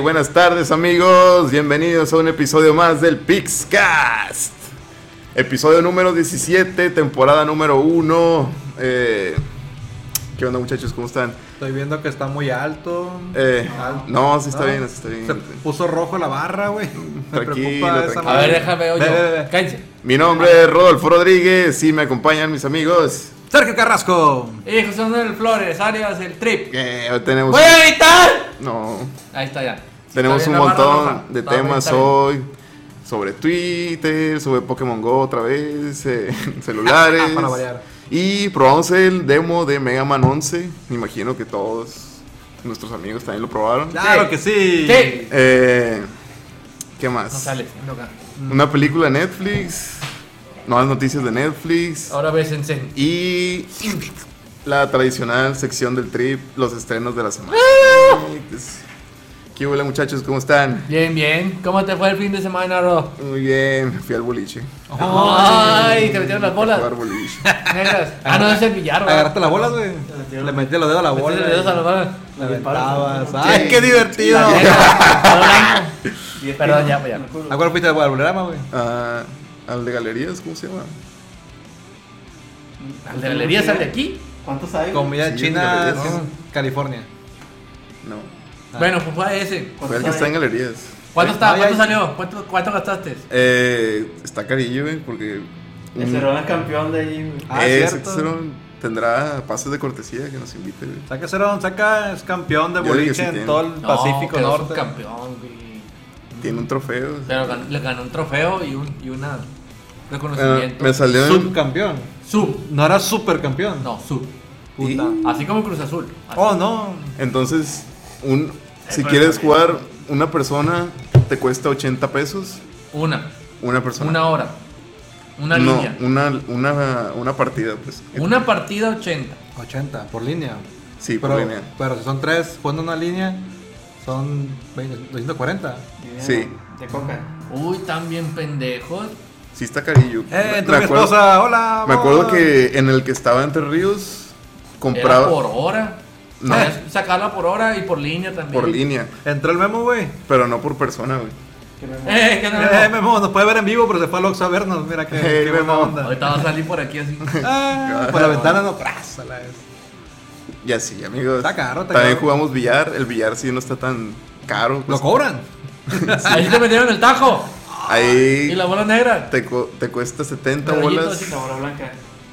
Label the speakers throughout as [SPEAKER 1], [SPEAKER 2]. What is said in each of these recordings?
[SPEAKER 1] buenas tardes amigos, bienvenidos a un episodio más del PixCast. Episodio número 17, temporada número 1. Eh, ¿Qué onda muchachos? ¿Cómo están?
[SPEAKER 2] Estoy viendo que está muy alto.
[SPEAKER 1] Eh,
[SPEAKER 2] Alto.
[SPEAKER 1] no, sí está
[SPEAKER 2] No.
[SPEAKER 1] bien, sí está bien.
[SPEAKER 2] Se puso rojo la barra, güey. Me
[SPEAKER 1] Tranquilo,
[SPEAKER 2] preocupa esa
[SPEAKER 1] tranquilo.
[SPEAKER 3] A ver,
[SPEAKER 2] madre.
[SPEAKER 3] déjame oye.
[SPEAKER 2] Ve, ve, ve.
[SPEAKER 3] Cállense.
[SPEAKER 1] Mi nombre es Rodolfo Rodríguez y me acompañan mis amigos.
[SPEAKER 2] Sergio Carrasco.
[SPEAKER 3] Y Eh, José Manuel Flores, Arias, el trip.
[SPEAKER 1] Eh, hoy tenemos...
[SPEAKER 3] ¡Voy a gritar!
[SPEAKER 1] No,
[SPEAKER 3] Ahí está ya.
[SPEAKER 1] tenemos
[SPEAKER 3] Está
[SPEAKER 1] un
[SPEAKER 3] bien la barra roja.
[SPEAKER 1] montón de
[SPEAKER 3] Está bien,
[SPEAKER 1] temas
[SPEAKER 3] está bien.
[SPEAKER 1] hoy. Sobre Twitter, sobre Pokémon Go otra vez, eh, celulares.
[SPEAKER 3] Ah,
[SPEAKER 2] Para variar.
[SPEAKER 1] Y probamos el demo de Mega Man 11. Me imagino que todos nuestros amigos también lo probaron.
[SPEAKER 2] Claro
[SPEAKER 3] Sí.
[SPEAKER 2] que sí.
[SPEAKER 3] Sí.
[SPEAKER 1] Eh, ¿Qué más? Mm.
[SPEAKER 3] No sale.
[SPEAKER 1] Una película de Netflix. Nuevas noticias de Netflix.
[SPEAKER 3] Ahora ves en sen.
[SPEAKER 1] Y la tradicional sección del trip, los estrenos de la semana.
[SPEAKER 3] ¡Ah!
[SPEAKER 1] ¿Qué hola muchachos? ¿Cómo están?
[SPEAKER 3] Bien, bien. ¿Cómo te fue el fin de semana, Ro?
[SPEAKER 1] Muy bien, fui al boliche.
[SPEAKER 3] Ay, te metieron las bolas.
[SPEAKER 1] Fui al boliche.
[SPEAKER 3] Negras. Ah, no, es el billar, ¿verdad?
[SPEAKER 2] Agarraste las bolas, güey. Le metí los dedos a la bola.
[SPEAKER 3] Metiste los dedos a las bolas.
[SPEAKER 2] La aventabas.
[SPEAKER 1] Sí.
[SPEAKER 2] Ay, qué divertido.
[SPEAKER 3] La neta, todo blanco. Perdón, ya, pues, ya.
[SPEAKER 2] ¿A cuál fuiste al bolerama, güey?
[SPEAKER 1] Ah, ¿Al de galerías? ¿Cómo se llama?
[SPEAKER 3] ¿Al de galería sale de aquí?
[SPEAKER 4] ¿Cuántos hay? güey?
[SPEAKER 2] Comida
[SPEAKER 1] Sí,
[SPEAKER 2] china,
[SPEAKER 1] galerías.
[SPEAKER 2] sí, California.
[SPEAKER 1] No.
[SPEAKER 2] Ah.
[SPEAKER 3] Bueno, pues fue ese.
[SPEAKER 1] Fue el que está en galerías.
[SPEAKER 3] ¿Cuánto
[SPEAKER 2] Sí.
[SPEAKER 3] está?
[SPEAKER 2] Ay,
[SPEAKER 3] ¿Cuánto
[SPEAKER 2] ay.
[SPEAKER 3] salió? ¿Cuánto, cuánto gastaste?
[SPEAKER 1] Eh, está carillo, güey, porque...
[SPEAKER 4] El Cerrón es campeón de ahí, güey.
[SPEAKER 2] Ah,
[SPEAKER 1] Eh,
[SPEAKER 2] cierto.
[SPEAKER 1] Cerón tendrá pases de cortesía que nos invite, güey.
[SPEAKER 2] Saca Cerón, saca, es campeón de
[SPEAKER 1] Yo digo que sí
[SPEAKER 2] boliche
[SPEAKER 1] tiene.
[SPEAKER 2] en todo el Pacífico
[SPEAKER 3] quedó
[SPEAKER 2] Norte.
[SPEAKER 3] subcampeón, güey.
[SPEAKER 1] Tiene un trofeo. Ah,
[SPEAKER 3] Pero gan- le ganó un trofeo y, un, y una
[SPEAKER 1] Eh,
[SPEAKER 3] reconocimiento.
[SPEAKER 1] me salió en-
[SPEAKER 2] Subcampeón.
[SPEAKER 3] Sub.
[SPEAKER 2] No era supercampeón.
[SPEAKER 3] No, sub.
[SPEAKER 2] Puta.
[SPEAKER 1] Y-
[SPEAKER 3] Así como Cruz Azul. Así.
[SPEAKER 2] Oh, no.
[SPEAKER 1] Entonces, un, si
[SPEAKER 3] pero-
[SPEAKER 1] quieres jugar una persona, te cuesta 80 pesos.
[SPEAKER 3] Una.
[SPEAKER 1] Una persona.
[SPEAKER 3] Una hora. Una
[SPEAKER 1] no,
[SPEAKER 3] línea.
[SPEAKER 1] Una, una, una partida, pues.
[SPEAKER 3] Una partida 80.
[SPEAKER 2] 80 por línea.
[SPEAKER 1] Sí, por
[SPEAKER 2] pero,
[SPEAKER 1] línea.
[SPEAKER 2] Pero si son tres, jugando una línea, son 20, 240.
[SPEAKER 4] Dinero
[SPEAKER 1] Sí.
[SPEAKER 4] De coca.
[SPEAKER 3] Uy, tan bien pendejos.
[SPEAKER 1] Sí, está carillo.
[SPEAKER 2] ¡Eh,
[SPEAKER 1] Me-
[SPEAKER 2] entró
[SPEAKER 1] me
[SPEAKER 2] mi
[SPEAKER 1] acuerdo-
[SPEAKER 2] esposa! ¡Hola!
[SPEAKER 1] Me acuerdo
[SPEAKER 2] vamos.
[SPEAKER 1] que en el que estaba Entre Ríos,
[SPEAKER 3] Era
[SPEAKER 1] compraba
[SPEAKER 3] por
[SPEAKER 1] por,
[SPEAKER 3] hora.
[SPEAKER 1] No.
[SPEAKER 3] Podías sacarla por hora y por línea también.
[SPEAKER 1] línea,
[SPEAKER 2] Entró el Memo, güey.
[SPEAKER 1] pero no por persona, güey.
[SPEAKER 4] Que me muero.
[SPEAKER 3] Eh, que no, no.
[SPEAKER 2] Eh, Memo, nos puede ver en vivo, pero se fue al Oxxo a vernos. Mira qué,
[SPEAKER 1] Hey,
[SPEAKER 2] qué
[SPEAKER 1] Memo.
[SPEAKER 2] buena onda.
[SPEAKER 3] Ahorita va a salir por aquí así.
[SPEAKER 2] Ah, por la ventana no pasa la vez.
[SPEAKER 1] Y así, amigos.
[SPEAKER 2] Está caro, está
[SPEAKER 1] También
[SPEAKER 2] caro.
[SPEAKER 1] jugamos billar. El billar sí no está tan caro. pues.
[SPEAKER 2] Lo cobran.
[SPEAKER 3] Ahí te metieron el tajo.
[SPEAKER 1] Ahí
[SPEAKER 3] Y la bola negra.
[SPEAKER 1] te, cu- te cuesta 70
[SPEAKER 3] Medallito,
[SPEAKER 1] bolas
[SPEAKER 3] así.
[SPEAKER 4] Sabor a blanca.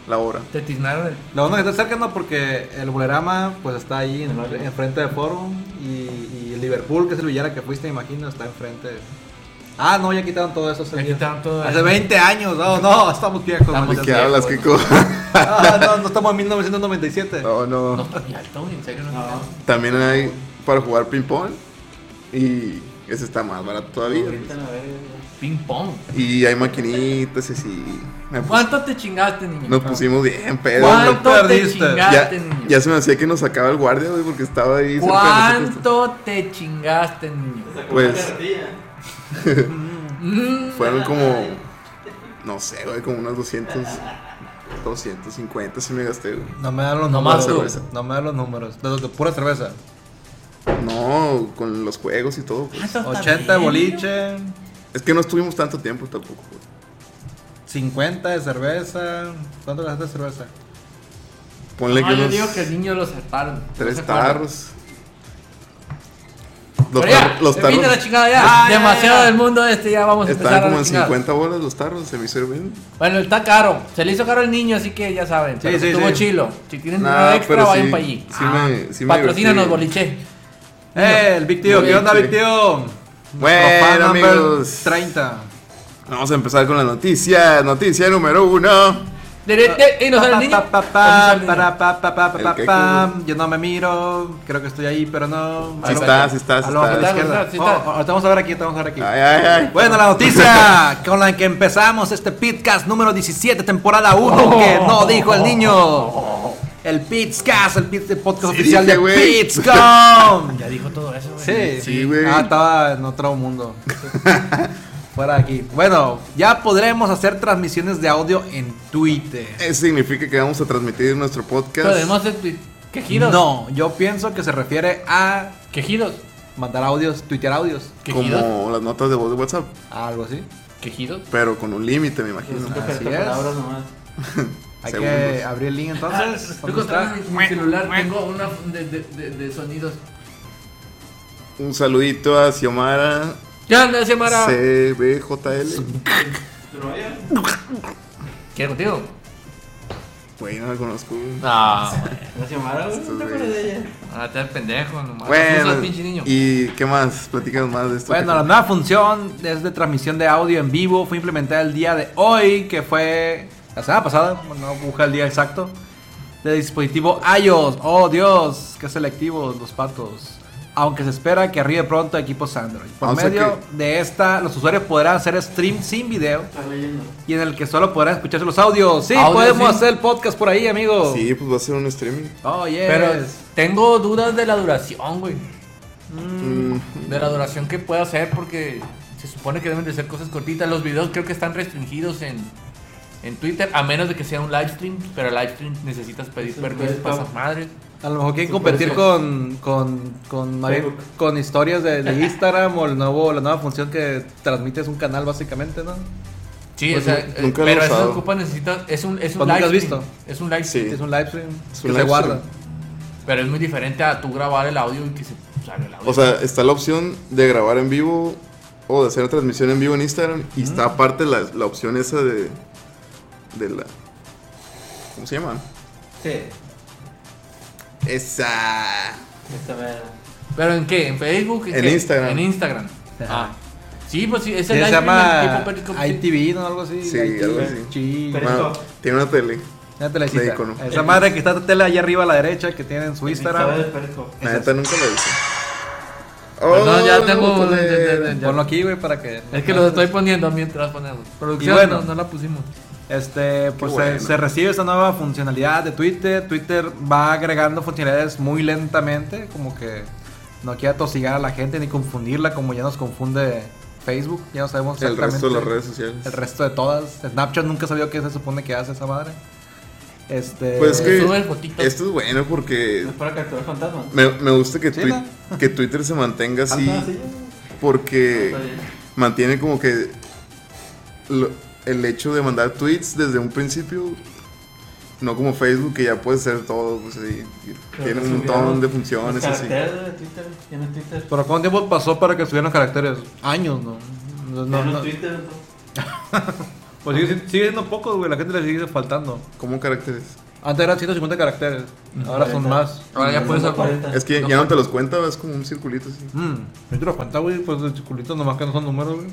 [SPEAKER 1] la hora.
[SPEAKER 3] Te tiznaron el.
[SPEAKER 2] Lo bueno que está cerca no, porque el Bolerama pues está ahí en- enfrente del Forum y, y el Liverpool, que es el Villara que fuiste, me imagino, está enfrente. Ah, no, ya quitaron todo eso. hace
[SPEAKER 3] Ya
[SPEAKER 2] días.
[SPEAKER 3] quitaron todo
[SPEAKER 2] Hace
[SPEAKER 3] eso.
[SPEAKER 2] 20 años, no, no, estamos viejos.
[SPEAKER 3] Estamos
[SPEAKER 1] ¿De
[SPEAKER 2] maldita
[SPEAKER 1] qué
[SPEAKER 3] viejo,
[SPEAKER 2] sea.
[SPEAKER 1] hablas,
[SPEAKER 3] güey.
[SPEAKER 1] Kiko?
[SPEAKER 2] Ah, no, no estamos en 1997.
[SPEAKER 1] no, no.
[SPEAKER 3] No está muy alto, güey, en serio. No.
[SPEAKER 4] No.
[SPEAKER 1] También hay para jugar ping-pong. Y ese está más barato todavía.
[SPEAKER 4] Ahorita la verga,
[SPEAKER 3] Ping pong.
[SPEAKER 1] Y hay maquinitas y así. Me pus-
[SPEAKER 3] ¿Cuánto te chingaste, niño?
[SPEAKER 1] Nos pusimos bien, pedo. güey.
[SPEAKER 3] ¿Cuánto te
[SPEAKER 2] perdiste?
[SPEAKER 1] Ya,
[SPEAKER 3] chingaste, niño?
[SPEAKER 1] ya se me hacía que nos sacaba el guardia, güey, porque estaba ahí. cerca de nosotros.
[SPEAKER 3] ¿Cuánto te chingaste, niño?
[SPEAKER 4] güey.
[SPEAKER 1] Pues-
[SPEAKER 4] Sacó una cartilla.
[SPEAKER 3] Mm,
[SPEAKER 1] Fueron como, no sé, güey, como unos 200, 250 si me gasté, güey.
[SPEAKER 2] No me dan los
[SPEAKER 3] Nomás
[SPEAKER 2] números.
[SPEAKER 1] tú.
[SPEAKER 2] No me dan los números. De, de pura cerveza.
[SPEAKER 1] No, con los juegos y todo, pues.
[SPEAKER 3] eso está
[SPEAKER 2] 80 de
[SPEAKER 3] bien.
[SPEAKER 2] boliche,
[SPEAKER 1] Es que no estuvimos tanto tiempo tampoco, güey.
[SPEAKER 2] 50 de cerveza. ¿Cuánto gastaste de cerveza?
[SPEAKER 1] Ponle
[SPEAKER 3] No,
[SPEAKER 1] que
[SPEAKER 3] yo
[SPEAKER 1] unos
[SPEAKER 3] digo que el niño lo saltaron.
[SPEAKER 1] tres
[SPEAKER 3] No se acuerda.
[SPEAKER 1] tarros. Los,
[SPEAKER 3] Pero ya,
[SPEAKER 1] tar- los
[SPEAKER 3] se
[SPEAKER 1] tarros
[SPEAKER 3] pinta la chingada ya.
[SPEAKER 2] Ah, ya,
[SPEAKER 3] Demasiado
[SPEAKER 2] ya, ya.
[SPEAKER 3] del mundo este, ya vamos a empezar
[SPEAKER 1] estaban
[SPEAKER 3] a
[SPEAKER 1] como
[SPEAKER 3] la
[SPEAKER 1] en
[SPEAKER 3] chingada.
[SPEAKER 1] 50 bolas los tarros, se me hizo bien.
[SPEAKER 3] Bueno, está caro. Se le hizo caro al niño, así que ya saben.
[SPEAKER 2] Sí,
[SPEAKER 3] pero
[SPEAKER 2] sí,
[SPEAKER 3] estuvo
[SPEAKER 2] sí.
[SPEAKER 3] chilo. Si tienen
[SPEAKER 1] Nah,
[SPEAKER 3] dinero extra,
[SPEAKER 1] pero
[SPEAKER 3] vayan
[SPEAKER 1] sí-
[SPEAKER 3] para allí.
[SPEAKER 1] sí me- sí me
[SPEAKER 3] Patrocínanos,
[SPEAKER 1] divertí.
[SPEAKER 3] boliche.
[SPEAKER 2] ¡Eh, el Big Tío!
[SPEAKER 1] Muy
[SPEAKER 2] ¿Qué
[SPEAKER 1] bien,
[SPEAKER 2] onda,
[SPEAKER 1] sí.
[SPEAKER 2] Big Tío?
[SPEAKER 1] Bueno,
[SPEAKER 2] Profan number
[SPEAKER 1] amigos.
[SPEAKER 2] 30.
[SPEAKER 1] Vamos a empezar con la noticia, noticia número uno.
[SPEAKER 3] De- de- de- Y nos sale el niño.
[SPEAKER 2] Pa, pa, pa,
[SPEAKER 3] Nos sale el
[SPEAKER 2] pa,
[SPEAKER 3] niño.
[SPEAKER 2] para, pa, pa, pa,
[SPEAKER 1] El
[SPEAKER 2] pa,
[SPEAKER 1] queco,
[SPEAKER 2] pa. Yo no me miro. Creo que estoy ahí, pero no.
[SPEAKER 1] Sí
[SPEAKER 2] A lo-
[SPEAKER 1] está, sí está, sí
[SPEAKER 2] a lo- a la
[SPEAKER 1] está.
[SPEAKER 2] izquierda.
[SPEAKER 3] Sí está.
[SPEAKER 2] Oh, Ahorita vamos a ver aquí, ahorita vamos a ver aquí.
[SPEAKER 1] Ay, ay, ay.
[SPEAKER 2] Bueno, la noticia con la que empezamos este podcast número 17, temporada 1,
[SPEAKER 1] Oh.
[SPEAKER 2] que no dijo el niño. El Pitscast, el, Pits- el podcast
[SPEAKER 1] Sí,
[SPEAKER 2] oficial
[SPEAKER 1] dije,
[SPEAKER 2] de
[SPEAKER 1] güey.
[SPEAKER 2] Pitscom.
[SPEAKER 3] Ya dijo todo eso,
[SPEAKER 2] Sí,
[SPEAKER 3] güey.
[SPEAKER 1] Sí, güey.
[SPEAKER 2] Ah, estaba en otro mundo. Fuera de aquí. Bueno, ya podremos hacer transmisiones de audio en Twitter.
[SPEAKER 1] Eso Eh, significa que vamos a transmitir nuestro podcast.
[SPEAKER 3] Podemos hacer tweet- quejidos.
[SPEAKER 2] No, yo pienso que se refiere a
[SPEAKER 3] Quejidos.
[SPEAKER 2] mandar audios, tuitear audios,
[SPEAKER 3] Quejidos.
[SPEAKER 1] Como las notas de voz de WhatsApp,
[SPEAKER 2] algo así.
[SPEAKER 3] Quejidos.
[SPEAKER 1] pero con un límite, me imagino.
[SPEAKER 2] Así es.
[SPEAKER 4] palabras nomás.
[SPEAKER 2] Hay
[SPEAKER 1] Segundos.
[SPEAKER 2] que abrir el link entonces.
[SPEAKER 3] Yo
[SPEAKER 2] ¿Dónde está?
[SPEAKER 3] encontré en mi celular, tengo una de, de, de, de sonidos.
[SPEAKER 1] Un saludito a Xiomara
[SPEAKER 3] Ya, le hace Mara.
[SPEAKER 1] CBJL.
[SPEAKER 4] Pero vaya.
[SPEAKER 3] ¿Quieres contigo?
[SPEAKER 1] Güey, no la conozco. güey.
[SPEAKER 3] No,
[SPEAKER 4] La Xiomara, güey.
[SPEAKER 1] Estos
[SPEAKER 4] ¿Te acuerdas de ella?
[SPEAKER 3] ahora te pendejo nomás. Bueno,
[SPEAKER 1] Bueno,
[SPEAKER 3] el pinche niño.
[SPEAKER 1] ¿y qué más? Platícanos más de esto.
[SPEAKER 2] Bueno, la nueva función es de transmisión de audio en vivo. Fue implementada el día de hoy, que fue la semana pasada. No busca el día exacto. De dispositivo iOS. Oh, Dios, qué selectivos los patos. Aunque se espera que arribe pronto a equipos Android. Por
[SPEAKER 1] O sea
[SPEAKER 2] medio de esta, los usuarios podrán hacer stream sin video
[SPEAKER 4] Estás leyendo.
[SPEAKER 2] y en el que solo podrán escucharse los audios. Sí,
[SPEAKER 3] Audio,
[SPEAKER 2] podemos
[SPEAKER 3] sí.
[SPEAKER 2] hacer el podcast por ahí, amigo.
[SPEAKER 1] Sí, pues va a ser un streaming.
[SPEAKER 2] Oh, yes.
[SPEAKER 3] Pero tengo dudas de la duración, güey.
[SPEAKER 1] Mm,
[SPEAKER 3] De la duración que pueda hacer porque se supone que deben de ser cosas cortitas. Los videos creo que están restringidos en, en Twitter, a menos de que sea un live stream. Pero el live stream necesitas pedir
[SPEAKER 4] Sí,
[SPEAKER 3] permiso
[SPEAKER 4] sí,
[SPEAKER 3] para
[SPEAKER 4] sí.
[SPEAKER 3] esas madres.
[SPEAKER 2] A lo mejor quieren
[SPEAKER 4] Sí,
[SPEAKER 2] competir
[SPEAKER 4] parece.
[SPEAKER 2] con, con, con, más bien
[SPEAKER 4] Facebook.
[SPEAKER 2] con historias de, de Instagram o el nuevo, la nueva función que transmites un canal básicamente, ¿no?
[SPEAKER 3] Sí,
[SPEAKER 1] Pues
[SPEAKER 3] o sea,
[SPEAKER 1] nu-
[SPEAKER 3] eh,
[SPEAKER 1] nunca lo he
[SPEAKER 3] pero eso
[SPEAKER 1] usado.
[SPEAKER 3] ocupa, necesitas. Es un, es un
[SPEAKER 2] Pues nunca
[SPEAKER 3] live
[SPEAKER 2] has
[SPEAKER 3] stream.
[SPEAKER 2] visto.
[SPEAKER 3] Es un live
[SPEAKER 1] Sí.
[SPEAKER 3] stream.
[SPEAKER 2] Es un live stream
[SPEAKER 1] Es
[SPEAKER 2] que
[SPEAKER 1] un
[SPEAKER 2] se
[SPEAKER 1] live
[SPEAKER 2] guarda.
[SPEAKER 3] Pero es muy diferente a tú grabar el audio y que se salga el audio.
[SPEAKER 1] O sea, está la opción de grabar en vivo o de hacer transmisión en vivo en Instagram. Y está aparte la, la opción esa de. de la. ¿Cómo se llama?
[SPEAKER 4] Sí.
[SPEAKER 1] Esa.
[SPEAKER 4] Esta verga.
[SPEAKER 3] ¿Pero en qué? ¿En Facebook?
[SPEAKER 1] En
[SPEAKER 3] qué?
[SPEAKER 1] Instagram.
[SPEAKER 3] En Instagram. Ah. Sí, pues sí, es
[SPEAKER 2] Sí,
[SPEAKER 3] el
[SPEAKER 2] se
[SPEAKER 3] live
[SPEAKER 2] llama
[SPEAKER 3] stream tipo Periscope.
[SPEAKER 2] ITV, ¿no? Algo así.
[SPEAKER 1] Sí,
[SPEAKER 2] ITV.
[SPEAKER 1] algo así.
[SPEAKER 2] Sí.
[SPEAKER 4] Pero-
[SPEAKER 1] Bueno, tiene una tele.
[SPEAKER 2] Una telecita.
[SPEAKER 1] de icono.
[SPEAKER 2] Esa madre que está la tele allá arriba a la derecha que tiene en su
[SPEAKER 4] Sabe
[SPEAKER 2] Instagram.
[SPEAKER 4] del Periscope.
[SPEAKER 1] La
[SPEAKER 2] Esa-
[SPEAKER 1] neta nunca la hice. Oh,
[SPEAKER 3] Perdón, ya
[SPEAKER 1] no
[SPEAKER 3] tengo-
[SPEAKER 1] puedo
[SPEAKER 3] ya- ya-
[SPEAKER 1] leer.
[SPEAKER 3] ya- ya-
[SPEAKER 2] Ponlo aquí, güey, para que...
[SPEAKER 3] Es que los estoy poniendo mientras ponemos. Producción,
[SPEAKER 2] Y bueno.
[SPEAKER 3] no, no la pusimos.
[SPEAKER 2] Este, pues se-
[SPEAKER 1] bueno.
[SPEAKER 2] se, recibe esta nueva funcionalidad de Twitter. Twitter va agregando funcionalidades muy lentamente, como que no quiere atosigar a la gente ni confundirla como ya nos confunde Facebook. Ya no sabemos
[SPEAKER 1] El resto de las
[SPEAKER 2] exactamente
[SPEAKER 1] redes sociales.
[SPEAKER 2] El resto de todas. Snapchat nunca sabía qué se supone que hace esa madre. Este,
[SPEAKER 1] Pues es que
[SPEAKER 3] Sube fotitos.
[SPEAKER 1] esto es bueno porque
[SPEAKER 4] No es para capturar fantasmas.
[SPEAKER 1] me, me gusta que,
[SPEAKER 2] Sí,
[SPEAKER 1] twi- que Twitter se mantenga así
[SPEAKER 4] Fantasmas, sí. Ah,
[SPEAKER 1] porque
[SPEAKER 4] Está bien.
[SPEAKER 1] mantiene como que lo- el hecho de mandar tweets desde un principio, no como Facebook que ya puede hacer todo, pues sí, y tiene un montón de funciones
[SPEAKER 4] Los
[SPEAKER 1] así.
[SPEAKER 4] caracteres de Twitter. Tiene Twitter.
[SPEAKER 2] Pero ¿cuánto tiempo pasó para que subieran los caracteres? Años, ¿no? No, no,
[SPEAKER 4] Tiene
[SPEAKER 2] no.
[SPEAKER 4] Twitter, entonces.
[SPEAKER 2] Pues sigue, sigue siendo poco, güey. La gente le sigue faltando.
[SPEAKER 1] ¿Cómo caracteres?
[SPEAKER 2] Antes eran 150 caracteres. Ahora son
[SPEAKER 4] Cuarenta.
[SPEAKER 2] más.
[SPEAKER 3] Ahora ya
[SPEAKER 4] Son
[SPEAKER 3] puedes
[SPEAKER 4] como
[SPEAKER 3] sacar.
[SPEAKER 4] 40.
[SPEAKER 1] Es que ya no te los cuenta, es como un circulito así.
[SPEAKER 2] Mmm, yo te lo cuenta, güey, pues el circulito nomás que no son números, güey.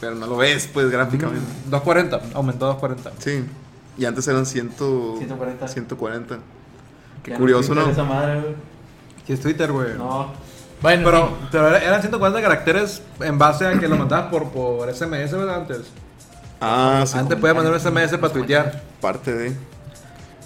[SPEAKER 1] Pero no lo ves, pues, gráficamente.
[SPEAKER 2] 240, aumentó a 240.
[SPEAKER 1] Sí. Y antes eran 100,
[SPEAKER 4] 140.
[SPEAKER 1] 140. Qué
[SPEAKER 4] Ya no
[SPEAKER 1] curioso,
[SPEAKER 4] Twitter
[SPEAKER 1] ¿no?
[SPEAKER 4] Esa madre, güey.
[SPEAKER 2] Sí, es Twitter, güey.
[SPEAKER 4] No.
[SPEAKER 3] Bueno,
[SPEAKER 2] Pero, pero era- eran 140 caracteres en base a que lo mandabas por, por SMS, ¿verdad? Antes.
[SPEAKER 1] Ah, sí.
[SPEAKER 2] Antes pues. podías mandar un SMS para tuitear.
[SPEAKER 1] Parte de.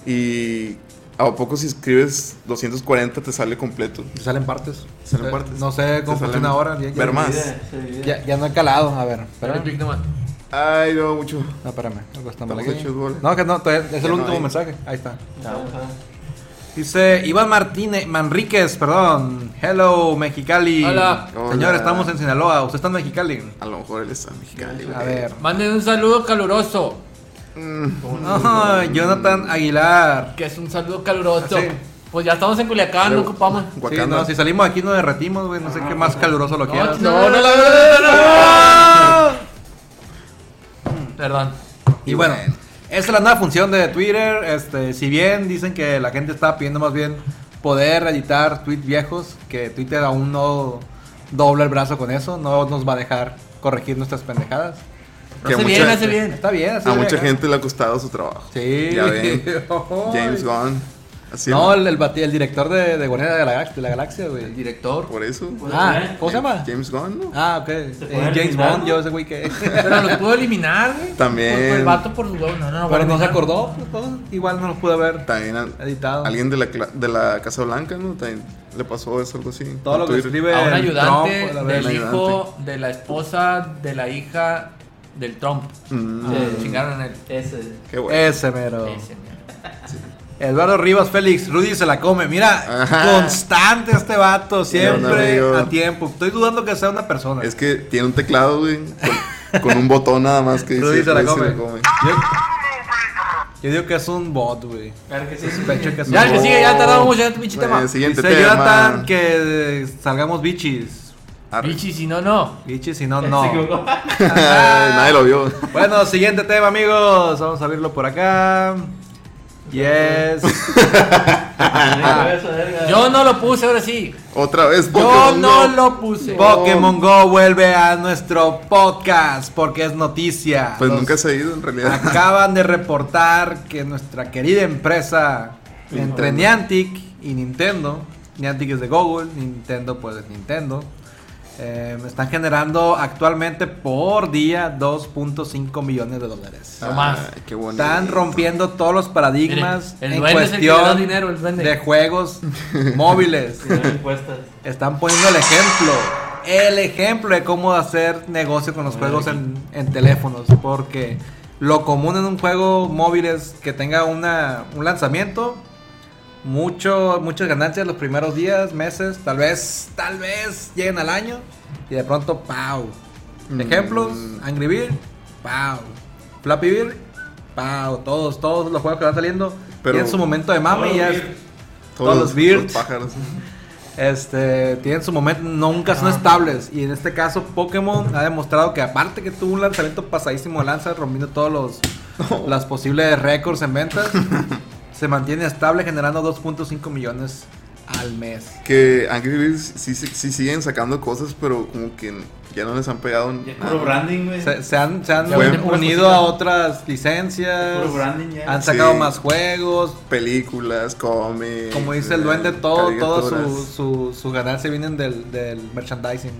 [SPEAKER 1] Y a poco si escribes 240 te sale completo.
[SPEAKER 2] Te salen partes.
[SPEAKER 1] Te salen
[SPEAKER 2] Eh,
[SPEAKER 1] partes.
[SPEAKER 2] No sé cómo
[SPEAKER 1] Te salen
[SPEAKER 2] funciona ahora. Ya,
[SPEAKER 1] ver
[SPEAKER 2] ya,
[SPEAKER 1] más.
[SPEAKER 4] Divide, se divide.
[SPEAKER 2] ya, ya no he calado, a ver.
[SPEAKER 3] Dale
[SPEAKER 2] Espérame.
[SPEAKER 3] click nomás.
[SPEAKER 1] Ay, no, mucho.
[SPEAKER 2] No, espérame. algo está mal
[SPEAKER 1] Estamos
[SPEAKER 2] aquí.
[SPEAKER 1] hechos bola.
[SPEAKER 2] No, que no, todavía- es
[SPEAKER 1] Ya
[SPEAKER 2] el
[SPEAKER 1] no
[SPEAKER 2] último
[SPEAKER 1] hay.
[SPEAKER 2] mensaje. Ahí está.
[SPEAKER 4] No, no.
[SPEAKER 2] Dice Iván Martínez, Manríquez, perdón. Hello, Mexicali.
[SPEAKER 3] Hola.
[SPEAKER 2] Señor,
[SPEAKER 1] Hola.
[SPEAKER 2] estamos en Sinaloa. ¿Usted está en Mexicali?
[SPEAKER 1] A lo mejor él está mexicano.
[SPEAKER 2] A ver.
[SPEAKER 3] Manden un saludo caluroso.
[SPEAKER 2] Ah, Jonathan Aguilar.
[SPEAKER 3] Que es un saludo caluroso.
[SPEAKER 2] Ah, sí.
[SPEAKER 3] Pues ya estamos en Culiacán, no ocupamos.
[SPEAKER 2] Sí, no, si salimos aquí nos derretimos, güey. No sé qué más caluroso lo
[SPEAKER 3] Ah, No,
[SPEAKER 2] quieras.
[SPEAKER 3] no, no, no, no, Perdón.
[SPEAKER 2] Y bueno, esa es la nueva función de Twitter. Este, si bien dicen que la gente está pidiendo más bien poder editar tweets viejos, que Twitter aún no dobla el brazo con eso, no nos va a dejar corregir nuestras pendejadas.
[SPEAKER 1] Que a
[SPEAKER 3] Hace
[SPEAKER 1] mucha-
[SPEAKER 3] bien, hace bien.
[SPEAKER 2] Está bien, así
[SPEAKER 1] A
[SPEAKER 2] debe
[SPEAKER 1] mucha
[SPEAKER 2] acá.
[SPEAKER 1] gente le ha costado su trabajo.
[SPEAKER 2] Sí.
[SPEAKER 1] Ya ven. James
[SPEAKER 2] Ay.
[SPEAKER 1] Gunn. Así
[SPEAKER 2] No,
[SPEAKER 1] es.
[SPEAKER 2] el, el, bati- el director de, de Guardianes de la, Galax- de la Galaxia,
[SPEAKER 3] El
[SPEAKER 2] güey.
[SPEAKER 3] director.
[SPEAKER 1] Por eso.
[SPEAKER 2] Ah, ¿cómo se llama?
[SPEAKER 1] James Gunn, ¿no?
[SPEAKER 2] Ah, ok.
[SPEAKER 4] puede
[SPEAKER 2] Eh, James
[SPEAKER 4] eliminar,
[SPEAKER 2] Bond,
[SPEAKER 4] ¿no?
[SPEAKER 2] yo ese güey que.
[SPEAKER 3] Pero lo pudo eliminar, güey.
[SPEAKER 1] También.
[SPEAKER 3] Por- por El vato por su huevo. No, no,
[SPEAKER 2] Pero
[SPEAKER 3] no.
[SPEAKER 2] no se
[SPEAKER 3] eliminar.
[SPEAKER 2] acordó, pues, todo. igual no los pude ver
[SPEAKER 1] También a-
[SPEAKER 2] editado.
[SPEAKER 1] alguien de la, cla- de la Casa Blanca, ¿no? También le pasó eso, algo así.
[SPEAKER 2] Todo lo
[SPEAKER 1] Por
[SPEAKER 2] que
[SPEAKER 1] Twitter.
[SPEAKER 2] escribe
[SPEAKER 3] A un
[SPEAKER 2] el
[SPEAKER 3] ayudante
[SPEAKER 2] Trump, a la
[SPEAKER 3] del
[SPEAKER 1] verga.
[SPEAKER 3] hijo, de la esposa, de la hija del Trump.
[SPEAKER 1] Mm,
[SPEAKER 3] Ah, Chingaron en Oh. él.
[SPEAKER 4] Ese.
[SPEAKER 2] Eh,
[SPEAKER 1] Qué bueno.
[SPEAKER 2] Ese mero.
[SPEAKER 3] Ese, mira.
[SPEAKER 2] Eduardo Rivas Félix, Rudy se la come. Mira,
[SPEAKER 1] Ajá.
[SPEAKER 2] constante este vato, siempre
[SPEAKER 1] amigo.
[SPEAKER 2] a tiempo. Estoy dudando que sea una persona.
[SPEAKER 1] Es que tiene un teclado, güey, con, con un botón nada más que dice.
[SPEAKER 2] Rudy se la
[SPEAKER 1] "Rudy
[SPEAKER 2] come". Yo, yo digo que es un bot, güey.
[SPEAKER 4] Claro que sí.
[SPEAKER 2] Sospecho que es un
[SPEAKER 3] Ya, el que
[SPEAKER 2] bot.
[SPEAKER 3] sigue, ya tardamos mucho en este pinche tema.
[SPEAKER 1] Bueno, siguiente
[SPEAKER 2] Dice Jonathan
[SPEAKER 1] tema.
[SPEAKER 2] que salgamos bichis.
[SPEAKER 1] Arre.
[SPEAKER 3] Bichi, Ah, si no, no.
[SPEAKER 2] Bichis, si no,
[SPEAKER 4] Se
[SPEAKER 2] no.
[SPEAKER 4] equivocó.
[SPEAKER 1] Nadie lo vio.
[SPEAKER 2] Bueno, siguiente tema, amigos. Vamos a abrirlo por acá. Yes.
[SPEAKER 4] Ah.
[SPEAKER 3] Yo no lo puse, ahora sí.
[SPEAKER 1] Otra vez,
[SPEAKER 3] Yo
[SPEAKER 1] Pokémon
[SPEAKER 3] no
[SPEAKER 1] Go.
[SPEAKER 3] lo puse.
[SPEAKER 2] Pokémon Go vuelve a nuestro podcast porque es noticia.
[SPEAKER 1] Pues
[SPEAKER 2] Los-
[SPEAKER 1] nunca se ha ido en realidad.
[SPEAKER 2] Acaban de reportar que nuestra querida empresa entre Niantic y Nintendo, Niantic es de Google, Nintendo pues es Nintendo, eh, están generando actualmente por día 2.5 millones de dólares.
[SPEAKER 1] Ay,
[SPEAKER 3] nomás.
[SPEAKER 1] Ah, qué bonito.
[SPEAKER 2] Están rompiendo todos los paradigmas
[SPEAKER 3] Miren, el
[SPEAKER 2] en
[SPEAKER 3] duende es el que le da
[SPEAKER 2] cuestión
[SPEAKER 3] dinero, el duende.
[SPEAKER 2] de juegos móviles.
[SPEAKER 4] Encuestas.
[SPEAKER 2] Están poniendo el ejemplo. El ejemplo de cómo hacer negocio con los juegos en, en teléfonos. Porque lo común en un juego móvil es que tenga una, un lanzamiento. Mucho, muchas ganancias los primeros días, meses. Tal vez, tal vez lleguen al año. Y de pronto, ¡pau! Ejemplos,
[SPEAKER 1] Mm.
[SPEAKER 2] Angry Bird, ¡pau! Flappy Bird, ¡pau! Todos, todos los juegos que van saliendo.
[SPEAKER 1] Pero-
[SPEAKER 2] tienen su momento de mame y ya es- todos los
[SPEAKER 1] birds.
[SPEAKER 2] birds.
[SPEAKER 1] pájaros.
[SPEAKER 2] este, tienen su momento, nunca son estables. Y en este caso, Pokémon ha demostrado que, aparte que tuvo un lanzamiento pasadísimo de lanza, rompiendo todos los las posibles récords en ventas, se mantiene estable generando 2.5 millones al mes.
[SPEAKER 1] Que Angry Birds sí, sí- sí siguen sacando cosas, pero como que ya no les han pegado.
[SPEAKER 4] Ya es
[SPEAKER 1] nada.
[SPEAKER 4] puro branding, güey.
[SPEAKER 2] Se, se han, se han
[SPEAKER 1] Ya venden
[SPEAKER 3] puras
[SPEAKER 2] unido
[SPEAKER 3] cositas.
[SPEAKER 2] a otras licencias,
[SPEAKER 4] Puro branding ya.
[SPEAKER 2] han sacado
[SPEAKER 1] Sí.
[SPEAKER 2] más juegos.
[SPEAKER 1] Películas, cómics.
[SPEAKER 2] Como dice el
[SPEAKER 1] eh,
[SPEAKER 2] duende, todo, todo su,
[SPEAKER 1] caricaturas.
[SPEAKER 2] su, su ganancia vienen del, del merchandising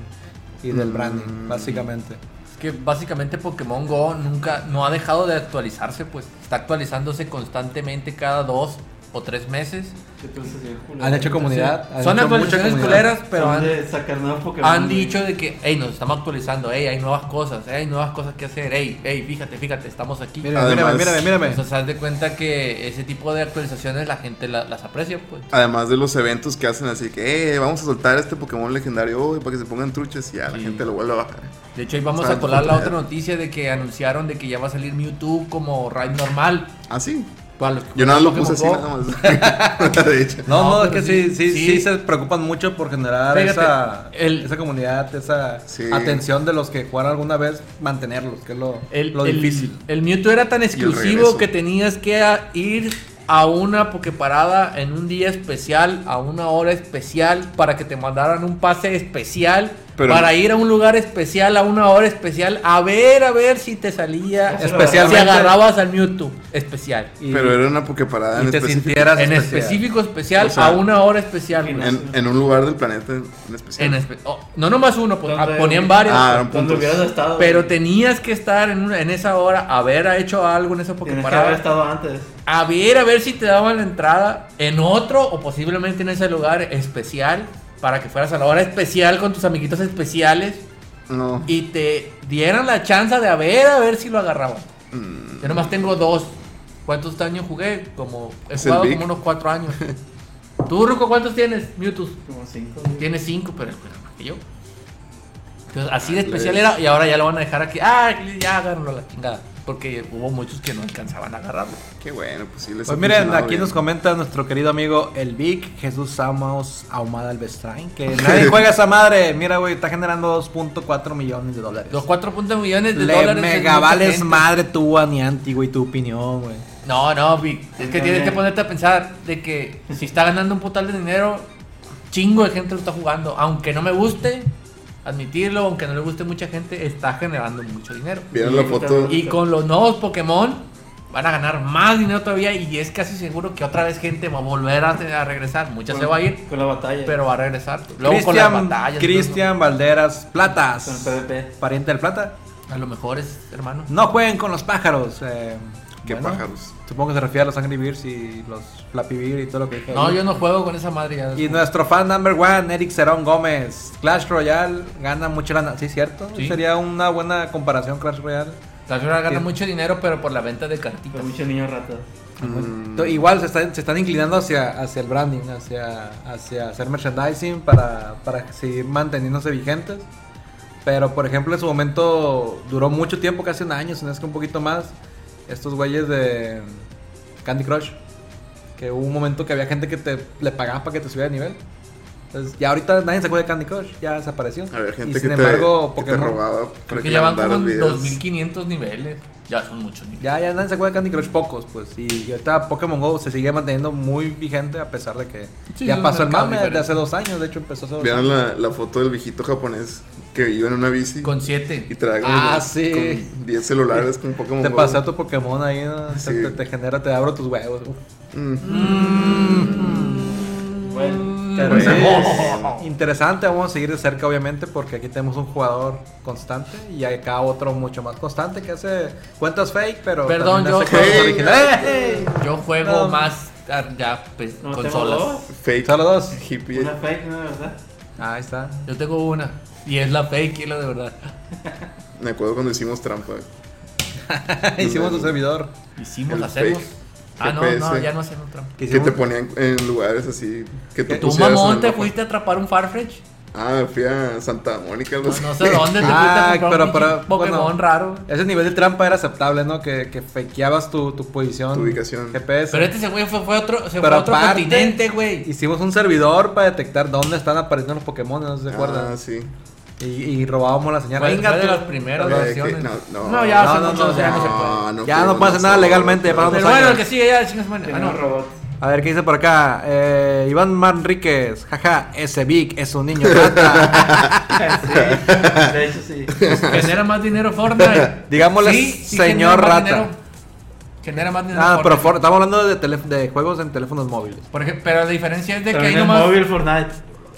[SPEAKER 2] y del
[SPEAKER 1] Mm.
[SPEAKER 2] branding, básicamente.
[SPEAKER 3] Es que básicamente Pokémon Go nunca, no ha dejado de actualizarse, pues está actualizándose constantemente cada dos o tres meses.
[SPEAKER 4] Que tú usas el culo.
[SPEAKER 2] Han hecho comunidad. han
[SPEAKER 3] Son
[SPEAKER 2] hecho mucha
[SPEAKER 3] actualizaciones
[SPEAKER 2] comunidad.
[SPEAKER 3] culeras, pero
[SPEAKER 4] Son
[SPEAKER 3] han,
[SPEAKER 4] de sacar nuevos Pokémon.
[SPEAKER 3] han
[SPEAKER 4] güey.
[SPEAKER 3] dicho de que, hey, nos estamos actualizando, hey, hay nuevas cosas, hey, hay nuevas cosas que hacer, hey, hey, fíjate, fíjate, estamos aquí.
[SPEAKER 2] Mírame,
[SPEAKER 1] Además-
[SPEAKER 2] mírame, mírame,
[SPEAKER 3] O sea,
[SPEAKER 2] mírame.
[SPEAKER 3] se de cuenta que ese tipo de actualizaciones la gente la- las aprecia, pues.
[SPEAKER 1] Además de los eventos que hacen, así que, eh, vamos a soltar este Pokémon legendario hoy para que se pongan truchas y ya la
[SPEAKER 3] Sí.
[SPEAKER 1] gente lo vuelve a bajar.
[SPEAKER 3] De hecho, ahí vamos
[SPEAKER 1] Saben
[SPEAKER 3] a colar la
[SPEAKER 1] contenido.
[SPEAKER 3] otra noticia de que anunciaron de que ya va a salir Mewtwo como raid normal.
[SPEAKER 1] Así.
[SPEAKER 3] Para los que
[SPEAKER 1] Ah, Yo nada más lo
[SPEAKER 3] juegan
[SPEAKER 1] puse así,
[SPEAKER 3] Pokémon Go.
[SPEAKER 1] nada más. de hecho.
[SPEAKER 2] No, no,
[SPEAKER 3] No,
[SPEAKER 2] es que
[SPEAKER 3] pero
[SPEAKER 2] sí, sí,
[SPEAKER 3] sí,
[SPEAKER 2] sí,
[SPEAKER 3] sí.
[SPEAKER 2] se preocupan mucho por generar
[SPEAKER 3] Fíjate,
[SPEAKER 2] esa,
[SPEAKER 3] el-
[SPEAKER 2] esa comunidad, esa
[SPEAKER 1] Sí.
[SPEAKER 2] atención de los que jugaron alguna vez, mantenerlos, que es lo,
[SPEAKER 3] El,
[SPEAKER 2] lo
[SPEAKER 3] el-
[SPEAKER 2] difícil.
[SPEAKER 3] el Mewtwo era tan
[SPEAKER 1] regreso.
[SPEAKER 3] exclusivo que tenías que a- ir a una Poképarada en un día especial, a una hora especial, para que te mandaran un pase especial,
[SPEAKER 1] Pero-
[SPEAKER 3] para ir a un lugar especial, a una hora especial, a ver, a ver si te salía,
[SPEAKER 4] Eso
[SPEAKER 3] si
[SPEAKER 2] Especialmente.
[SPEAKER 3] agarrabas al Mewtwo especial.
[SPEAKER 2] Y,
[SPEAKER 1] Pero era una Poképarada
[SPEAKER 2] y
[SPEAKER 1] en
[SPEAKER 2] te
[SPEAKER 1] específico.
[SPEAKER 2] sintieras
[SPEAKER 3] En
[SPEAKER 2] especial.
[SPEAKER 3] específico especial,
[SPEAKER 1] O sea,
[SPEAKER 3] a una hora especial. güey.
[SPEAKER 1] En, en un lugar del planeta en especial.
[SPEAKER 3] En espe- oh, no nomás uno, pues, ah,
[SPEAKER 4] Donde-
[SPEAKER 3] ponían varios.
[SPEAKER 1] Ah,
[SPEAKER 3] pues.
[SPEAKER 1] eran
[SPEAKER 4] Donde
[SPEAKER 1] puntos.
[SPEAKER 4] hubieras estado.
[SPEAKER 3] Pero
[SPEAKER 4] güey.
[SPEAKER 3] tenías que estar en, una- en esa hora, haber hecho algo en esa
[SPEAKER 4] Tienes que haber
[SPEAKER 3] Poképarada.
[SPEAKER 4] estado antes.
[SPEAKER 3] A ver, a ver si te daban la entrada en otro o posiblemente en ese lugar especial para que fueras a la hora especial con tus amiguitos especiales
[SPEAKER 1] No.
[SPEAKER 3] y te dieran la chance de a ver, a ver si lo agarraban.
[SPEAKER 1] Mm.
[SPEAKER 3] Yo nomás tengo dos. ¿Cuántos años jugué? Como he
[SPEAKER 1] Es el
[SPEAKER 3] jugado
[SPEAKER 1] Vic.
[SPEAKER 3] como unos cuatro años. ¿Tú, Ruco, cuántos tienes? Mewtwo.
[SPEAKER 4] Como cinco. güey.
[SPEAKER 3] Tienes cinco, pero es más que yo. Entonces, así de especial era y ahora ya lo van a dejar aquí. Ah, ya agárralo a la chingada. Porque hubo muchos que no alcanzaban a agarrarlo.
[SPEAKER 1] Qué bueno, pues sí les
[SPEAKER 2] Pues
[SPEAKER 1] ha
[SPEAKER 2] miren,
[SPEAKER 1] funcionado
[SPEAKER 2] aquí
[SPEAKER 1] bien.
[SPEAKER 2] nos comenta nuestro querido amigo El Vic, Jesús Samos Ahumada Albestrain, que nadie juega esa madre. Mira, güey, está generando 2.4 millones de dólares.
[SPEAKER 3] Los 4.0 millones de
[SPEAKER 2] Le
[SPEAKER 3] dólares. es
[SPEAKER 2] mega
[SPEAKER 3] mucha
[SPEAKER 2] vales
[SPEAKER 3] gente.
[SPEAKER 2] madre tu Anianti, güey, tu opinión, güey.
[SPEAKER 3] No, no, Vic. Es que
[SPEAKER 4] Engañé.
[SPEAKER 3] tienes que ponerte a pensar de que si está ganando un putal de dinero, chingo de gente lo está jugando. Aunque no me guste admitirlo, aunque no le guste mucha gente, está generando mucho dinero.
[SPEAKER 1] Vieron la foto.
[SPEAKER 3] Y con los nuevos Pokémon van a ganar más dinero todavía y es casi seguro que otra vez gente va a volver a, a regresar. Mucha se va a ir,
[SPEAKER 4] Con la batalla.
[SPEAKER 3] pero va a regresar. Luego con las
[SPEAKER 2] Cristian,
[SPEAKER 3] batallas.
[SPEAKER 2] Cristian Valderas
[SPEAKER 4] Con el
[SPEAKER 2] Platas.
[SPEAKER 4] PvP.
[SPEAKER 2] Pariente del Plata.
[SPEAKER 3] todo eso. A lo mejor es, hermano.
[SPEAKER 2] No jueguen con los pájaros. eh,
[SPEAKER 1] Qué
[SPEAKER 2] bueno,
[SPEAKER 1] pájaros.
[SPEAKER 2] Supongo que se refiere a los Angry Birds y los Flappy Bird y todo lo que dije.
[SPEAKER 3] No, yo no juego con esa madre ya.
[SPEAKER 2] Y nuestro fan number one, Eric Cerón Gómez. Clash Royale gana mucho lana. Sí, cierto.
[SPEAKER 3] Sí.
[SPEAKER 2] Sería una buena comparación Clash Royale.
[SPEAKER 3] Tal vez ahora gana
[SPEAKER 2] Sí.
[SPEAKER 3] mucho dinero, pero por la venta de cartitas.
[SPEAKER 4] Con muchos niños ratas.
[SPEAKER 1] Mm.
[SPEAKER 2] To- Igual se están, se están inclinando hacia, hacia el branding, hacia, hacia hacer merchandising para, para seguir manteniéndose vigentes. Pero, por ejemplo, en su momento duró mucho tiempo, casi un año, si no es que un poquito más, estos güeyes de Candy Crush. Que hubo un momento que había gente que te, le pagaba para que te subiera de nivel. Entonces, ya ahorita nadie se acuerda de Candy Crush, ya desapareció.
[SPEAKER 1] Había gente
[SPEAKER 2] y sin
[SPEAKER 1] que,
[SPEAKER 2] embargo,
[SPEAKER 1] te, que te
[SPEAKER 2] Pokémon.
[SPEAKER 1] robaba para
[SPEAKER 3] Porque
[SPEAKER 1] le
[SPEAKER 3] ya van como
[SPEAKER 1] mandaras
[SPEAKER 3] en
[SPEAKER 1] videos.
[SPEAKER 3] 2500 niveles. Ya son muchos niveles.
[SPEAKER 2] Ya, ya nadie se acuerda de Candy Crush, pocos, pues. Y, y ahorita Pokémon Go se sigue manteniendo muy vigente a pesar de que
[SPEAKER 3] Sí, es
[SPEAKER 2] ya
[SPEAKER 3] un
[SPEAKER 2] pasó el
[SPEAKER 3] mercado
[SPEAKER 2] mame
[SPEAKER 3] diferente.
[SPEAKER 2] de hace dos años. De hecho, empezó hace dos
[SPEAKER 1] Vieron
[SPEAKER 2] años.
[SPEAKER 1] la, la foto del viejito japonés que iba en una bici
[SPEAKER 3] Con
[SPEAKER 1] y
[SPEAKER 3] 7.
[SPEAKER 1] traía como-
[SPEAKER 2] Ah, sí.
[SPEAKER 1] con 10 celulares con Pokémon
[SPEAKER 2] Te
[SPEAKER 1] Go.
[SPEAKER 2] pasea tu Pokémon ahí, ¿no?
[SPEAKER 1] Sí.
[SPEAKER 2] te, te genera, te abro tus huevos. Uf.
[SPEAKER 1] Mm.
[SPEAKER 3] Mm,
[SPEAKER 4] Bueno,
[SPEAKER 2] Pero
[SPEAKER 1] Bueno.
[SPEAKER 2] sí, interesante, vamos a seguir de cerca, obviamente, porque aquí tenemos un jugador constante y acá otro mucho más constante que hace cuentas fake, pero.
[SPEAKER 3] Perdón,
[SPEAKER 2] también
[SPEAKER 3] yo-
[SPEAKER 2] hace cosas
[SPEAKER 1] Hey.
[SPEAKER 2] originales. ¡Eh!
[SPEAKER 3] Yo juego
[SPEAKER 2] No.
[SPEAKER 3] más ah, ya pues,
[SPEAKER 4] no tengo
[SPEAKER 3] consolas.
[SPEAKER 4] dos.
[SPEAKER 1] Fake.
[SPEAKER 2] Solo dos.
[SPEAKER 1] Hippie.
[SPEAKER 4] Una fake, una de verdad.
[SPEAKER 2] Ahí está.
[SPEAKER 3] Yo tengo una. Y es la fake y es la de verdad.
[SPEAKER 1] Me acuerdo cuando hicimos trampa.
[SPEAKER 2] Hicimos tu servidor.
[SPEAKER 3] Hicimos,
[SPEAKER 1] El
[SPEAKER 3] hacemos.
[SPEAKER 1] fake.
[SPEAKER 3] Ah, no, no,
[SPEAKER 1] GPS.
[SPEAKER 3] ya no hacemos trampa.
[SPEAKER 1] Que
[SPEAKER 2] hicimos-
[SPEAKER 1] te ponían en lugares así. Que tú
[SPEAKER 3] ¿Tú,
[SPEAKER 1] pusieras en el
[SPEAKER 3] mamón, te
[SPEAKER 1] mapa.
[SPEAKER 3] fuiste a atrapar un Farfetch?
[SPEAKER 1] Ah, fui a Santa Mónica. algo
[SPEAKER 3] No,
[SPEAKER 1] así.
[SPEAKER 3] no sé dónde te fuiste
[SPEAKER 2] Ah,
[SPEAKER 3] a comprar
[SPEAKER 2] pero-
[SPEAKER 3] un
[SPEAKER 2] pero-
[SPEAKER 3] pinche Pokémon
[SPEAKER 2] bueno.
[SPEAKER 3] raro.
[SPEAKER 2] Ese nivel de trampa era aceptable, ¿no? Que, que fakeabas tu, tu posición.
[SPEAKER 1] Tu ubicación.
[SPEAKER 2] GPS.
[SPEAKER 3] Pero este se fue, fue, fue a otro, se
[SPEAKER 2] Pero
[SPEAKER 3] fue a otro
[SPEAKER 2] aparte-
[SPEAKER 3] continente, güey.
[SPEAKER 2] Hicimos un servidor para detectar dónde están apareciendo los Pokémon, no sé si se acuerdan.
[SPEAKER 1] Ah, sí.
[SPEAKER 2] Y, y robábamos la señal.
[SPEAKER 3] Fue-
[SPEAKER 2] Venga,
[SPEAKER 3] fue de
[SPEAKER 2] tú.
[SPEAKER 3] las primeras
[SPEAKER 1] Oye,
[SPEAKER 3] versiones.
[SPEAKER 1] que- no, no.
[SPEAKER 3] No, ya hace
[SPEAKER 2] No, no,
[SPEAKER 3] muchos
[SPEAKER 2] no,
[SPEAKER 3] ya no se puede.
[SPEAKER 1] Ah,
[SPEAKER 2] Ya no
[SPEAKER 1] pues,
[SPEAKER 2] puede hacer nada
[SPEAKER 1] sé.
[SPEAKER 2] legalmente, ya pasamos
[SPEAKER 3] Pero
[SPEAKER 2] no,
[SPEAKER 3] bueno,
[SPEAKER 2] no.
[SPEAKER 3] el que sigue ya, chingas madre. Ah,
[SPEAKER 4] Tiene
[SPEAKER 3] no.
[SPEAKER 4] un robot.
[SPEAKER 2] A ver, ¿qué dice por acá? Eh, Iván Manríquez. Jaja, ese Vic es un niño rata. Ah,
[SPEAKER 4] Sí, de hecho sí.
[SPEAKER 3] Pues Genera más dinero Fortnite.
[SPEAKER 2] Digámosle, señor
[SPEAKER 3] genera más
[SPEAKER 2] rata.
[SPEAKER 3] dinero. Genera más dinero.
[SPEAKER 2] ah, pero for-
[SPEAKER 3] Fortnite.
[SPEAKER 2] estamos hablando de, telé- de juegos en teléfonos móviles.
[SPEAKER 3] Por ejemplo, pero la diferencia es de que
[SPEAKER 4] También
[SPEAKER 3] hay
[SPEAKER 4] el
[SPEAKER 3] nomás.
[SPEAKER 4] móvil Fortnite.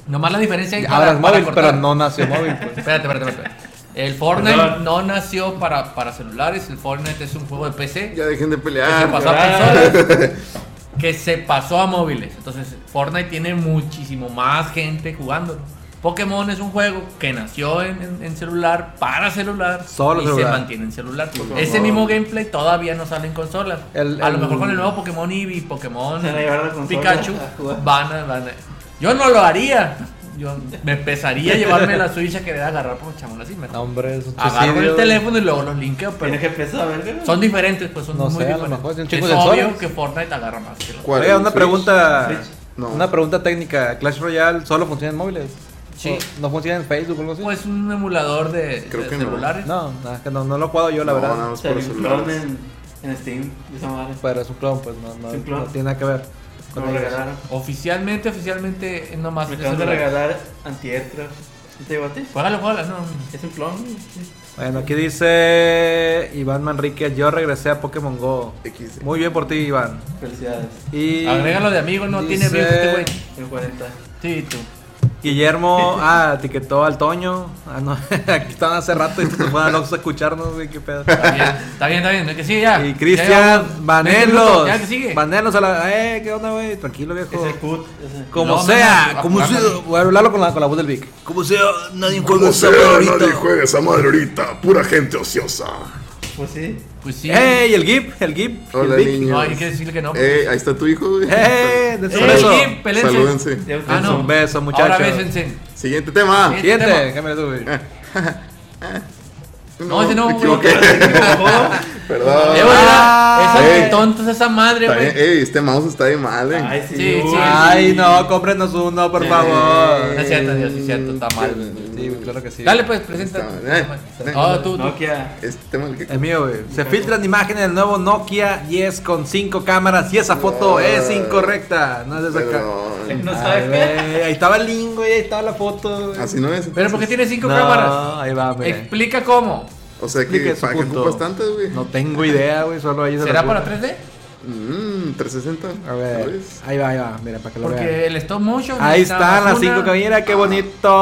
[SPEAKER 3] Nomás la diferencia es
[SPEAKER 2] Ahora es móvil, Ah, pero
[SPEAKER 3] cortar.
[SPEAKER 2] no nació móvil. pues.
[SPEAKER 3] Espérate, espérate, espérate. El Fortnite
[SPEAKER 4] Perdón.
[SPEAKER 3] no nació para, para celulares. El Fortnite es un juego de PC.
[SPEAKER 1] Ya dejen de
[SPEAKER 3] que se
[SPEAKER 1] pelear.
[SPEAKER 3] pasó a
[SPEAKER 4] Ah.
[SPEAKER 3] consolas, que se pasó a móviles. Entonces, Fortnite tiene muchísimo más gente jugándolo. Pokémon es un juego que nació en, en- en celular para celular
[SPEAKER 2] Solo
[SPEAKER 3] y
[SPEAKER 2] celular.
[SPEAKER 3] se mantiene en celular.
[SPEAKER 1] Pokémon.
[SPEAKER 3] Ese mismo gameplay todavía no sale en consolas.
[SPEAKER 2] El-
[SPEAKER 3] a
[SPEAKER 2] el-
[SPEAKER 3] lo mejor con el nuevo Pokémon Eevee, Pokémon
[SPEAKER 4] Se van a llevar la consola
[SPEAKER 3] Pikachu
[SPEAKER 4] a jugar.
[SPEAKER 3] van a, van a- Yo no lo haría. Yo me pesaría llevarme la Switch a querer agarrar por chamón así. Mejor.
[SPEAKER 2] No, hombre, es un
[SPEAKER 3] Agarro
[SPEAKER 2] suicidio.
[SPEAKER 3] el teléfono y luego los linkeo, pero
[SPEAKER 4] Tiene que empezar, verga.
[SPEAKER 3] son diferentes, pues son
[SPEAKER 2] No
[SPEAKER 3] muy
[SPEAKER 2] sé, a lo
[SPEAKER 3] diferentes.
[SPEAKER 2] mejor, si un
[SPEAKER 3] es
[SPEAKER 2] chingo de sensores.
[SPEAKER 3] obvio que Fortnite agarra más que los
[SPEAKER 1] ¿Cuál?
[SPEAKER 2] Oiga,
[SPEAKER 1] ¿El
[SPEAKER 2] una
[SPEAKER 1] Switch?
[SPEAKER 2] pregunta.
[SPEAKER 4] Switch.
[SPEAKER 1] No.
[SPEAKER 2] Una pregunta técnica. ¿Clash Royale solo funciona en móviles?
[SPEAKER 3] Sí.
[SPEAKER 2] ¿O ¿No funciona en Facebook o algo así?
[SPEAKER 3] Pues un emulador de,
[SPEAKER 1] Creo
[SPEAKER 3] de
[SPEAKER 1] que no.
[SPEAKER 3] celulares.
[SPEAKER 2] no, no, es que no, no lo puedo yo, la
[SPEAKER 1] No,
[SPEAKER 2] verdad.
[SPEAKER 1] nada más
[SPEAKER 4] Se
[SPEAKER 1] por
[SPEAKER 4] ve un clon
[SPEAKER 1] celulares.
[SPEAKER 4] en, en Steam. de esa madre.
[SPEAKER 2] Pero es un clon, pues no, no,
[SPEAKER 4] Es un clon.
[SPEAKER 2] no tiene nada que ver.
[SPEAKER 4] Me
[SPEAKER 2] con
[SPEAKER 4] lo
[SPEAKER 2] ellos.
[SPEAKER 4] regalaron.
[SPEAKER 3] Oficialmente, oficialmente es nomás
[SPEAKER 4] Me
[SPEAKER 3] de
[SPEAKER 4] acaban de
[SPEAKER 3] celulares.
[SPEAKER 4] regalar antier, creo. ¿No ¿Te llegó a ti?
[SPEAKER 3] Juégalo, juégalo, no.
[SPEAKER 4] Es un clon.
[SPEAKER 2] Bueno, aquí dice Iván Manrique, yo regresé a Pokémon Go.
[SPEAKER 1] XD.
[SPEAKER 2] Muy bien por ti, Iván.
[SPEAKER 4] Felicidades.
[SPEAKER 2] Y
[SPEAKER 3] Agrégalo de amigo, no
[SPEAKER 2] dice
[SPEAKER 3] tiene amigos este güey.
[SPEAKER 4] En 40.
[SPEAKER 3] Sí, tú.
[SPEAKER 2] Guillermo, ah, etiquetó al Toño. Ah, no, aquí estaban hace rato y se fueron al Oxxo a escucharnos, güey, qué pedo.
[SPEAKER 3] Está bien, está bien, está bien. es que sí, ya.
[SPEAKER 2] Y
[SPEAKER 3] Ya llevamos
[SPEAKER 2] Cristian
[SPEAKER 3] 20 minutos,
[SPEAKER 2] Vanelos.
[SPEAKER 3] Ya que sigue.
[SPEAKER 2] Vanelos a la. Eh, ¿qué onda, güey? Tranquilo, viejo.
[SPEAKER 4] Es el put. Es el...
[SPEAKER 2] Como
[SPEAKER 3] No,
[SPEAKER 2] sea,
[SPEAKER 3] no, no,
[SPEAKER 2] como
[SPEAKER 3] no,
[SPEAKER 2] sea.
[SPEAKER 3] no.
[SPEAKER 2] Voy a hablarlo con la, con la voz del Vic. Como sea, nadie
[SPEAKER 1] Como sea, nadie juega esa madre ahorita. Pura gente ociosa.
[SPEAKER 4] Pues sí.
[SPEAKER 3] Pues sí.
[SPEAKER 2] ¡Ey! El Gip, el Gip.
[SPEAKER 1] Hola,
[SPEAKER 2] el Vic.
[SPEAKER 1] niños.
[SPEAKER 3] No, hay que decirle que no. Eh,
[SPEAKER 1] Eh, ahí está tu hijo, güey.
[SPEAKER 2] ¡Ey! De
[SPEAKER 3] ¡Ey,
[SPEAKER 2] su beso.
[SPEAKER 3] Gip, pelense!
[SPEAKER 1] Salúdense.
[SPEAKER 4] Ya
[SPEAKER 3] Ah, no.
[SPEAKER 2] Un beso,
[SPEAKER 3] Ahora
[SPEAKER 2] muchachos.
[SPEAKER 3] bésense.
[SPEAKER 1] Siguiente tema.
[SPEAKER 3] Sí.
[SPEAKER 2] Siguiente,
[SPEAKER 3] Tema.
[SPEAKER 2] cámbiale tú, güey.
[SPEAKER 3] No, ese no,
[SPEAKER 1] me
[SPEAKER 3] güey.
[SPEAKER 1] equivoqué. Perdón.
[SPEAKER 3] Eh, güey,
[SPEAKER 2] Ah,
[SPEAKER 3] esa-
[SPEAKER 1] eh.
[SPEAKER 3] qué tonto es esa madre,
[SPEAKER 1] Está bien.
[SPEAKER 3] güey.
[SPEAKER 1] Ey, este mouse está bien mal, eh.
[SPEAKER 4] Ay, sí.
[SPEAKER 3] Sí,
[SPEAKER 4] uy.
[SPEAKER 3] sí.
[SPEAKER 2] Ay, no, cómprenos uno, por favor.
[SPEAKER 3] No es cierto, Dios, sí es cierto, está mal.
[SPEAKER 2] Sí, güey, claro que sí.
[SPEAKER 3] Dale, pues, presenta.
[SPEAKER 1] Está- eh, eh.
[SPEAKER 3] Ah, tú, tú.
[SPEAKER 4] Nokia.
[SPEAKER 1] Este tema el que.
[SPEAKER 2] Es mío, güey. Se filtran imágenes del nuevo Nokia 10 con 5 cámaras y esa foto
[SPEAKER 1] Ay.
[SPEAKER 2] es incorrecta. No es de acá.
[SPEAKER 1] Perdón.
[SPEAKER 4] No
[SPEAKER 2] Ay,
[SPEAKER 4] sabes qué.
[SPEAKER 2] güey, Ahí estaba el link, güey, ahí estaba la foto. güey.
[SPEAKER 1] Así no es.
[SPEAKER 3] Pero porque tiene cinco
[SPEAKER 2] No,
[SPEAKER 3] cámaras.
[SPEAKER 2] Ahí va, güey.
[SPEAKER 3] Explica cómo.
[SPEAKER 1] O sea que
[SPEAKER 2] Explique su
[SPEAKER 1] para qué
[SPEAKER 2] punto.
[SPEAKER 1] ocupas tantas, güey.
[SPEAKER 2] No tengo idea, güey, solo ahí se
[SPEAKER 3] ¿Será
[SPEAKER 2] la
[SPEAKER 3] para
[SPEAKER 2] puta.
[SPEAKER 3] 3D?
[SPEAKER 1] Mmm, 360.
[SPEAKER 2] A
[SPEAKER 1] ¿Lo
[SPEAKER 2] ver,
[SPEAKER 1] ves?
[SPEAKER 2] ahí va, ahí va, mira, para que lo vean.
[SPEAKER 3] Porque el stop motion.
[SPEAKER 2] Ahí
[SPEAKER 3] está
[SPEAKER 2] están las 5
[SPEAKER 3] una-
[SPEAKER 2] Mira, qué
[SPEAKER 1] Ah.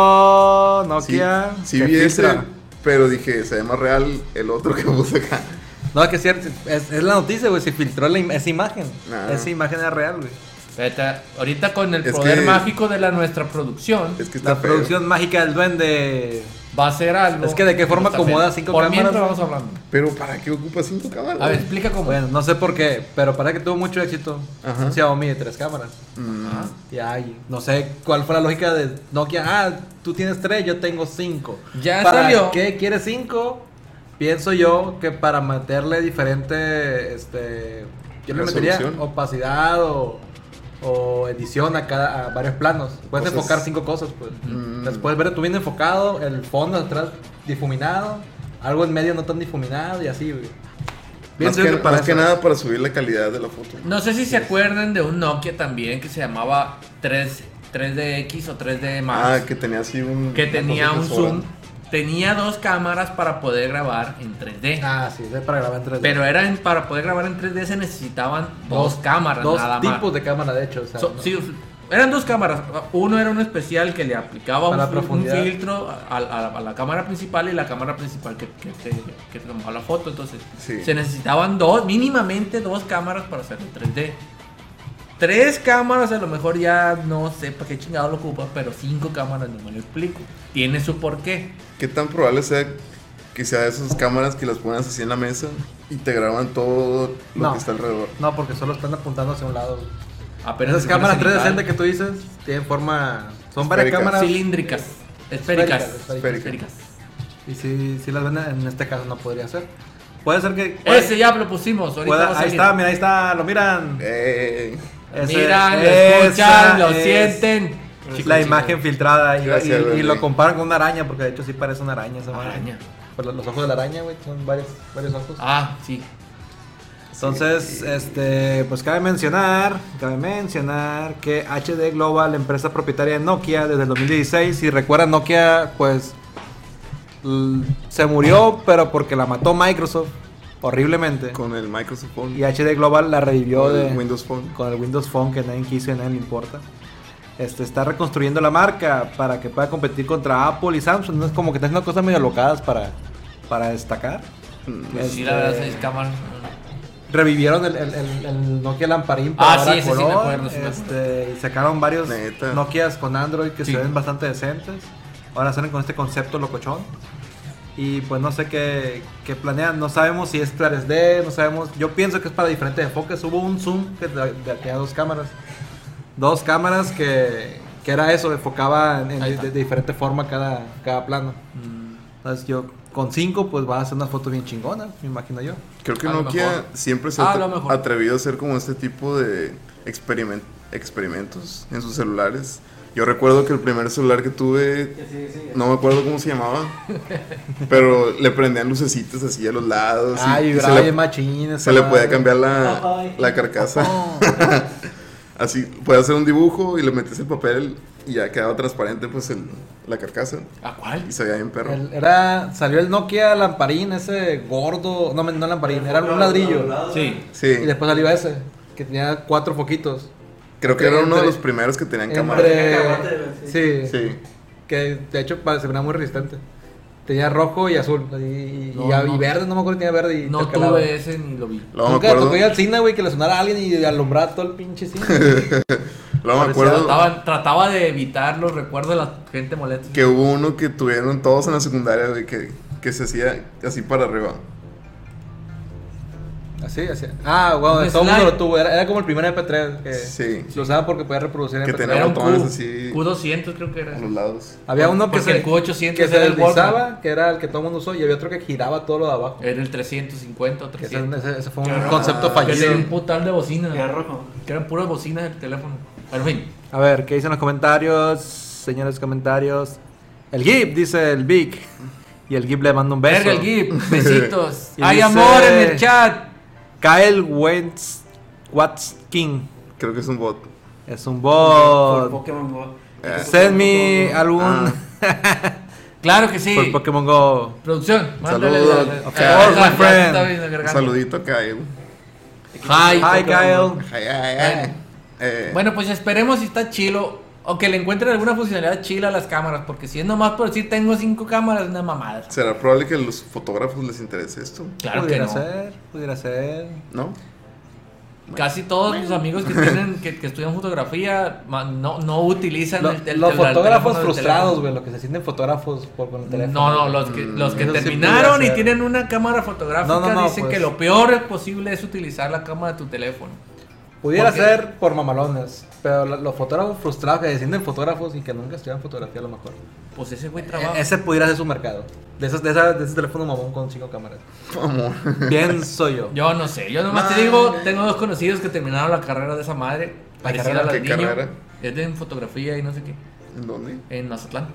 [SPEAKER 2] bonito.
[SPEAKER 1] Sí,
[SPEAKER 2] Nokia.
[SPEAKER 1] sí
[SPEAKER 2] se
[SPEAKER 1] vi ese,
[SPEAKER 2] filtra.
[SPEAKER 1] pero dije, se ve más real el otro que puse acá.
[SPEAKER 2] No, es que es cierto. Es, es la noticia, güey. Se filtró la im- esa imagen.
[SPEAKER 1] Ah.
[SPEAKER 2] Esa imagen es real, güey.
[SPEAKER 3] Espérate, ahorita con el
[SPEAKER 1] Es
[SPEAKER 3] poder
[SPEAKER 1] que-
[SPEAKER 3] mágico de la nuestra producción.
[SPEAKER 1] Es que está
[SPEAKER 2] La
[SPEAKER 1] feo.
[SPEAKER 2] producción mágica del duende.
[SPEAKER 3] va a ser algo.
[SPEAKER 2] Es que de qué forma
[SPEAKER 3] Pues también,
[SPEAKER 2] acomoda cinco
[SPEAKER 3] Por
[SPEAKER 2] cámaras.
[SPEAKER 3] mientras vamos hablando.
[SPEAKER 1] Pero ¿para qué ocupa cinco cámaras?
[SPEAKER 3] A ver, explica cómo.
[SPEAKER 2] Bueno, no sé por qué, pero parece que tuvo mucho éxito.
[SPEAKER 1] Ajá.
[SPEAKER 2] Un Xiaomi de tres cámaras.
[SPEAKER 3] Ajá.
[SPEAKER 2] Ya, y no sé cuál fue la lógica de Nokia. Ah, tú tienes tres, yo tengo cinco.
[SPEAKER 3] Ya
[SPEAKER 2] ¿Para
[SPEAKER 3] salió.
[SPEAKER 2] qué quieres cinco? Pienso yo que para meterle diferente, este, yo le metería
[SPEAKER 1] Resolución.
[SPEAKER 2] opacidad o, o edición a cada a varios planos. Puedes
[SPEAKER 1] Cosas.
[SPEAKER 2] enfocar cinco cosas, pues.
[SPEAKER 1] Mm.
[SPEAKER 2] Las puedes ver tú bien enfocado, el fondo atrás difuminado, algo en medio no tan difuminado y así, güey.
[SPEAKER 1] más
[SPEAKER 2] Pienso yo
[SPEAKER 1] que,
[SPEAKER 2] para
[SPEAKER 1] más que
[SPEAKER 2] eso.
[SPEAKER 1] nada para subir la calidad de la foto. Ah,
[SPEAKER 3] No sé si se acuerdan de un Nokia también que se llamaba 3, 3DX o 3D
[SPEAKER 1] Ah,
[SPEAKER 3] más.
[SPEAKER 1] que tenía así un...
[SPEAKER 3] que
[SPEAKER 1] una
[SPEAKER 3] tenía
[SPEAKER 1] cosa
[SPEAKER 3] un
[SPEAKER 1] sobra.
[SPEAKER 3] zoom. Tenía dos cámaras para poder grabar en 3D.
[SPEAKER 2] Ah, sí, es para grabar en 3D.
[SPEAKER 3] Pero era en- para poder grabar en 3D se necesitaban dos, cámaras
[SPEAKER 2] dos
[SPEAKER 3] nada más.
[SPEAKER 2] tipos de cámara, de hecho. o sea,
[SPEAKER 3] So-
[SPEAKER 2] ¿no?
[SPEAKER 3] sí, eran dos cámaras. Uno era un especial que le aplicaba un,
[SPEAKER 2] Para
[SPEAKER 3] fil- un
[SPEAKER 2] profundidad.
[SPEAKER 3] filtro a, a- a la cámara principal y la cámara principal que, que te, que te tomaba la foto. Entonces,
[SPEAKER 1] Sí.
[SPEAKER 3] se necesitaban dos, mínimamente dos cámaras para hacerlo en 3D. Tres cámaras, a lo mejor ya no sé para qué chingado lo ocupa, pero cinco cámaras no me lo explico. Tiene su porqué.
[SPEAKER 1] ¿Qué tan probable sea que sea de esas cámaras que las pones así en la mesa y te graban todo lo
[SPEAKER 2] No.
[SPEAKER 1] que está alrededor?
[SPEAKER 2] No, porque solo están apuntando hacia un lado. güey.
[SPEAKER 3] Apenas
[SPEAKER 2] Pero esas
[SPEAKER 3] se
[SPEAKER 2] cámaras
[SPEAKER 3] pones a digital.
[SPEAKER 2] 360 que tú dices tienen forma. Son varias
[SPEAKER 1] Esféricas.
[SPEAKER 2] cámaras.
[SPEAKER 3] cilíndricas, esféricas.
[SPEAKER 2] Esféricas,
[SPEAKER 1] esféricas.
[SPEAKER 3] esféricas.
[SPEAKER 2] Y si, si las venden, en este caso no podría ser. Puede ser que.
[SPEAKER 3] Ese ya lo pusimos. Ahorita
[SPEAKER 2] pueda-
[SPEAKER 3] va a
[SPEAKER 2] ahí
[SPEAKER 3] salir.
[SPEAKER 2] está, mira, ahí está, lo miran.
[SPEAKER 1] Eh,
[SPEAKER 2] Ese-
[SPEAKER 3] Miran, lo
[SPEAKER 2] esa
[SPEAKER 3] escuchan, lo
[SPEAKER 2] es
[SPEAKER 3] sienten. Chicos,
[SPEAKER 2] La
[SPEAKER 3] chicos.
[SPEAKER 2] imagen filtrada y,
[SPEAKER 1] Gracias,
[SPEAKER 2] y- y
[SPEAKER 1] Bernie.
[SPEAKER 2] lo comparan con una araña, porque de hecho sí parece una araña esa madre.
[SPEAKER 3] Araña.
[SPEAKER 2] Por los- los ojos de la araña, güey, son varios, varios ojos.
[SPEAKER 3] Ah, sí.
[SPEAKER 2] Entonces, este, pues cabe mencionar, cabe mencionar que HD Global, la empresa propietaria de Nokia desde el 2016, si recuerdan Nokia, pues l- se murió, pero porque la mató Microsoft horriblemente.
[SPEAKER 1] con el Microsoft Phone.
[SPEAKER 2] Y HD Global la revivió
[SPEAKER 1] Con
[SPEAKER 2] de
[SPEAKER 1] el Windows Phone.
[SPEAKER 2] con el Windows Phone que nadie quiso y a nadie le importa. Este, está reconstruyendo la marca para que pueda competir contra Apple y Samsung. No es como que está haciendo cosas medio locadas para, para destacar.
[SPEAKER 3] Pues sí,
[SPEAKER 2] Este,
[SPEAKER 3] la verdad, seis cámaras.
[SPEAKER 2] Revivieron el, el, el- el Nokia Lamparín
[SPEAKER 3] Ah,
[SPEAKER 2] ahora
[SPEAKER 3] sí, ese sí me acuerdo, sí me
[SPEAKER 2] este, y sacaron varios
[SPEAKER 1] Neta.
[SPEAKER 2] Nokias con Android que
[SPEAKER 3] Sí.
[SPEAKER 2] se ven bastante decentes. Ahora salen con este concepto locochón. Y pues no sé qué, qué planean. No sabemos si es 3D, no sabemos. Yo pienso que es para diferentes enfoques. Hubo un zoom que da- da- tenía dos cámaras. Dos cámaras que, que era eso, enfocaba en- en
[SPEAKER 3] Ahí
[SPEAKER 2] de,
[SPEAKER 3] está.
[SPEAKER 2] de diferente forma cada, cada plano. Entonces yo con cinco pues va a hacer unas fotos bien chingonas, me imagino yo.
[SPEAKER 1] Creo que
[SPEAKER 3] A lo
[SPEAKER 1] Nokia
[SPEAKER 3] mejor. Ah,
[SPEAKER 1] siempre se
[SPEAKER 3] A
[SPEAKER 1] ha
[SPEAKER 3] lo
[SPEAKER 1] atre-
[SPEAKER 3] mejor.
[SPEAKER 1] atrevido a hacer como este tipo de experimen- experimentos en sus celulares. Yo recuerdo que el primer celular que tuve, no me acuerdo cómo se llamaba, pero le prendían lucecitas así a los lados. y-
[SPEAKER 2] Ay,
[SPEAKER 1] y se
[SPEAKER 2] bravo,
[SPEAKER 1] le,
[SPEAKER 2] bien machín, esa
[SPEAKER 1] se le podía
[SPEAKER 2] madre.
[SPEAKER 1] cambiar la,
[SPEAKER 4] Ay.
[SPEAKER 1] la carcasa.
[SPEAKER 2] Oh.
[SPEAKER 1] Así, puedes hacer un dibujo y le metes el papel y ya quedaba transparente pues el- la carcasa.
[SPEAKER 3] ¿A cuál?
[SPEAKER 1] Y se veía bien perro.
[SPEAKER 2] El- era, salió el Nokia Lamparín, ese gordo. No, no Lamparín, era un ladrillo.
[SPEAKER 3] Sí.
[SPEAKER 1] Sí,
[SPEAKER 2] Y después salió ese, que tenía cuatro foquitos.
[SPEAKER 1] creo que era uno de
[SPEAKER 2] entre-
[SPEAKER 1] los primeros que tenían cámara.
[SPEAKER 2] Entre-
[SPEAKER 4] Cacahuate,
[SPEAKER 2] sí,
[SPEAKER 1] Sí.
[SPEAKER 2] que de hecho pare- se veía muy resistente. Tenía rojo y azul. Y, y-
[SPEAKER 3] No,
[SPEAKER 2] y a-
[SPEAKER 3] no.
[SPEAKER 2] y verde, no me acuerdo, tenía verde. Y
[SPEAKER 3] No
[SPEAKER 2] intercalado.
[SPEAKER 3] tuve ese ni lo vi.
[SPEAKER 1] Luego me
[SPEAKER 2] Nunca
[SPEAKER 1] acuerdo.
[SPEAKER 2] tocó ir al cine, güey, que le sonara a alguien y alumbrara todo el pinche cine. güey.
[SPEAKER 1] Luego me
[SPEAKER 2] Parecía
[SPEAKER 1] acuerdo
[SPEAKER 3] Trataba, trataba de evitar los recuerdos de la gente molesta.
[SPEAKER 1] que hubo uno que tuvieron todos en la secundaria, güey, que, que se hacía así para arriba.
[SPEAKER 2] así, así. Ah, wow,
[SPEAKER 3] Un
[SPEAKER 2] todo el mundo
[SPEAKER 3] slide.
[SPEAKER 2] lo tuvo. Era, era como el primer MP3 que
[SPEAKER 1] Sí.
[SPEAKER 2] lo usaba porque podía reproducir
[SPEAKER 1] Que
[SPEAKER 2] MP3.
[SPEAKER 1] tenía
[SPEAKER 3] Era un Q,
[SPEAKER 1] botones así.
[SPEAKER 3] Q200 creo que
[SPEAKER 1] A
[SPEAKER 3] era.
[SPEAKER 1] los lados.
[SPEAKER 2] Había uno que
[SPEAKER 3] Porque
[SPEAKER 2] se,
[SPEAKER 3] el Q800
[SPEAKER 2] que se
[SPEAKER 3] era el
[SPEAKER 2] deslizaba,
[SPEAKER 3] Walkman.
[SPEAKER 2] que era el que todo el mundo usó, y había otro que giraba todo lo de abajo.
[SPEAKER 3] Era el 350 o
[SPEAKER 2] Que ese,
[SPEAKER 3] 300.
[SPEAKER 2] ese- ese fue
[SPEAKER 3] Que
[SPEAKER 2] un
[SPEAKER 3] era-
[SPEAKER 2] concepto
[SPEAKER 3] Que
[SPEAKER 2] fallido.
[SPEAKER 3] tenía un putal de
[SPEAKER 4] Era
[SPEAKER 3] bocina.
[SPEAKER 4] rojo.
[SPEAKER 3] Que eran puras bocinas del teléfono. En fin.
[SPEAKER 2] A ver, ¿qué dicen los comentarios? Señores comentarios. El Gib, dice el Vic. Y el Gib le manda un beso.
[SPEAKER 3] Verga el GIF. Besitos.
[SPEAKER 2] Y
[SPEAKER 3] Hay
[SPEAKER 2] dice-
[SPEAKER 3] amor en el chat.
[SPEAKER 2] Kyle Wentz Watts King.
[SPEAKER 1] Creo que es un bot.
[SPEAKER 2] Es un bot.
[SPEAKER 4] Por Pokémon Go.
[SPEAKER 1] Eh.
[SPEAKER 2] Oh. Send me algún...
[SPEAKER 1] Ah.
[SPEAKER 3] Claro que sí.
[SPEAKER 2] Por Pokémon Go.
[SPEAKER 3] Producción. Mándale
[SPEAKER 1] Saludos.
[SPEAKER 3] la- la-
[SPEAKER 1] Ok.
[SPEAKER 3] Ah,
[SPEAKER 2] All my
[SPEAKER 3] ya está
[SPEAKER 2] friend.
[SPEAKER 3] bien la
[SPEAKER 1] Un
[SPEAKER 3] garganta.
[SPEAKER 1] saludito a Kyle.
[SPEAKER 3] Hi.
[SPEAKER 2] Hi,
[SPEAKER 3] Pokémon.
[SPEAKER 2] Kyle.
[SPEAKER 1] Ay, ay, ay. Eh,
[SPEAKER 3] Bueno, pues esperemos si está chilo. O que le encuentren alguna funcionalidad chila a las cámaras. Porque si es nomás por decir tengo cinco cámaras, es una mamada.
[SPEAKER 1] ¿Será probable que a los fotógrafos les interese esto?
[SPEAKER 3] Claro que
[SPEAKER 2] pudiera
[SPEAKER 3] no.
[SPEAKER 2] ser, pudiera ser.
[SPEAKER 1] ¿No?
[SPEAKER 3] Casi todos mis amigos que tienen que, que estudian fotografía ma- no, no utilizan
[SPEAKER 2] Lo-
[SPEAKER 3] el, el-
[SPEAKER 2] los
[SPEAKER 3] el- el
[SPEAKER 2] fotógrafos
[SPEAKER 3] teléfono del
[SPEAKER 2] frustrados,
[SPEAKER 3] teléfono.
[SPEAKER 2] güey, los que se sienten fotógrafos por con el teléfono.
[SPEAKER 3] No, no, los que,
[SPEAKER 1] Mm,
[SPEAKER 3] los que
[SPEAKER 2] eso sí
[SPEAKER 3] terminaron
[SPEAKER 2] podría
[SPEAKER 3] y
[SPEAKER 2] ser.
[SPEAKER 3] tienen una cámara fotográfica
[SPEAKER 2] No, no, no,
[SPEAKER 3] dicen
[SPEAKER 2] pues.
[SPEAKER 3] que lo peor posible es utilizar la cámara de tu teléfono.
[SPEAKER 2] Pudiera
[SPEAKER 3] ¿Por qué?
[SPEAKER 2] ser por mamalones, pero la- los fotógrafos frustrados que se sienten fotógrafos y que nunca estudian fotografía a lo mejor.
[SPEAKER 3] Pues ese güey
[SPEAKER 2] E-
[SPEAKER 3] trabaja.
[SPEAKER 2] ese pudiera ser su mercado. De, esas, de, esa- de ese teléfono mamón con cinco cámaras. Pienso yo.
[SPEAKER 3] Yo no sé, yo nomás te
[SPEAKER 1] Madre.
[SPEAKER 3] digo, tengo dos conocidos que terminaron la carrera de esa madre. Parecida
[SPEAKER 1] carrera?
[SPEAKER 3] a la
[SPEAKER 1] ¿Qué
[SPEAKER 3] del niño.
[SPEAKER 1] carrera?
[SPEAKER 3] Es de en fotografía y no sé qué.
[SPEAKER 1] ¿En dónde?
[SPEAKER 3] En Mazatlán.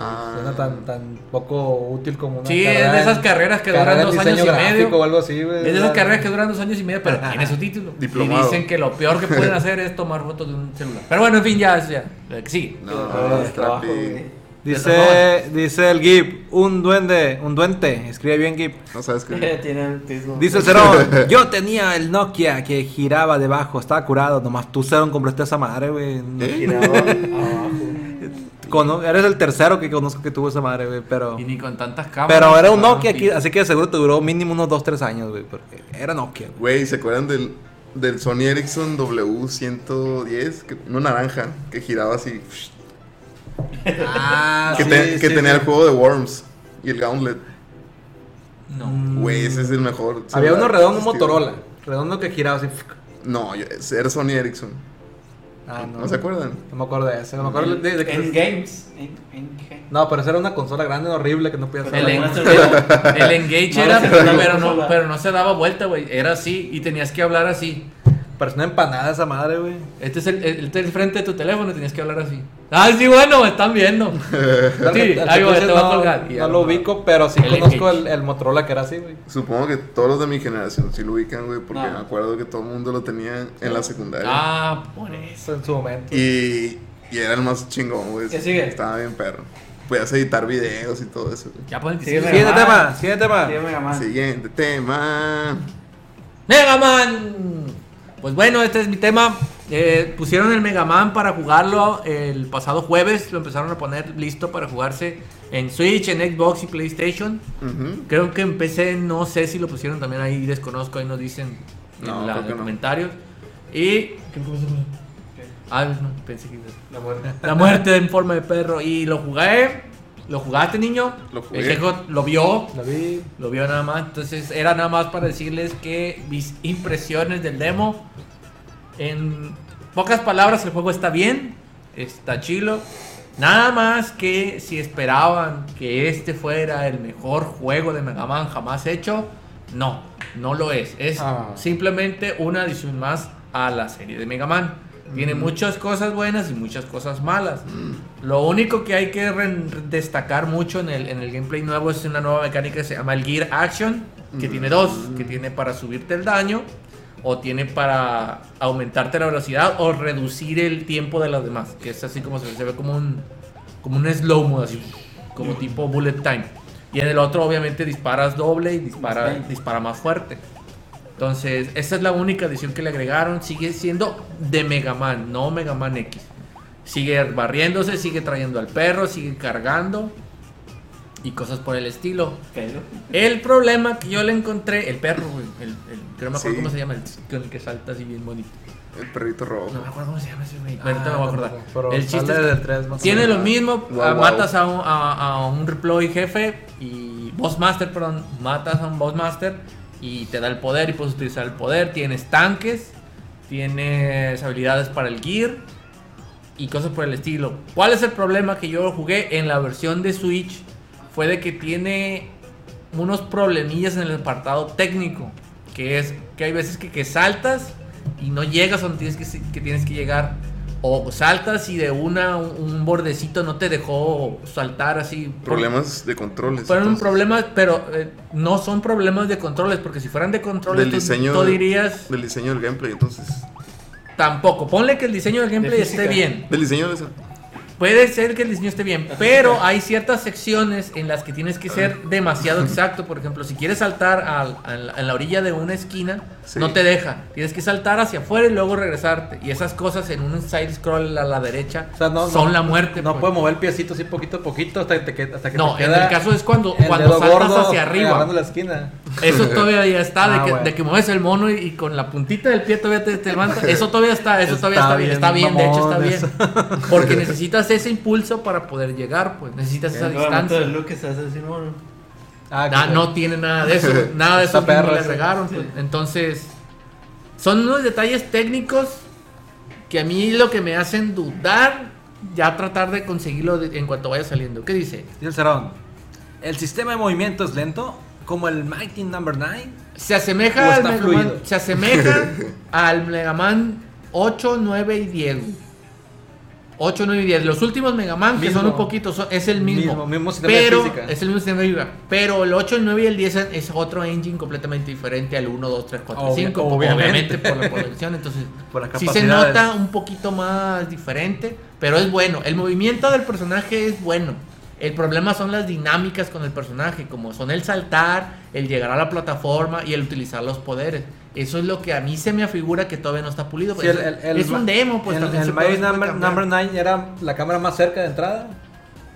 [SPEAKER 1] Ah.
[SPEAKER 2] Suena tan, tan poco útil como una
[SPEAKER 3] Sí,
[SPEAKER 2] carrera
[SPEAKER 3] es de esas
[SPEAKER 2] en-
[SPEAKER 3] carreras que
[SPEAKER 2] carrera
[SPEAKER 3] duran
[SPEAKER 2] en
[SPEAKER 3] dos años
[SPEAKER 2] diseño
[SPEAKER 3] y
[SPEAKER 2] gráfico
[SPEAKER 3] medio.
[SPEAKER 2] o algo así, güey.
[SPEAKER 3] Es de esas
[SPEAKER 2] ¿verdad?
[SPEAKER 3] carreras que duran dos años y medio, pero tiene su título.
[SPEAKER 1] Diplomado.
[SPEAKER 3] Y dicen que lo peor que pueden hacer es tomar fotos de un celular. Pero bueno, en fin, ya, eso ya. eh, Lo que sigue.
[SPEAKER 1] No,
[SPEAKER 4] Ah,
[SPEAKER 1] es
[SPEAKER 4] trabajo,
[SPEAKER 1] trapi.
[SPEAKER 4] güey.
[SPEAKER 2] Dice, dice el Gib, un duende, un duente, escribe bien Gib.
[SPEAKER 1] No sabes qué.
[SPEAKER 4] Tiene autismo.
[SPEAKER 2] Dice Cerón, yo tenía el Nokia que giraba debajo, estaba curado, nomás tú Cerón compraste esa madre, güey.
[SPEAKER 1] ¿Eh?
[SPEAKER 4] Giraba abajo.
[SPEAKER 2] Cono- eres el tercero que conozco que tuvo esa madre, güey, pero...
[SPEAKER 3] Y ni con tantas cámaras.
[SPEAKER 2] Pero era un
[SPEAKER 3] Ah,
[SPEAKER 2] Nokia,
[SPEAKER 3] pi-
[SPEAKER 2] que- así que seguro te duró mínimo unos 2-3 años, güey, porque era Nokia, güey.
[SPEAKER 1] Güey, ¿se acuerdan del, del Sony Ericsson W110? Que, uno naranja, que giraba así.
[SPEAKER 2] Ah,
[SPEAKER 1] que
[SPEAKER 2] sí,
[SPEAKER 1] te- que
[SPEAKER 2] sí,
[SPEAKER 1] tenía
[SPEAKER 2] sí.
[SPEAKER 1] el juego de Worms y el Gauntlet.
[SPEAKER 3] No.
[SPEAKER 1] Güey, ese es el mejor.
[SPEAKER 2] Había
[SPEAKER 1] celular
[SPEAKER 2] uno redondo, un
[SPEAKER 1] existido.
[SPEAKER 2] Motorola, redondo que giraba así.
[SPEAKER 1] No, yo- era Sony Ericsson.
[SPEAKER 2] Ah,
[SPEAKER 1] ¿No se acuerdan?
[SPEAKER 2] No me acuerdo de ese, no me acuerdo de, de que...
[SPEAKER 4] En games. En, en games.
[SPEAKER 2] No, pero esa era una consola grande, horrible, que no podías
[SPEAKER 3] El,
[SPEAKER 4] Pero
[SPEAKER 3] en-
[SPEAKER 4] no se
[SPEAKER 3] el-
[SPEAKER 4] vio.
[SPEAKER 3] el engage
[SPEAKER 4] No,
[SPEAKER 3] era,
[SPEAKER 4] no se
[SPEAKER 3] pero,
[SPEAKER 4] vio.
[SPEAKER 3] no, pero no se daba vuelta, güey. Era así y tenías que hablar así.
[SPEAKER 2] Parecía una empanada esa madre, güey.
[SPEAKER 3] Este es el, el- este es el frente de tu teléfono y tenías que hablar así. Ah, sí, bueno, me están viendo.
[SPEAKER 2] Tal-
[SPEAKER 3] Sí,
[SPEAKER 2] tal-
[SPEAKER 3] ahí, güey,
[SPEAKER 2] entonces
[SPEAKER 3] te va a
[SPEAKER 2] no-
[SPEAKER 3] colgar. Y
[SPEAKER 2] No
[SPEAKER 3] ya
[SPEAKER 2] lo
[SPEAKER 3] no.
[SPEAKER 2] ubico, pero sí
[SPEAKER 3] El
[SPEAKER 2] conozco
[SPEAKER 3] Engage.
[SPEAKER 2] el, el Motorola que era así, güey.
[SPEAKER 1] Supongo que todos los de mi generación sí lo ubican, güey, porque
[SPEAKER 4] No.
[SPEAKER 1] me acuerdo que todo el mundo lo tenía en la secundaria.
[SPEAKER 3] Ah, por eso.
[SPEAKER 2] Eso en su momento.
[SPEAKER 1] Y, y era el más chingón, güey.
[SPEAKER 4] ¿Qué sigue?
[SPEAKER 1] Estaba bien perro. Podías editar videos y todo eso, güey.
[SPEAKER 3] Ya ponen que
[SPEAKER 4] Sí,
[SPEAKER 3] sigue.
[SPEAKER 4] güey.
[SPEAKER 2] Siguiente
[SPEAKER 4] Mega Man.
[SPEAKER 2] tema, siguiente
[SPEAKER 1] Ah,
[SPEAKER 2] tema.
[SPEAKER 4] Tiene Mega Man.
[SPEAKER 1] Siguiente tema.
[SPEAKER 3] Mega Man. Pues bueno, este es mi tema. Eh, pusieron el Mega Man para jugarlo el pasado jueves. Lo empezaron a poner listo para jugarse en Switch, en Xbox y PlayStation.
[SPEAKER 1] Ujú.
[SPEAKER 3] Creo que empecé, no sé si lo pusieron también ahí, desconozco, ahí nos dicen
[SPEAKER 1] No,
[SPEAKER 3] en la-
[SPEAKER 1] creo
[SPEAKER 3] en
[SPEAKER 1] que
[SPEAKER 3] los
[SPEAKER 1] no.
[SPEAKER 3] comentarios. Y... Ah, no, pensé que...
[SPEAKER 4] La muerte.
[SPEAKER 3] La muerte en forma de perro. Y lo jugué. ¿Lo jugaste, niño?
[SPEAKER 1] Lo jugué.
[SPEAKER 3] El Jejo lo vio.
[SPEAKER 2] Lo vi.
[SPEAKER 3] Lo vio nada más. Entonces era nada más para decirles que mis impresiones del demo. En pocas palabras, el juego está bien. Está chilo. Nada más que si esperaban que este fuera el mejor juego de Mega Man jamás hecho, no, no lo es. Es
[SPEAKER 2] Ah.
[SPEAKER 3] simplemente una adición más a la serie de Mega Man. Tiene muchas cosas buenas y muchas cosas malas. Lo único que hay que re- destacar mucho en el, en el gameplay nuevo es una nueva mecánica que se llama el Gear Action, que tiene dos, que tiene para subirte el daño o tiene para aumentarte la velocidad o reducir el tiempo de las demás, que es así como se, se ve como un como un slow mo así, como tipo bullet time. Y en el otro obviamente disparas doble y dispara
[SPEAKER 4] Smash.
[SPEAKER 3] dispara más fuerte. Entonces, esa es la única adición que le agregaron, sigue siendo de Mega Man, no Mega Man X. Sigue barriéndose, sigue trayendo al perro, sigue cargando y cosas por el estilo.
[SPEAKER 4] Pelo.
[SPEAKER 3] El problema que yo le encontré, el perro, güey, el, el- que no me acuerdo
[SPEAKER 1] Sí.
[SPEAKER 3] cómo se llama, el con el que salta así bien bonito.
[SPEAKER 1] El perrito rojo.
[SPEAKER 3] No me acuerdo cómo se llama ese güey. Ah, Ahorita me voy a acordar.
[SPEAKER 2] Ah, Pero
[SPEAKER 3] el chiste
[SPEAKER 2] sale
[SPEAKER 3] es que
[SPEAKER 2] del 3 más o
[SPEAKER 3] tiene
[SPEAKER 2] menos.
[SPEAKER 3] lo mismo,
[SPEAKER 1] Wow,
[SPEAKER 3] ah,
[SPEAKER 1] wow.
[SPEAKER 3] matas a un, a, a un Reploy jefe y Boss Master, perdón, matas a un Boss Master y te da el poder y puedes utilizar el poder. Tienes tanques, tienes habilidades para el gear y cosas por el estilo. ¿Cuál es el problema que yo jugué en la versión de Switch? Fue de que tiene unos problemillas en el apartado técnico, que es que hay veces que, que saltas y no llegas a donde tienes que, que tienes que llegar, o saltas y de una un, un bordecito no te dejó saltar así.
[SPEAKER 1] Problemas de controles.
[SPEAKER 3] Fueron
[SPEAKER 1] entonces.
[SPEAKER 3] problemas, pero eh, no son problemas de controles, porque si fueran de controles,
[SPEAKER 1] Del
[SPEAKER 3] tú-
[SPEAKER 1] diseño
[SPEAKER 3] tú
[SPEAKER 1] de-
[SPEAKER 3] dirías
[SPEAKER 1] Del diseño del gameplay, entonces.
[SPEAKER 3] tampoco. Ponle que el diseño del gameplay esté
[SPEAKER 4] física.
[SPEAKER 3] bien,
[SPEAKER 1] Del diseño de esa.
[SPEAKER 3] Puede ser que el diseño esté bien, pero hay ciertas secciones en las que tienes que ser demasiado exacto. Por ejemplo, si quieres saltar al- al- a la orilla de una esquina,
[SPEAKER 1] Sí.
[SPEAKER 3] No te deja. Tienes que saltar hacia afuera y luego regresarte. Y esas cosas en un side scroll a la derecha
[SPEAKER 2] O sea, no-
[SPEAKER 3] son
[SPEAKER 2] no-
[SPEAKER 3] la muerte.
[SPEAKER 2] No
[SPEAKER 3] pues.
[SPEAKER 2] puedes mover el piecito así poquito a poquito hasta que te, hasta que
[SPEAKER 3] No,
[SPEAKER 2] te
[SPEAKER 3] en
[SPEAKER 2] queda
[SPEAKER 3] el caso es cuando,
[SPEAKER 2] el
[SPEAKER 3] cuando
[SPEAKER 2] dedo
[SPEAKER 3] saltas
[SPEAKER 2] gordo
[SPEAKER 3] hacia arriba.
[SPEAKER 2] agarrando la esquina.
[SPEAKER 3] Eso todavía ya está,
[SPEAKER 2] Ah,
[SPEAKER 3] de, que,
[SPEAKER 2] bueno.
[SPEAKER 3] de que mueves el mono y, y con la puntita del pie todavía te, te levantas. Eso todavía está, eso todavía
[SPEAKER 2] Está
[SPEAKER 3] está bien,
[SPEAKER 2] bien,
[SPEAKER 3] está bien, de hecho está
[SPEAKER 2] mamón,
[SPEAKER 3] bien. Porque necesitas ese impulso para poder llegar, pues necesitas esa distancia.
[SPEAKER 4] Lucas asesino.
[SPEAKER 2] Ah,
[SPEAKER 3] Ah,
[SPEAKER 2] que-
[SPEAKER 3] no tiene nada de eso, nada de
[SPEAKER 2] Está
[SPEAKER 3] eso mismo
[SPEAKER 2] perro
[SPEAKER 3] le
[SPEAKER 2] ese.
[SPEAKER 3] regaron. pues. Entonces, son unos detalles técnicos que a mí lo que me hacen dudar, ya tratar de conseguirlo de- en cuanto vaya saliendo. ¿Qué dice?
[SPEAKER 5] Dice el Cerón. El sistema de movimiento es lento, como el Mighty Number 9.
[SPEAKER 3] Se
[SPEAKER 5] O
[SPEAKER 3] asemeja al
[SPEAKER 5] está
[SPEAKER 3] Mega
[SPEAKER 5] fluido.
[SPEAKER 3] Man- se asemeja al Mega Man 8, 9 y 10. 8, 9 y 10. Los últimos Mega Man, que son
[SPEAKER 2] Mismo.
[SPEAKER 3] un poquito, son- es el mismo.
[SPEAKER 2] Mismo, mismo sistema de
[SPEAKER 3] pero
[SPEAKER 2] física.
[SPEAKER 3] es el mismo sistema de física. Pero el 8, el 9 y el 10 es- es otro engine completamente diferente al 1, 2, 3, 4,
[SPEAKER 2] Obvia-
[SPEAKER 3] 5.
[SPEAKER 2] obviamente.
[SPEAKER 3] Obviamente. por la producción. Entonces,
[SPEAKER 2] Por las
[SPEAKER 3] sí se
[SPEAKER 2] capacidades.
[SPEAKER 3] nota un poquito más diferente, pero es bueno. El movimiento del personaje es bueno. El problema son las dinámicas con el personaje, como son el saltar, el llegar a la plataforma y el utilizar los poderes. Eso es lo que a mí se me afigura que todavía no está pulido.
[SPEAKER 2] Sí,
[SPEAKER 3] pues,
[SPEAKER 2] el- el- el
[SPEAKER 3] es
[SPEAKER 2] ma-
[SPEAKER 3] un demo, pues
[SPEAKER 2] el,
[SPEAKER 3] también
[SPEAKER 2] el
[SPEAKER 3] se puede-
[SPEAKER 2] Mario
[SPEAKER 3] se puede
[SPEAKER 2] number,
[SPEAKER 3] cambiar.
[SPEAKER 2] number 9 era la cámara más cerca de entrada.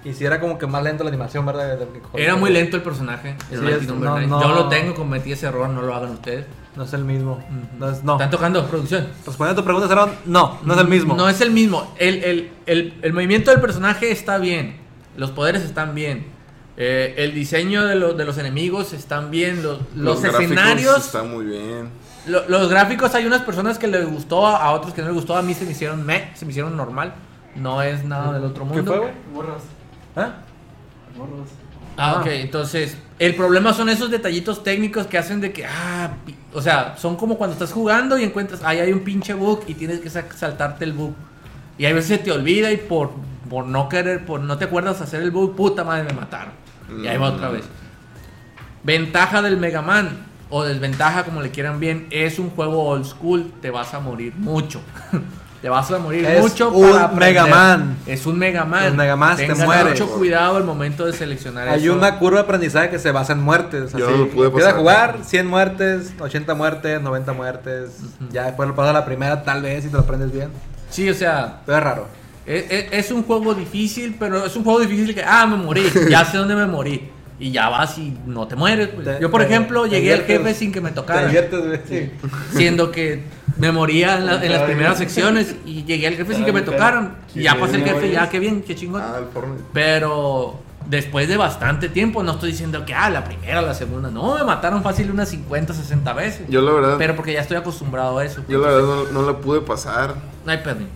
[SPEAKER 2] Y si era como que más lento la animación, ¿verdad? De- de- de-
[SPEAKER 3] Era muy lento el personaje. el
[SPEAKER 2] Sí,
[SPEAKER 3] Mighty
[SPEAKER 2] es-
[SPEAKER 3] Number
[SPEAKER 2] no,
[SPEAKER 3] Nine.
[SPEAKER 2] no.
[SPEAKER 3] Yo lo tengo, cometí ese error, no lo hagan ustedes.
[SPEAKER 2] No es el mismo.
[SPEAKER 3] Ujú.
[SPEAKER 2] No es- no. Pues
[SPEAKER 3] Están tocando producción.
[SPEAKER 5] Respondiendo a tu pregunta, Cerón, no, no es el mismo.
[SPEAKER 3] No es el mismo. El, el- el- el movimiento del personaje está bien. Los poderes están bien. eh, el diseño de, los de los enemigos están bien. Los, los
[SPEAKER 1] gráficos
[SPEAKER 3] escenarios.
[SPEAKER 1] Están muy bien.
[SPEAKER 3] lo- los gráficos hay unas personas que les gustó, a a otros que no les gustó. A mí se me hicieron meh, se me hicieron normal. No es nada del otro mundo.
[SPEAKER 2] ¿Qué fue, güey?
[SPEAKER 4] Morros.
[SPEAKER 2] ¿Ah?
[SPEAKER 4] Morros.
[SPEAKER 3] Ah,
[SPEAKER 2] Ah.
[SPEAKER 3] ok, entonces el problema son esos detallitos técnicos que hacen de que, ah, pi- o sea, son como cuando estás jugando y encuentras, ahí hay un pinche bug y tienes que sa- saltarte el bug. Y a veces se te olvida y por, por no querer, por no te acuerdas hacer el bug, puta madre, me mataron. Y ahí va otra
[SPEAKER 2] Mm.
[SPEAKER 3] vez. Ventaja del Mega Man, o desventaja como le quieran bien, es un juego old school, te vas a morir mucho. te vas a morir
[SPEAKER 2] Es
[SPEAKER 3] mucho.
[SPEAKER 2] un
[SPEAKER 3] aprender.
[SPEAKER 2] Mega Man.
[SPEAKER 3] Es un Mega Man.
[SPEAKER 2] Un Mega Man, te
[SPEAKER 3] Tengan
[SPEAKER 2] mueres.
[SPEAKER 3] mucho cuidado al momento de seleccionar
[SPEAKER 2] Hay
[SPEAKER 3] eso.
[SPEAKER 2] una curva de aprendizaje que se basa en muertes.
[SPEAKER 1] Yo
[SPEAKER 2] así.
[SPEAKER 1] lo pude
[SPEAKER 2] Empieza a
[SPEAKER 1] pasar.
[SPEAKER 2] jugar 100 muertes, 80 muertes, 90 muertes. Ya después lo pasas a la primera, tal vez, si te lo aprendes bien.
[SPEAKER 3] Sí, o sea,
[SPEAKER 2] Pero es raro.
[SPEAKER 3] e- e- es, un juego difícil, pero es un juego difícil que, ah, me morí, ya sé dónde me morí. Y ya vas y no te mueres. pues.
[SPEAKER 2] Te-
[SPEAKER 3] Yo, por
[SPEAKER 2] te-
[SPEAKER 3] ejemplo,
[SPEAKER 2] te
[SPEAKER 3] llegué al
[SPEAKER 2] diviertes-
[SPEAKER 3] jefe sin que me
[SPEAKER 2] Te
[SPEAKER 3] tocara,
[SPEAKER 2] diviertes, güey. Sí.
[SPEAKER 3] siendo que me moría en, la- en las primeras secciones y llegué al jefe sin que me tocaran. Y ya pasé el jefe, ya, qué bien, qué chingón.
[SPEAKER 1] Ah, el Fortnite.
[SPEAKER 3] Pero después de bastante tiempo, no estoy diciendo que, ah, la primera, la segunda. No, me mataron fácil unas 50, 60 veces.
[SPEAKER 1] Yo la verdad,
[SPEAKER 3] Pero porque ya estoy acostumbrado a eso. pues.
[SPEAKER 1] yo la verdad no, no la pude pasar.
[SPEAKER 3] No hay pérdida.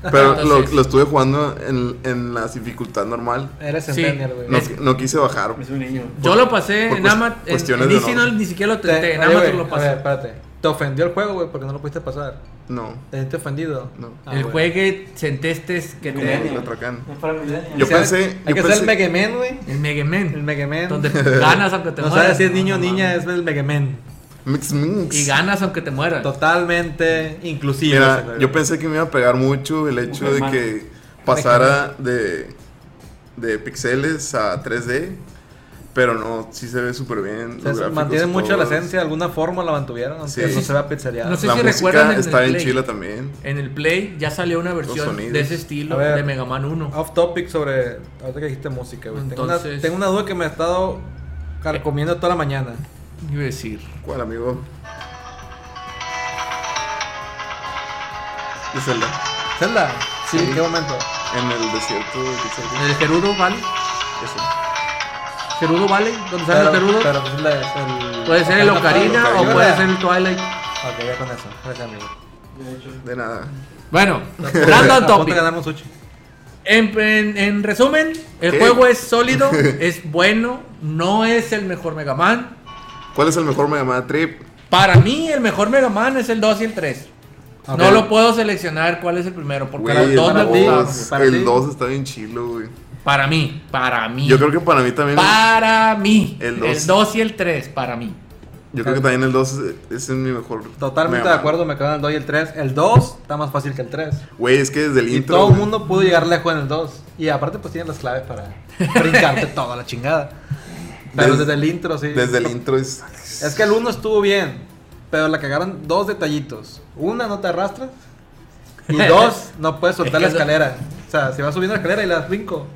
[SPEAKER 1] Pero lo,
[SPEAKER 3] Entonces-
[SPEAKER 1] lo estuve jugando en, en la dificultad normal.
[SPEAKER 2] Eres
[SPEAKER 3] Sí.
[SPEAKER 2] centennial, güey.
[SPEAKER 1] No,
[SPEAKER 3] Es-
[SPEAKER 1] no quise bajar.
[SPEAKER 4] Es un niño.
[SPEAKER 3] Yo lo pasé
[SPEAKER 1] por
[SPEAKER 3] en
[SPEAKER 1] cues-
[SPEAKER 3] Amazon. En,
[SPEAKER 1] cuestiones
[SPEAKER 3] en
[SPEAKER 1] de
[SPEAKER 3] DC no,
[SPEAKER 1] honor.
[SPEAKER 3] ni siquiera lo
[SPEAKER 2] Te-
[SPEAKER 3] tenté, en
[SPEAKER 2] oye,
[SPEAKER 3] Amazon
[SPEAKER 2] güey,
[SPEAKER 3] lo
[SPEAKER 2] A ver,
[SPEAKER 3] pasé.
[SPEAKER 2] espérate. Te ofendió el juego, güey, porque no lo pudiste pasar.
[SPEAKER 1] No.
[SPEAKER 2] Te sentiste ofendido.
[SPEAKER 1] No.
[SPEAKER 2] Ah,
[SPEAKER 3] el
[SPEAKER 2] güey.
[SPEAKER 3] juegue sentestes este que
[SPEAKER 1] no,
[SPEAKER 3] te.
[SPEAKER 4] Millennium.
[SPEAKER 1] lo atracan.
[SPEAKER 4] Es para millennials.
[SPEAKER 1] Yo
[SPEAKER 2] Hay que ser-
[SPEAKER 1] pensé- yo
[SPEAKER 2] Hay que ser
[SPEAKER 1] pensé-
[SPEAKER 2] el Megaman, güey.
[SPEAKER 3] El Mega Man.
[SPEAKER 2] El Megaman.
[SPEAKER 3] Donde ganas aunque te
[SPEAKER 2] no
[SPEAKER 3] mueras.
[SPEAKER 2] sabes si es
[SPEAKER 3] No,
[SPEAKER 2] niño o
[SPEAKER 3] no
[SPEAKER 2] niña,
[SPEAKER 3] mames.
[SPEAKER 2] es el Megaman.
[SPEAKER 1] Mix, mix.
[SPEAKER 3] Y ganas aunque te mueras.
[SPEAKER 2] Totalmente inclusivo. ese
[SPEAKER 1] Mira,
[SPEAKER 2] juego.
[SPEAKER 1] yo pensé que me iba a pegar mucho el hecho de
[SPEAKER 4] Mujer,
[SPEAKER 1] que pasara de, de pixeles a 3D, pero no, sí se ve súper bien.
[SPEAKER 2] O
[SPEAKER 1] los
[SPEAKER 2] sea, se
[SPEAKER 1] gráficos
[SPEAKER 2] mantiene
[SPEAKER 1] y
[SPEAKER 2] mucho
[SPEAKER 1] todo.
[SPEAKER 2] la esencia, de alguna forma la mantuvieron, aunque
[SPEAKER 1] Sí.
[SPEAKER 2] eso se vea pizzería.
[SPEAKER 3] No sé
[SPEAKER 1] la
[SPEAKER 3] si recuerdan
[SPEAKER 1] música
[SPEAKER 3] en
[SPEAKER 1] está
[SPEAKER 3] el
[SPEAKER 1] bien
[SPEAKER 3] Play.
[SPEAKER 1] chila también.
[SPEAKER 3] En el Play ya salió una versión
[SPEAKER 1] sonidos.
[SPEAKER 3] de ese estilo
[SPEAKER 2] A ver. Oh.
[SPEAKER 3] de Mega Man 1.
[SPEAKER 2] Off topic sobre. Ahorita que dijiste música, güey. Tengo, una,
[SPEAKER 3] Entonces-
[SPEAKER 2] tengo una duda que me ha estado carcomiendo toda la mañana.
[SPEAKER 3] Iba a decir.
[SPEAKER 1] ¿Cuál, amigo? De Zelda.
[SPEAKER 2] Zelda, sí, ¿en
[SPEAKER 1] Sí.
[SPEAKER 2] qué momento?
[SPEAKER 1] En el desierto de Zelda.
[SPEAKER 3] El Gerudo Valley.
[SPEAKER 1] Ese.
[SPEAKER 3] Gerudo Valley. ¿Dónde
[SPEAKER 2] Pero,
[SPEAKER 3] salen los Gerudos?
[SPEAKER 2] pero pues, la- es el.
[SPEAKER 3] puede ser el Ocarina,
[SPEAKER 1] Ocarina.
[SPEAKER 3] o puede ser el Twilight.
[SPEAKER 2] Ok, ya con eso. Gracias, amigo.
[SPEAKER 4] De hecho.
[SPEAKER 1] De nada.
[SPEAKER 3] Bueno,
[SPEAKER 2] A
[SPEAKER 3] random
[SPEAKER 2] punto
[SPEAKER 3] topic.
[SPEAKER 2] de ganar un sushi.
[SPEAKER 3] En, en- en resumen, el
[SPEAKER 1] ¿Qué?
[SPEAKER 3] juego es sólido, es bueno, no es el mejor Mega Man.
[SPEAKER 1] ¿Cuál es el mejor Mega Man Trip?
[SPEAKER 3] Para mí, el mejor Mega Man es el 2 y el 3.
[SPEAKER 2] Ok.
[SPEAKER 3] No lo puedo seleccionar cuál es el primero, porque
[SPEAKER 1] Güey,
[SPEAKER 3] los dos me
[SPEAKER 2] para ti.
[SPEAKER 3] gustaron.
[SPEAKER 1] dos,
[SPEAKER 2] para ti.
[SPEAKER 1] el 2 está bien chilo, güey.
[SPEAKER 3] Para mí, para mí.
[SPEAKER 1] Yo creo que para mí también.
[SPEAKER 3] Para mí.
[SPEAKER 1] El
[SPEAKER 3] El
[SPEAKER 1] dos.
[SPEAKER 3] 2 y el 3, para mí.
[SPEAKER 1] Yo creo que también el 2 es, es mi mejor.
[SPEAKER 2] Totalmente
[SPEAKER 1] Mega
[SPEAKER 2] de
[SPEAKER 1] Man.
[SPEAKER 2] acuerdo, me quedan el 2 y el 3. El 2 está más fácil que el 3.
[SPEAKER 1] Güey, es que desde el
[SPEAKER 2] Y
[SPEAKER 1] intro.
[SPEAKER 2] todo el
[SPEAKER 1] güey.
[SPEAKER 2] mundo pudo llegar lejos en el 2. Y aparte, pues tienen las claves para brincarte toda la chingada. Pero
[SPEAKER 1] Desde-
[SPEAKER 2] desde, el intro, sí.
[SPEAKER 1] Desde el intro es.
[SPEAKER 2] Es que el 1 estuvo bien. Pero la cagaron dos detallitos. Una, no te arrastras. Y dos, no puedes soltar la
[SPEAKER 3] Es que eso-
[SPEAKER 2] escalera. O sea, si vas subiendo la escalera y la brinco,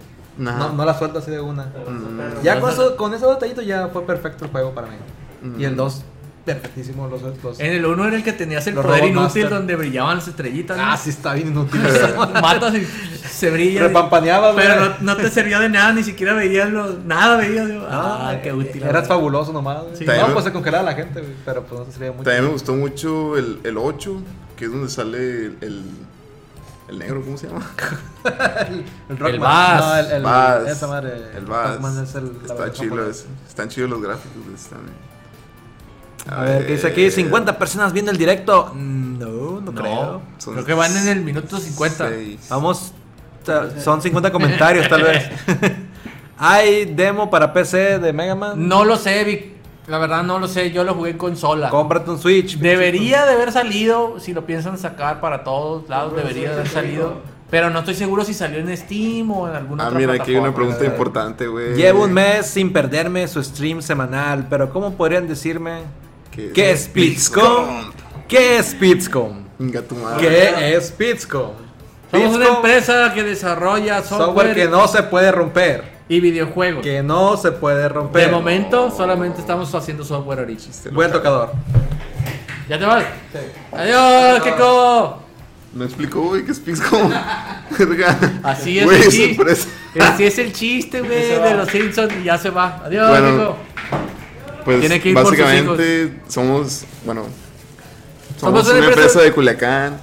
[SPEAKER 1] Ajá.
[SPEAKER 2] no, no la suelto así de una.
[SPEAKER 1] Mm.
[SPEAKER 2] Ya con, eso- con esos detallitos ya fue perfecto el juego para mí. Y el
[SPEAKER 1] Mm.
[SPEAKER 2] 2, perfectísimo los, los-
[SPEAKER 3] En el uno era el que tenías el
[SPEAKER 2] Los
[SPEAKER 3] poder
[SPEAKER 2] Robot
[SPEAKER 3] inútil
[SPEAKER 2] Master.
[SPEAKER 3] donde brillaban las estrellitas. ¿no?
[SPEAKER 2] Ah, sí está bien inútil.
[SPEAKER 3] Matas y se brilla.
[SPEAKER 2] Repampaneaba, güey.
[SPEAKER 3] Pero no, no te servía de nada, ni siquiera veías los, nada veías. digo, ah, qué útil.
[SPEAKER 2] Eras fabuloso nomás. güey.
[SPEAKER 3] Sí.
[SPEAKER 2] No, pues se congelaba la gente, güey, pero pues no se sería mucho.
[SPEAKER 1] También me gustó mucho el, el 8, que es donde sale el, el, el negro, ¿cómo se llama?
[SPEAKER 2] El
[SPEAKER 3] El
[SPEAKER 2] Rockman.
[SPEAKER 3] Bass.
[SPEAKER 2] No, el, el
[SPEAKER 1] Bass.
[SPEAKER 2] esa madre.
[SPEAKER 1] El Bass.
[SPEAKER 2] Rockman es el- la
[SPEAKER 1] Está
[SPEAKER 2] versión
[SPEAKER 1] chido
[SPEAKER 2] japonesa.
[SPEAKER 1] ese. Están chidos los gráficos de ese también.
[SPEAKER 5] A ver, ¿qué dice
[SPEAKER 1] Eh,
[SPEAKER 5] aquí? 50 personas viendo el directo. Mm, No, no, creo.
[SPEAKER 3] No,
[SPEAKER 1] Son
[SPEAKER 3] creo que van en el minuto 50.
[SPEAKER 1] seis.
[SPEAKER 5] Vamos, ta- son 50 comentarios tal vez. ¿Hay demo para PC de Mega Man?
[SPEAKER 3] No lo sé, Vic. La verdad no lo sé. Yo lo jugué en consola.
[SPEAKER 5] Cómprate un Switch.
[SPEAKER 3] Debería de haber salido, si lo piensan sacar para todos lados, debería de haber salido. Pero no estoy seguro si salió en Steam o en alguna
[SPEAKER 1] Ah,
[SPEAKER 3] otra
[SPEAKER 1] mira, aquí hay una
[SPEAKER 3] plataforma.
[SPEAKER 1] pregunta importante, güey.
[SPEAKER 5] Llevo un mes sin perderme su stream semanal, pero ¿cómo podrían decirme qué es Pitscom? ¿Qué es Pitscom?
[SPEAKER 1] Venga tu madre.
[SPEAKER 5] ¿Qué es Pitscom?
[SPEAKER 3] Somos una
[SPEAKER 5] Pitscom,
[SPEAKER 3] empresa que desarrolla software,
[SPEAKER 5] software que no se puede romper.
[SPEAKER 3] y videojuegos.
[SPEAKER 5] Que no se puede
[SPEAKER 3] de
[SPEAKER 5] romper.
[SPEAKER 3] momento solamente estamos haciendo software original.
[SPEAKER 5] Buen tocador.
[SPEAKER 3] ¿Ya te vas? Adiós, Keko.
[SPEAKER 1] Me explicó, güey, que es Pixcom. Verga.
[SPEAKER 3] Así es
[SPEAKER 1] Güey,
[SPEAKER 3] el
[SPEAKER 1] se
[SPEAKER 3] chiste.
[SPEAKER 1] parece.
[SPEAKER 3] Así es el chiste, güey,
[SPEAKER 4] se va.
[SPEAKER 3] de los Simpsons y ya se va. Adiós,
[SPEAKER 1] Bueno,
[SPEAKER 3] Keko.
[SPEAKER 1] Pues
[SPEAKER 3] Tiene que ir por sus
[SPEAKER 1] básicamente somos, bueno, somos,
[SPEAKER 3] Somos
[SPEAKER 1] una
[SPEAKER 3] una
[SPEAKER 1] empresa,
[SPEAKER 3] empresa-
[SPEAKER 1] de Culiacán.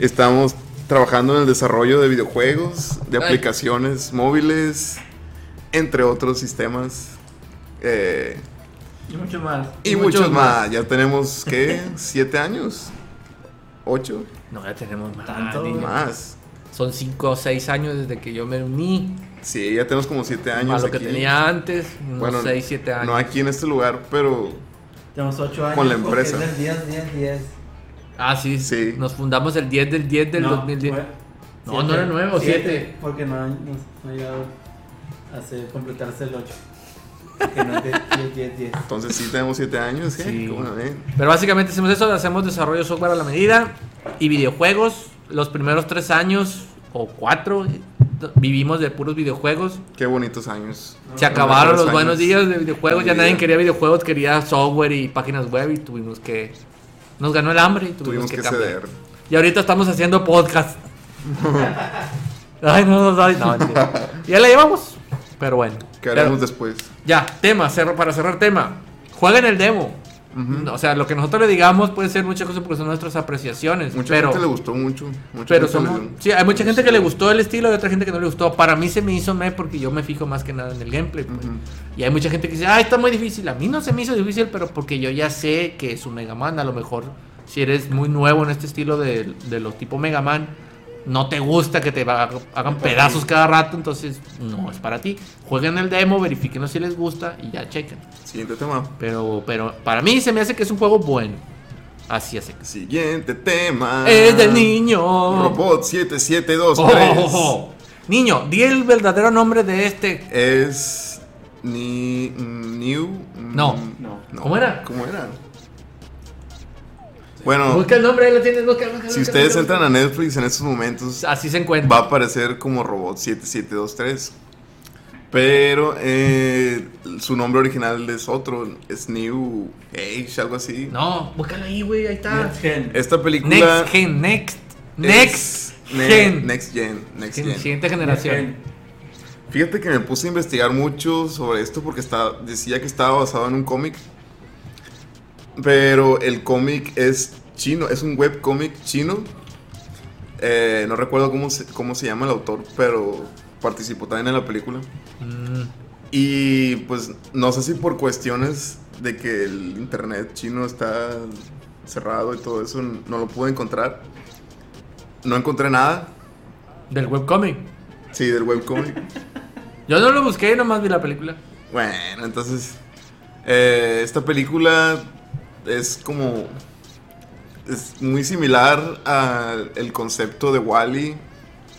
[SPEAKER 1] Estamos trabajando en el desarrollo de videojuegos, de
[SPEAKER 3] Ay.
[SPEAKER 1] aplicaciones móviles, entre otros sistemas. eh,
[SPEAKER 4] Y mucho más.
[SPEAKER 1] y, muchos, más. Ya tenemos, ¿qué? ¿Siete años? ¿Ocho?
[SPEAKER 3] No, ya tenemos más.
[SPEAKER 4] Tanto,
[SPEAKER 3] niño.
[SPEAKER 1] Más.
[SPEAKER 3] Son 5 o 6 años desde que yo me uní.
[SPEAKER 1] Sí, ya tenemos como siete años.
[SPEAKER 3] a lo que
[SPEAKER 1] aquí.
[SPEAKER 3] tenía antes, unos 6, 7 años.
[SPEAKER 1] No aquí en este lugar, pero
[SPEAKER 4] Tenemos 8 años.
[SPEAKER 1] Con la empresa.
[SPEAKER 4] porque es del 10, 10, 10.
[SPEAKER 3] Ah, sí,
[SPEAKER 1] Sí.
[SPEAKER 3] Nos fundamos el 10 del 10 del
[SPEAKER 4] No,
[SPEAKER 3] 2010.
[SPEAKER 4] fue
[SPEAKER 3] No,
[SPEAKER 4] siete.
[SPEAKER 3] no era nuevo,
[SPEAKER 4] Siete,
[SPEAKER 3] siete.
[SPEAKER 4] Porque no, no, no ha llegado a hacer- completarse el 8. Que no es de 10, 10, 10.
[SPEAKER 1] entonces sí tenemos siete años. ¿eh?
[SPEAKER 3] Sí.
[SPEAKER 1] ¿Cómo la ven?
[SPEAKER 3] Pero básicamente hacemos eso, hacemos desarrollo de software a la medida y videojuegos. Los primeros 3 años o 4 vivimos de puros videojuegos.
[SPEAKER 1] Qué bonitos años. Los
[SPEAKER 3] Se acabaron los
[SPEAKER 1] mejores
[SPEAKER 3] buenos
[SPEAKER 1] años.
[SPEAKER 3] días de videojuegos,
[SPEAKER 1] Mi
[SPEAKER 3] ya nadie
[SPEAKER 1] vida.
[SPEAKER 3] quería videojuegos, quería software y páginas web y tuvimos que... Nos ganó el hambre y
[SPEAKER 1] Tuvimos que,
[SPEAKER 3] cambiar.
[SPEAKER 1] ceder.
[SPEAKER 3] Y ahorita estamos haciendo podcast. Ay, no nos da. No, mentira. ya la llevamos. Pero bueno.
[SPEAKER 1] ¿Qué haremos
[SPEAKER 3] Pero-
[SPEAKER 1] después?
[SPEAKER 3] ya, tema, cerro- para cerrar tema. Jueguen el demo. No, O sea, lo que nosotros le digamos puede ser muchas cosas porque son nuestras apreciaciones.
[SPEAKER 1] Mucha
[SPEAKER 3] pero
[SPEAKER 1] gente le gustó mucho. mucha
[SPEAKER 3] pero
[SPEAKER 1] gente
[SPEAKER 3] somos,
[SPEAKER 1] le-
[SPEAKER 3] sí, hay mucha gente que
[SPEAKER 1] Este
[SPEAKER 3] le gustó el estilo y otra gente que no le gustó. Para mí se me hizo meh porque yo me fijo más que nada en el gameplay. pues.
[SPEAKER 1] Ujú.
[SPEAKER 3] Y hay mucha gente que dice, ah, está muy difícil. A mí no se me hizo difícil, pero porque yo ya sé que es un Mega Man. A lo mejor, si eres muy nuevo en este estilo de, de los tipo Mega Man, no te gusta que te va- hagan pedazos cada rato. Entonces, no es para ti. Jueguen el demo, verifiquenlo si les gusta y ya chequen.
[SPEAKER 1] Siguiente tema.
[SPEAKER 3] Pero, pero para mí se me hace que es un juego bueno. Así es.
[SPEAKER 1] Siguiente tema.
[SPEAKER 3] Es del niño.
[SPEAKER 1] Robot 7723.
[SPEAKER 3] Oh, oh, oh. Niño, di el verdadero nombre de este.
[SPEAKER 1] Es. Ni. mm, New. mm,
[SPEAKER 3] No.
[SPEAKER 4] No.
[SPEAKER 3] ¿Cómo era?
[SPEAKER 1] ¿Cómo era? Bueno,
[SPEAKER 3] Busca el nombre, ahí lo tienes, busca, busca,
[SPEAKER 1] si
[SPEAKER 3] busca,
[SPEAKER 1] ustedes
[SPEAKER 3] busca,
[SPEAKER 1] entran a Netflix en estos momentos,
[SPEAKER 3] busca. Así se encuentra.
[SPEAKER 1] va a aparecer como Robot 7723. Pero eh, su nombre original es otro, es New Age, algo así.
[SPEAKER 3] No, búscalo ahí, güey, ahí está.
[SPEAKER 4] Next gen.
[SPEAKER 1] Esta película.
[SPEAKER 3] Next Gen, Next.
[SPEAKER 1] es-
[SPEAKER 3] Next
[SPEAKER 1] ne-
[SPEAKER 3] Gen.
[SPEAKER 1] Next Gen. Next
[SPEAKER 3] Gen,
[SPEAKER 1] Gen.
[SPEAKER 3] Siguiente
[SPEAKER 4] Next
[SPEAKER 3] generación.
[SPEAKER 4] gen.
[SPEAKER 1] Fíjate que me puse a investigar mucho sobre esto porque está, decía que estaba basado en un cómic. Pero el cómic es chino, es un webcómic chino. Eh, no recuerdo cómo se, cómo se llama el autor, pero participó también en la película.
[SPEAKER 3] Mm,
[SPEAKER 1] Y pues no sé si por cuestiones de que el internet chino está cerrado y todo eso, no lo pude encontrar. No encontré nada.
[SPEAKER 3] del webcomic.
[SPEAKER 1] Sí, del webcomic.
[SPEAKER 3] Yo no lo busqué, nomás vi la película.
[SPEAKER 1] Bueno, entonces. eh, esta película es como. Es muy similar al concepto de Wally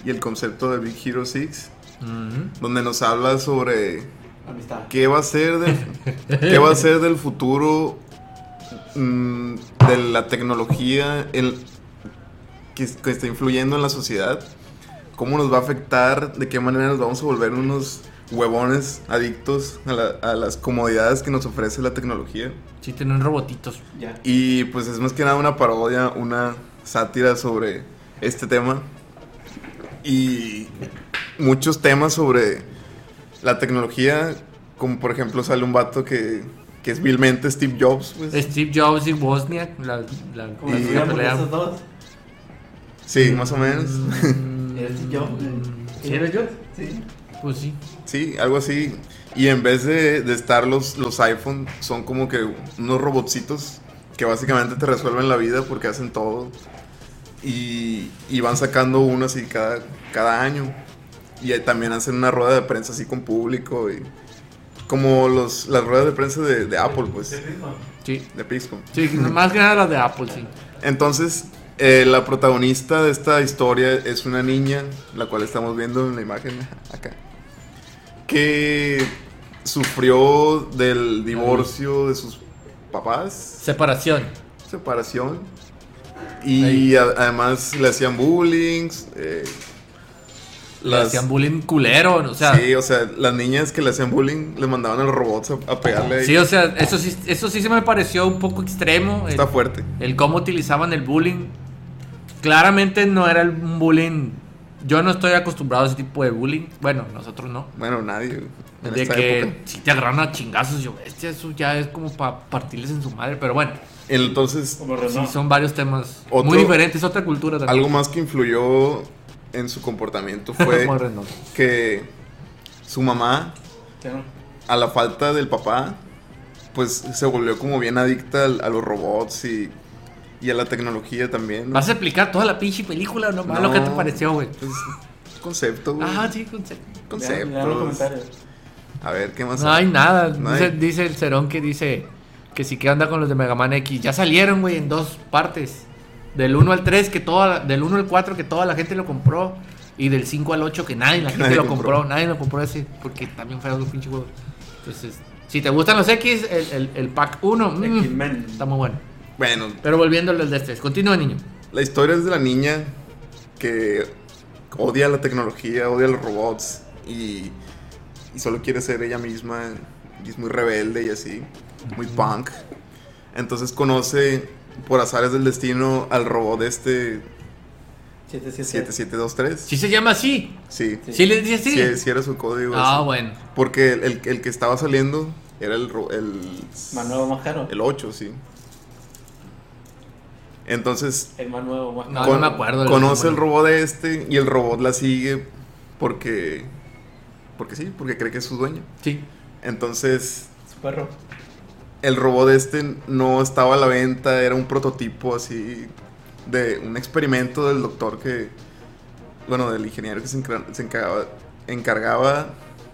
[SPEAKER 1] y el concepto de Big Hero 6,
[SPEAKER 3] Mm.
[SPEAKER 1] donde nos habla sobre
[SPEAKER 4] Amistad.
[SPEAKER 1] qué va a ser del, qué va a ser del futuro mm, de la tecnología el, que, que está influyendo en la sociedad, cómo nos va a afectar, de qué manera nos vamos a volver unos huevones adictos a, la- a las comodidades que nos ofrece la tecnología.
[SPEAKER 3] Sí, tienen robotitos.
[SPEAKER 4] Ya.
[SPEAKER 1] Y pues es más que nada una parodia, una sátira sobre este tema. Y muchos temas sobre la tecnología, como por ejemplo sale un vato que, que es vilmente Steve Jobs. pues.
[SPEAKER 3] Steve Jobs y Wozniak, la, la,
[SPEAKER 4] Como
[SPEAKER 1] Y-
[SPEAKER 4] si fuéramos
[SPEAKER 3] pelea.
[SPEAKER 4] esos dos.
[SPEAKER 1] Sí, más o menos.
[SPEAKER 3] Mm.
[SPEAKER 4] ¿Eres yo?
[SPEAKER 3] Sí.
[SPEAKER 4] ¿Eres yo? Sí.
[SPEAKER 3] Pues Mm, sí.
[SPEAKER 1] sí, algo así. Y en vez de, de estar los, los iPhone, son como que unos robotcitos que básicamente te resuelven la vida porque hacen todo. Y, y van sacando uno así cada, cada año. Y ahí también hacen una rueda de prensa así con público. Y como los, las ruedas de prensa de, de Apple, pues,
[SPEAKER 4] ¿Es el mismo?
[SPEAKER 3] Sí.
[SPEAKER 1] de Pixcom.
[SPEAKER 3] Sí, más que nada las de Apple, sí.
[SPEAKER 1] Entonces, eh, la protagonista de esta historia es una niña, la cual estamos viendo en la imagen acá, que sufrió del divorcio de sus papás,
[SPEAKER 3] Separación.
[SPEAKER 1] separación, y a- además le hacían bullying. eh,
[SPEAKER 3] Le hacían bullying culero, o sea.
[SPEAKER 1] sí, o sea, las niñas que le hacían bullying le mandaban a los robots a, a pegarle. ahí.
[SPEAKER 3] Sí, o sea, eso sí, eso sí se me pareció un poco extremo. El,
[SPEAKER 1] Está fuerte.
[SPEAKER 3] el cómo utilizaban el bullying. Claramente no era el bullying. Yo no estoy acostumbrado a ese tipo de bullying. Bueno, nosotros no.
[SPEAKER 1] Bueno, nadie. en
[SPEAKER 3] De
[SPEAKER 1] esta
[SPEAKER 3] que
[SPEAKER 1] época.
[SPEAKER 3] si te agarran a chingazos, yo, bestia, eso ya es como para partirles en su madre. Pero bueno,
[SPEAKER 1] Entonces,
[SPEAKER 4] Como
[SPEAKER 3] sí,
[SPEAKER 4] Renault.
[SPEAKER 3] son varios temas
[SPEAKER 1] Otro-
[SPEAKER 3] muy diferentes, otra cultura también.
[SPEAKER 1] algo más que influyó en su comportamiento fue
[SPEAKER 3] Como Renault.
[SPEAKER 1] que su mamá,
[SPEAKER 4] Tengo-
[SPEAKER 1] a la falta del papá, pues se volvió como bien adicta al- a los robots y, y a la tecnología también. ¿no?
[SPEAKER 3] ¿Vas a explicar toda la pinche película o no?
[SPEAKER 1] No.
[SPEAKER 3] Lo que te pareció, güey.
[SPEAKER 1] Pues, concepto, güey.
[SPEAKER 3] Ah, sí, concepto.
[SPEAKER 1] Conceptos.
[SPEAKER 4] Vean- vean los comentarios.
[SPEAKER 1] A ver, ¿qué más?
[SPEAKER 3] No hay nada.
[SPEAKER 1] No
[SPEAKER 3] dice,
[SPEAKER 1] hay.
[SPEAKER 3] dice el Cerón que dice que sí que anda con los de Mega Man X. Ya salieron, güey, en dos partes. Del 1 al 3, que toda, del 1 al 4 que toda la gente lo compró. Y del 5 al 8 que nadie, la gente
[SPEAKER 1] nadie
[SPEAKER 3] lo
[SPEAKER 1] compró.
[SPEAKER 3] compró. Nadie lo compró ese, porque también fue un pinche juego. Entonces, si te gustan los X, el, el- el pack 1 mm,
[SPEAKER 4] X-Men.
[SPEAKER 3] está muy bueno.
[SPEAKER 1] Bueno,
[SPEAKER 3] Pero volviendo al de 3, continúa, niño.
[SPEAKER 1] la historia es de la niña que odia la tecnología, odia los robots y, y solo quiere ser ella misma y es muy rebelde y así, muy punk. Entonces conoce por azares del destino al robot este
[SPEAKER 4] 777.
[SPEAKER 1] 7723.
[SPEAKER 3] Si se llama así,
[SPEAKER 1] Sí,
[SPEAKER 3] si
[SPEAKER 4] Sí.
[SPEAKER 3] le dices
[SPEAKER 1] sí,
[SPEAKER 3] así.
[SPEAKER 1] sí era su código.
[SPEAKER 3] ah,
[SPEAKER 1] ese.
[SPEAKER 3] bueno.
[SPEAKER 1] Porque el, el- el que estaba saliendo era el, ro- el,
[SPEAKER 4] Manuel Majaro.
[SPEAKER 1] el 8, sí. Entonces
[SPEAKER 4] El más nuevo, más
[SPEAKER 3] No,
[SPEAKER 4] caro.
[SPEAKER 3] no me acuerdo del
[SPEAKER 1] Conoce
[SPEAKER 3] nombre.
[SPEAKER 1] el robot de este y el robot la sigue porque. Porque sí, porque cree que es su dueño.
[SPEAKER 3] Sí.
[SPEAKER 1] Entonces,
[SPEAKER 4] Su perro.
[SPEAKER 1] el robot este no estaba a la venta, era un prototipo así de un experimento del doctor que. Bueno, del ingeniero que se, encra- se encargaba, encargaba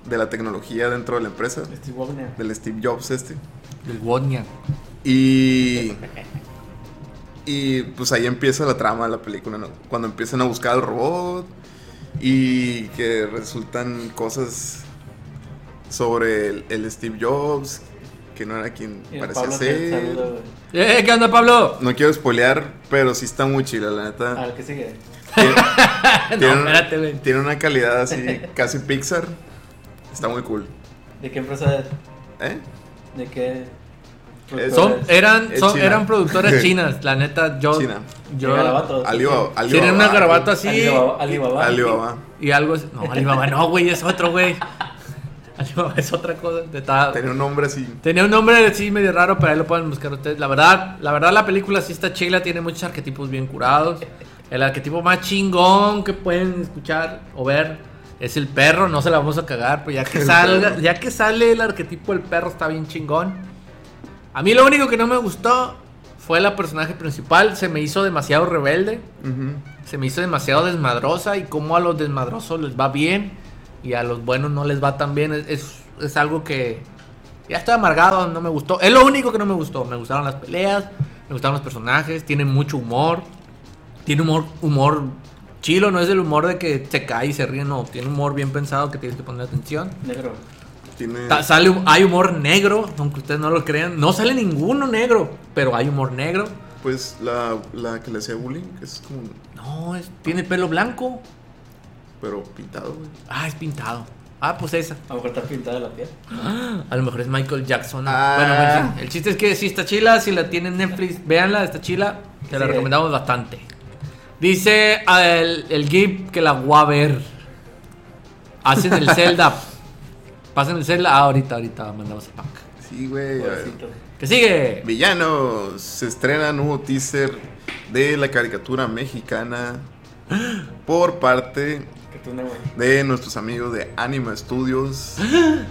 [SPEAKER 1] de la tecnología dentro de la empresa,
[SPEAKER 4] Steve este Wagner.
[SPEAKER 1] del Steve Jobs este.
[SPEAKER 3] Del Wozniak.
[SPEAKER 1] Y. Y pues ahí empieza la trama de la película, ¿no? Cuando empiezan a buscar al robot y que resultan cosas sobre el, el Steve Jobs, que no era quien
[SPEAKER 4] Y el
[SPEAKER 1] parecía
[SPEAKER 4] Pablo que
[SPEAKER 1] ser.
[SPEAKER 4] saluda, güey.
[SPEAKER 3] ¡Eh, qué onda, Pablo!
[SPEAKER 1] No quiero spoilear, pero sí está muy chila, la neta.
[SPEAKER 4] Al Ah, que sigue.
[SPEAKER 1] Tiene,
[SPEAKER 3] Ah. no,
[SPEAKER 1] tiene una-
[SPEAKER 3] espérate, güey.
[SPEAKER 1] tiene una calidad así, casi Pixar. Está muy cool.
[SPEAKER 4] ¿De qué empresa es?
[SPEAKER 1] ¿Eh?
[SPEAKER 4] ¿De qué?
[SPEAKER 1] Es-
[SPEAKER 3] Son, eran,
[SPEAKER 1] Es
[SPEAKER 3] son-
[SPEAKER 1] China.
[SPEAKER 3] eran productoras chinas, la neta, yo...
[SPEAKER 1] China.
[SPEAKER 3] Yo,
[SPEAKER 4] Garabatos.
[SPEAKER 1] Alibaba.
[SPEAKER 3] tienen una garabato así
[SPEAKER 4] Alibaba. Alibaba.
[SPEAKER 1] Alibaba.
[SPEAKER 3] y algo... es- No, Alibaba no, güey, es otro, güey. Alibaba es otra cosa. te estaba-
[SPEAKER 1] Tiene un nombre así.
[SPEAKER 3] Tenía un nombre así medio raro, pero ahí lo pueden buscar ustedes. La verdad, la verdad la película sí está chila, tiene muchos arquetipos bien curados. El arquetipo más chingón que pueden escuchar o ver es el perro, no se la vamos a cagar, pero ya que
[SPEAKER 1] El
[SPEAKER 3] salga,
[SPEAKER 1] perro.
[SPEAKER 3] ya que sale el arquetipo del perro está bien chingón. A mí lo único que no me gustó fue la personaje principal, se me hizo demasiado rebelde,
[SPEAKER 1] Ujú.
[SPEAKER 3] se me hizo demasiado desmadrosa y como a los desmadrosos les va bien y a los buenos no les va tan bien, es, es- es algo que ya estoy amargado, no me gustó. Es lo único que no me gustó. Me gustaron las peleas, me gustaron los personajes, tiene mucho humor, tiene humor, humor chilo, no es el humor de que se cae y se ríe, no, tiene humor bien pensado que tienes que poner atención.
[SPEAKER 4] Negro.
[SPEAKER 1] Tiene.
[SPEAKER 3] Ta- sale, hu- hay humor negro, aunque ustedes no lo crean. No sale ninguno negro, pero hay humor negro.
[SPEAKER 1] Pues la, la que le hacía bullying, que es como.
[SPEAKER 3] No, es- tiene pelo blanco.
[SPEAKER 1] Pero pintado, güey.
[SPEAKER 3] Ah, es pintado. Ah, pues esa.
[SPEAKER 4] A lo mejor está pintada la piel.
[SPEAKER 3] A lo mejor es Michael Jackson.
[SPEAKER 1] Ah.
[SPEAKER 3] Bueno, en fin, el chiste es que sí está chila. Si la tienen en Netflix, véanla, está chila. Te la
[SPEAKER 4] Sí.
[SPEAKER 3] recomendamos bastante. Dice ah, el, el Gib que la voy a ver. Hacen el Zelda. Pasen el Zelda. Ah, ahorita, ahorita mandamos el pack.
[SPEAKER 1] Sí, güey. a ver.
[SPEAKER 4] Pobrecito.
[SPEAKER 3] ¿Qué sigue?
[SPEAKER 1] Villanos. Se estrena nuevo teaser de la caricatura mexicana por parte
[SPEAKER 4] Que tú no, güey.
[SPEAKER 1] de nuestros amigos de Anima Studios.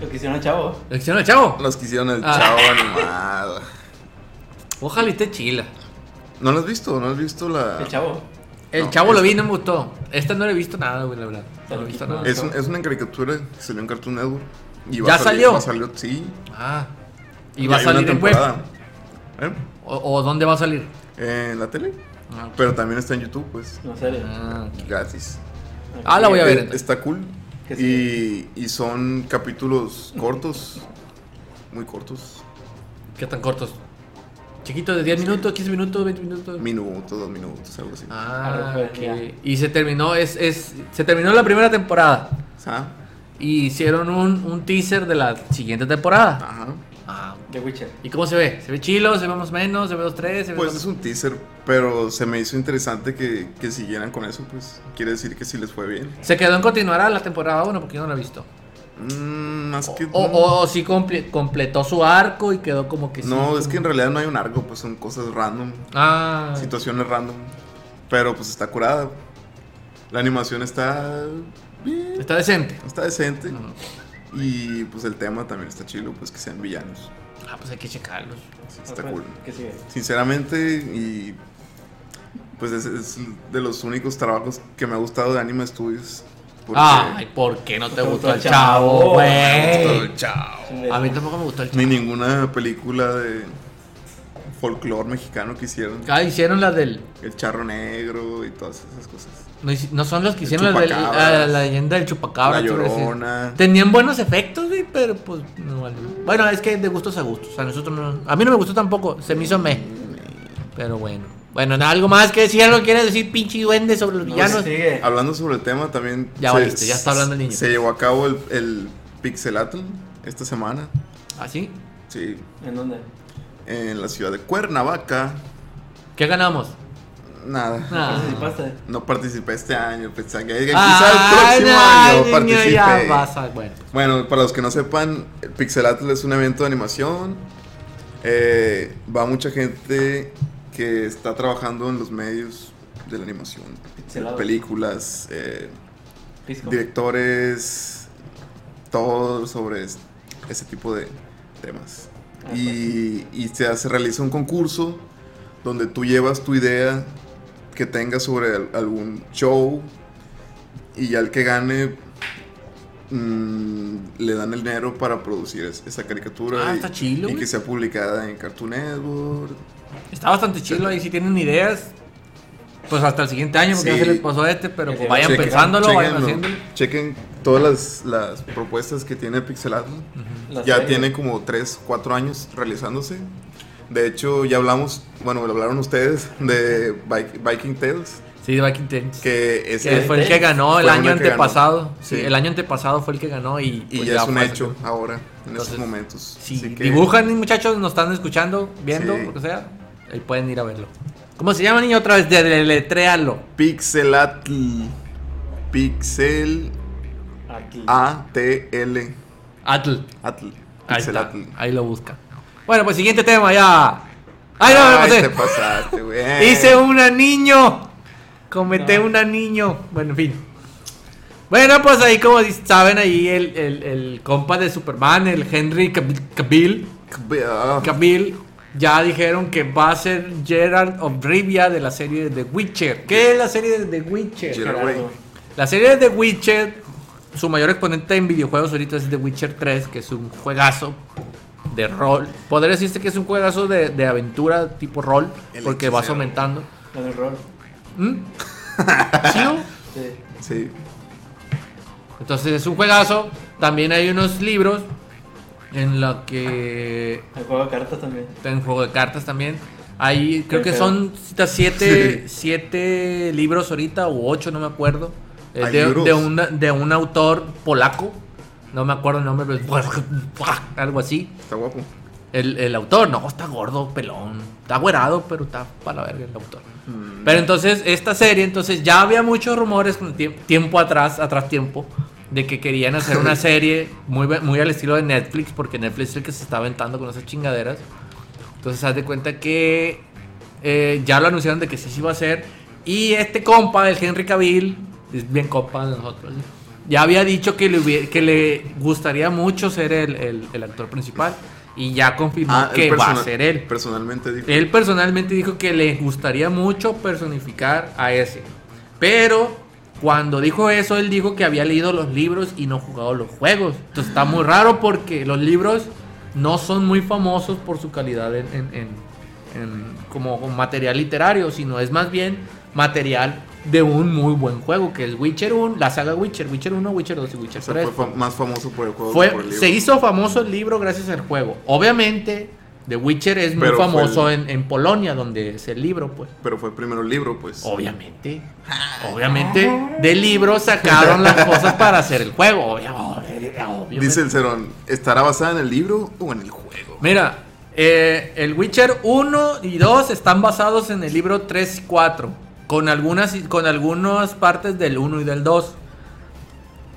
[SPEAKER 4] Lo que hicieron al chavo.
[SPEAKER 3] Lección de chavo.
[SPEAKER 1] Los que hicieron el
[SPEAKER 3] Ah.
[SPEAKER 1] chavo animado.
[SPEAKER 3] Ojalá y esté chila.
[SPEAKER 1] ¿No lo has visto? ¿No has visto la.?
[SPEAKER 4] El chavo.
[SPEAKER 3] El
[SPEAKER 1] No,
[SPEAKER 3] chavo lo
[SPEAKER 1] esta-
[SPEAKER 3] vi y no me gustó. Esta no la he visto nada, güey, la verdad. No la he visto nada.
[SPEAKER 1] Es, un- es una caricatura que salió en Cartoon Network. Y va
[SPEAKER 3] ¿Ya
[SPEAKER 1] a salir-
[SPEAKER 3] salió?
[SPEAKER 1] va a salir- sí.
[SPEAKER 3] Ah. ¿Y
[SPEAKER 1] Ya
[SPEAKER 3] va a
[SPEAKER 1] hay una
[SPEAKER 3] salir en web?
[SPEAKER 1] temporada. ¿Eh?
[SPEAKER 3] ¿O, o dónde va a salir?
[SPEAKER 1] En la tele.
[SPEAKER 3] Ah,
[SPEAKER 1] Pero también está en YouTube, pues.
[SPEAKER 4] No sé.
[SPEAKER 3] ah.
[SPEAKER 1] Gratis.
[SPEAKER 3] Ah, la voy a ver.
[SPEAKER 1] Eh, Está cool.
[SPEAKER 4] ¿Qué
[SPEAKER 1] Y, y son capítulos cortos. Muy cortos.
[SPEAKER 3] ¿Qué tan cortos? Chiquito de 10 minutos, 15 minutos, 20 minutos.
[SPEAKER 1] Minutos, dos minutos, algo así.
[SPEAKER 3] Ah,
[SPEAKER 4] Arroja,
[SPEAKER 3] ok.
[SPEAKER 4] ya.
[SPEAKER 3] Y se terminó, es, es, se terminó la primera temporada.
[SPEAKER 1] Ah,
[SPEAKER 3] Y hicieron un, un teaser de la siguiente temporada.
[SPEAKER 1] Ajá.
[SPEAKER 3] Ah.
[SPEAKER 4] The Witcher.
[SPEAKER 3] ¿Y cómo se ve? ¿Se ve chilo? ¿Se ve más o menos? ¿Se ve dos, tres? ¿Se ve
[SPEAKER 1] Pues
[SPEAKER 3] dos-
[SPEAKER 1] es un teaser, pero se me hizo interesante que, que siguieran con eso, pues. Quiere decir que sí les fue bien.
[SPEAKER 3] ¿Se quedó en continuará la temporada 1? Porque yo no la he visto.
[SPEAKER 1] Mm, más que.
[SPEAKER 3] O, o, o si comple- completó su arco y quedó como que sí,
[SPEAKER 1] no, es
[SPEAKER 3] como-
[SPEAKER 1] que en realidad no hay un arco, pues son cosas random.
[SPEAKER 3] Ah,
[SPEAKER 1] situaciones random. Pero pues está curada. La animación está bien,
[SPEAKER 3] está decente.
[SPEAKER 1] está decente.
[SPEAKER 3] Ujú.
[SPEAKER 1] Y pues el tema también está chido, pues que sean villanos.
[SPEAKER 3] Ah, pues hay que checarlos.
[SPEAKER 1] Sí, Está
[SPEAKER 4] Otra.
[SPEAKER 1] cool.
[SPEAKER 4] ¿Qué sigue?
[SPEAKER 1] Sinceramente, y pues es, es de los únicos trabajos que me ha gustado de Anime Studios. porque-
[SPEAKER 3] Ah, Ay, ¿por qué no te
[SPEAKER 4] No te
[SPEAKER 3] gustó el
[SPEAKER 4] gustó el chavo,
[SPEAKER 3] chavo,
[SPEAKER 1] Todo
[SPEAKER 3] güey?
[SPEAKER 1] el chao.
[SPEAKER 4] Chile.
[SPEAKER 3] A mí tampoco me gustó el chavo.
[SPEAKER 1] Ni ninguna película de folclore mexicano que hicieron.
[SPEAKER 3] Ah, hicieron la del.
[SPEAKER 1] El charro negro y todas esas cosas.
[SPEAKER 3] No, hici- no son los que
[SPEAKER 1] El
[SPEAKER 3] hicieron la, del- ah,
[SPEAKER 1] chupacabras.
[SPEAKER 3] la- la leyenda del chupacabra.
[SPEAKER 1] La
[SPEAKER 3] te iba a decir.
[SPEAKER 1] Llorona.
[SPEAKER 3] Tenían buenos efectos, güey, pero pues. No, vale. Bueno, es que de gustos a gustos. A nosotros no. A mí no me gustó tampoco. Se me hizo me. Pero bueno. Bueno, nada, algo más que decir. ¿Algo quieres decir, pinche duende, sobre los
[SPEAKER 4] No,
[SPEAKER 3] villanos?
[SPEAKER 4] sigue.
[SPEAKER 1] Hablando sobre el tema también.
[SPEAKER 3] Ya valiste, ya está hablando el niño.
[SPEAKER 1] Se llevó a cabo el, el Pixelatl esta semana.
[SPEAKER 3] ¿Así?
[SPEAKER 1] Sí.
[SPEAKER 4] ¿En dónde?
[SPEAKER 1] En la ciudad de Cuernavaca.
[SPEAKER 3] ¿Qué ganamos?
[SPEAKER 1] Nada.
[SPEAKER 3] Ah.
[SPEAKER 4] ¿Participaste?
[SPEAKER 1] No participé este año. Pensaba que quizá
[SPEAKER 3] Ay,
[SPEAKER 1] el próximo
[SPEAKER 3] no,
[SPEAKER 1] año
[SPEAKER 3] niño, Ah, ya
[SPEAKER 1] participe.
[SPEAKER 3] vas a- Bueno.
[SPEAKER 1] Bueno, para los que no sepan, el Pixelatl es un evento de animación. Eh, va mucha gente que está trabajando en los medios de la animación.
[SPEAKER 4] Pixelado.
[SPEAKER 1] Películas, eh,
[SPEAKER 4] Pisco.
[SPEAKER 1] directores, todo sobre es- ese tipo de temas.
[SPEAKER 4] Ah,
[SPEAKER 3] pues
[SPEAKER 1] Y, y se, hace, realiza un concurso donde tú llevas tu idea que tengas sobre al- algún show y ya el que gane mm, le dan el dinero para producir es- esa caricatura
[SPEAKER 3] Ah,
[SPEAKER 1] y,
[SPEAKER 3] está chilo,
[SPEAKER 1] y
[SPEAKER 3] güey.
[SPEAKER 1] que sea publicada en Cartoon Network.
[SPEAKER 3] Está bastante chido ahí, si tienen ideas, pues hasta el siguiente año, porque
[SPEAKER 1] Sí.
[SPEAKER 3] ya se les pasó este, pero pues
[SPEAKER 4] Chequen-
[SPEAKER 3] vayan
[SPEAKER 1] Chequen-
[SPEAKER 3] pensándolo, vayan
[SPEAKER 1] chequenlo.
[SPEAKER 3] haciéndolo.
[SPEAKER 1] Chequen todas las, las propuestas que tiene Pixelado.
[SPEAKER 4] La
[SPEAKER 1] Ya
[SPEAKER 4] serie.
[SPEAKER 1] tiene como 3, 4 años realizándose. De hecho, ya hablamos, bueno, lo hablaron ustedes de Vi- Viking Tales,
[SPEAKER 3] Sí, de Viking Tales.
[SPEAKER 1] que es
[SPEAKER 3] Que fue el
[SPEAKER 4] Tales
[SPEAKER 3] que ganó el
[SPEAKER 1] fue
[SPEAKER 3] año
[SPEAKER 1] una que ganó.
[SPEAKER 3] antepasado. Sí,
[SPEAKER 1] Sí.
[SPEAKER 3] el año antepasado fue el que ganó y,
[SPEAKER 1] y
[SPEAKER 3] pues,
[SPEAKER 1] ya es un
[SPEAKER 3] fue-
[SPEAKER 1] hecho ahora, en
[SPEAKER 3] Entonces,
[SPEAKER 1] estos momentos.
[SPEAKER 3] Si
[SPEAKER 1] Así que-
[SPEAKER 3] dibujan, muchachos, nos están escuchando, viendo,
[SPEAKER 1] Sí.
[SPEAKER 3] lo que sea, ahí pueden ir a verlo. ¿Cómo se llama, niño? Otra vez, deletréalo.
[SPEAKER 1] Pixelatl. Pixel
[SPEAKER 4] Aquí.
[SPEAKER 1] A T L.
[SPEAKER 3] Atl.
[SPEAKER 1] Atl.
[SPEAKER 3] Ahí, está,
[SPEAKER 1] Pixelatl.
[SPEAKER 3] ahí lo buscan. Bueno, pues siguiente tema, ya. ¡Ay, Ah, no, me lo eh.
[SPEAKER 1] Ay,
[SPEAKER 3] pasé!
[SPEAKER 1] te pasaste, güey.
[SPEAKER 3] Hice un niño. Cometé
[SPEAKER 4] No.
[SPEAKER 3] un niño. Bueno, en fin. Bueno, pues ahí como dis- saben, ahí el, el- el compa de Superman, el Henry Cav- Cavill,
[SPEAKER 1] Ah,
[SPEAKER 3] Cavill, ya dijeron que va a ser Gerald of Rivia de la serie de The Witcher. ¿Qué es la serie de The Witcher?
[SPEAKER 1] Gerard.
[SPEAKER 4] Gerardo.
[SPEAKER 3] La serie de The Witcher, su mayor exponente en videojuegos ahorita es The Witcher 3, que es un juegazo de rol. Podría decirse que es un juegazo de, de aventura tipo rol,
[SPEAKER 1] El
[SPEAKER 3] porque vas
[SPEAKER 1] hechicero.
[SPEAKER 3] aumentando.
[SPEAKER 4] La del rol.
[SPEAKER 3] ¿Mm? ¿Sí, no?
[SPEAKER 4] Sí.
[SPEAKER 1] Sí.
[SPEAKER 3] Entonces es un juegazo. También hay unos libros en los que
[SPEAKER 4] El juego de cartas también.
[SPEAKER 3] en juego de cartas también. Ahí creo que
[SPEAKER 4] feo.
[SPEAKER 3] son cita, siete, siete libros ahorita, o ocho, no me acuerdo. Eh,
[SPEAKER 1] Hay
[SPEAKER 3] De,
[SPEAKER 1] libros.
[SPEAKER 3] de una- de un autor polaco. No me acuerdo el nombre, pero es algo así.
[SPEAKER 1] Está guapo.
[SPEAKER 3] El, el autor, no, está gordo, pelón. Está güerado, pero está para la verga el autor. Mm. Pero entonces, esta serie, entonces ya había muchos rumores con tie- tiempo atrás, atrás tiempo, de que querían hacer una serie muy, ve- muy al estilo de Netflix, porque Netflix es el que se está aventando con esas chingaderas. Entonces, haz de cuenta que eh, ya lo anunciaron de que sí se iba a hacer. Y este compa, el Henry Cavill, es bien compa de nosotros, ya había dicho que le, hubie- que le gustaría mucho ser el, el- el actor principal. Y ya confirmó
[SPEAKER 1] Ah, él
[SPEAKER 3] que va a
[SPEAKER 1] persona-
[SPEAKER 3] ser él.
[SPEAKER 1] Personalmente dijo.
[SPEAKER 3] Él personalmente dijo que le gustaría mucho personificar a ese. Pero cuando dijo eso, él dijo que había leído los libros y no jugado los juegos. Entonces está muy raro porque los libros no son muy famosos por su calidad en, en- en- en- como, como material literario, sino es más bien material de un muy buen juego, que es Witcher 1, la saga Witcher, Witcher 1, Witcher 2 y
[SPEAKER 1] o
[SPEAKER 3] Witcher
[SPEAKER 1] sea,
[SPEAKER 3] 3.
[SPEAKER 1] fue fam- más famoso por el juego
[SPEAKER 3] Fue-
[SPEAKER 1] que por el libro.
[SPEAKER 3] se hizo famoso el libro gracias al juego. Obviamente, The Witcher es muy
[SPEAKER 1] Pero fue
[SPEAKER 3] famoso
[SPEAKER 1] el-
[SPEAKER 3] en, en Polonia, donde es el libro, pues.
[SPEAKER 1] Pero fue primero el libro, pues.
[SPEAKER 3] Obviamente. Obviamente, del libro sacaron las cosas para hacer el juego. obvia- obvia- obviamente.
[SPEAKER 1] Dice el Cerón, ¿estará basada en el libro o en el juego?
[SPEAKER 3] Mira, eh, el Witcher 1 y 2 están basados en el libro 3 y 4. Con algunas, con algunas partes del 1 y del 2.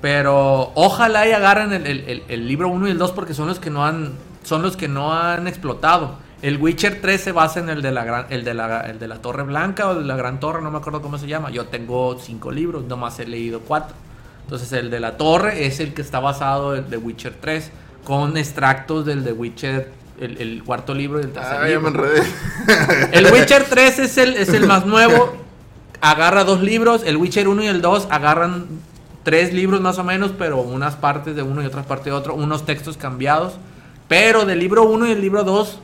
[SPEAKER 3] Pero ojalá y agarren el, el- el- el libro 1 y el 2 porque son los que no han. Son los que no han explotado. El Witcher 3 se basa en el de la gran, el de la, el de la Torre Blanca o de la Gran Torre, no me acuerdo cómo se llama. Yo tengo cinco libros, nomás he leído cuatro. Entonces el de la torre es el que está basado en The Witcher 3, con extractos del The Witcher, el, el cuarto libro y el tercer
[SPEAKER 1] Ah, ya me
[SPEAKER 3] libro.
[SPEAKER 1] enredé.
[SPEAKER 3] El Witcher 3 es el, es el más nuevo. Agarra dos libros. El Witcher 1 y el 2 agarran tres libros más o menos, pero unas partes de uno y otras partes de otro. Unos textos cambiados. Pero del libro 1 y el libro 2,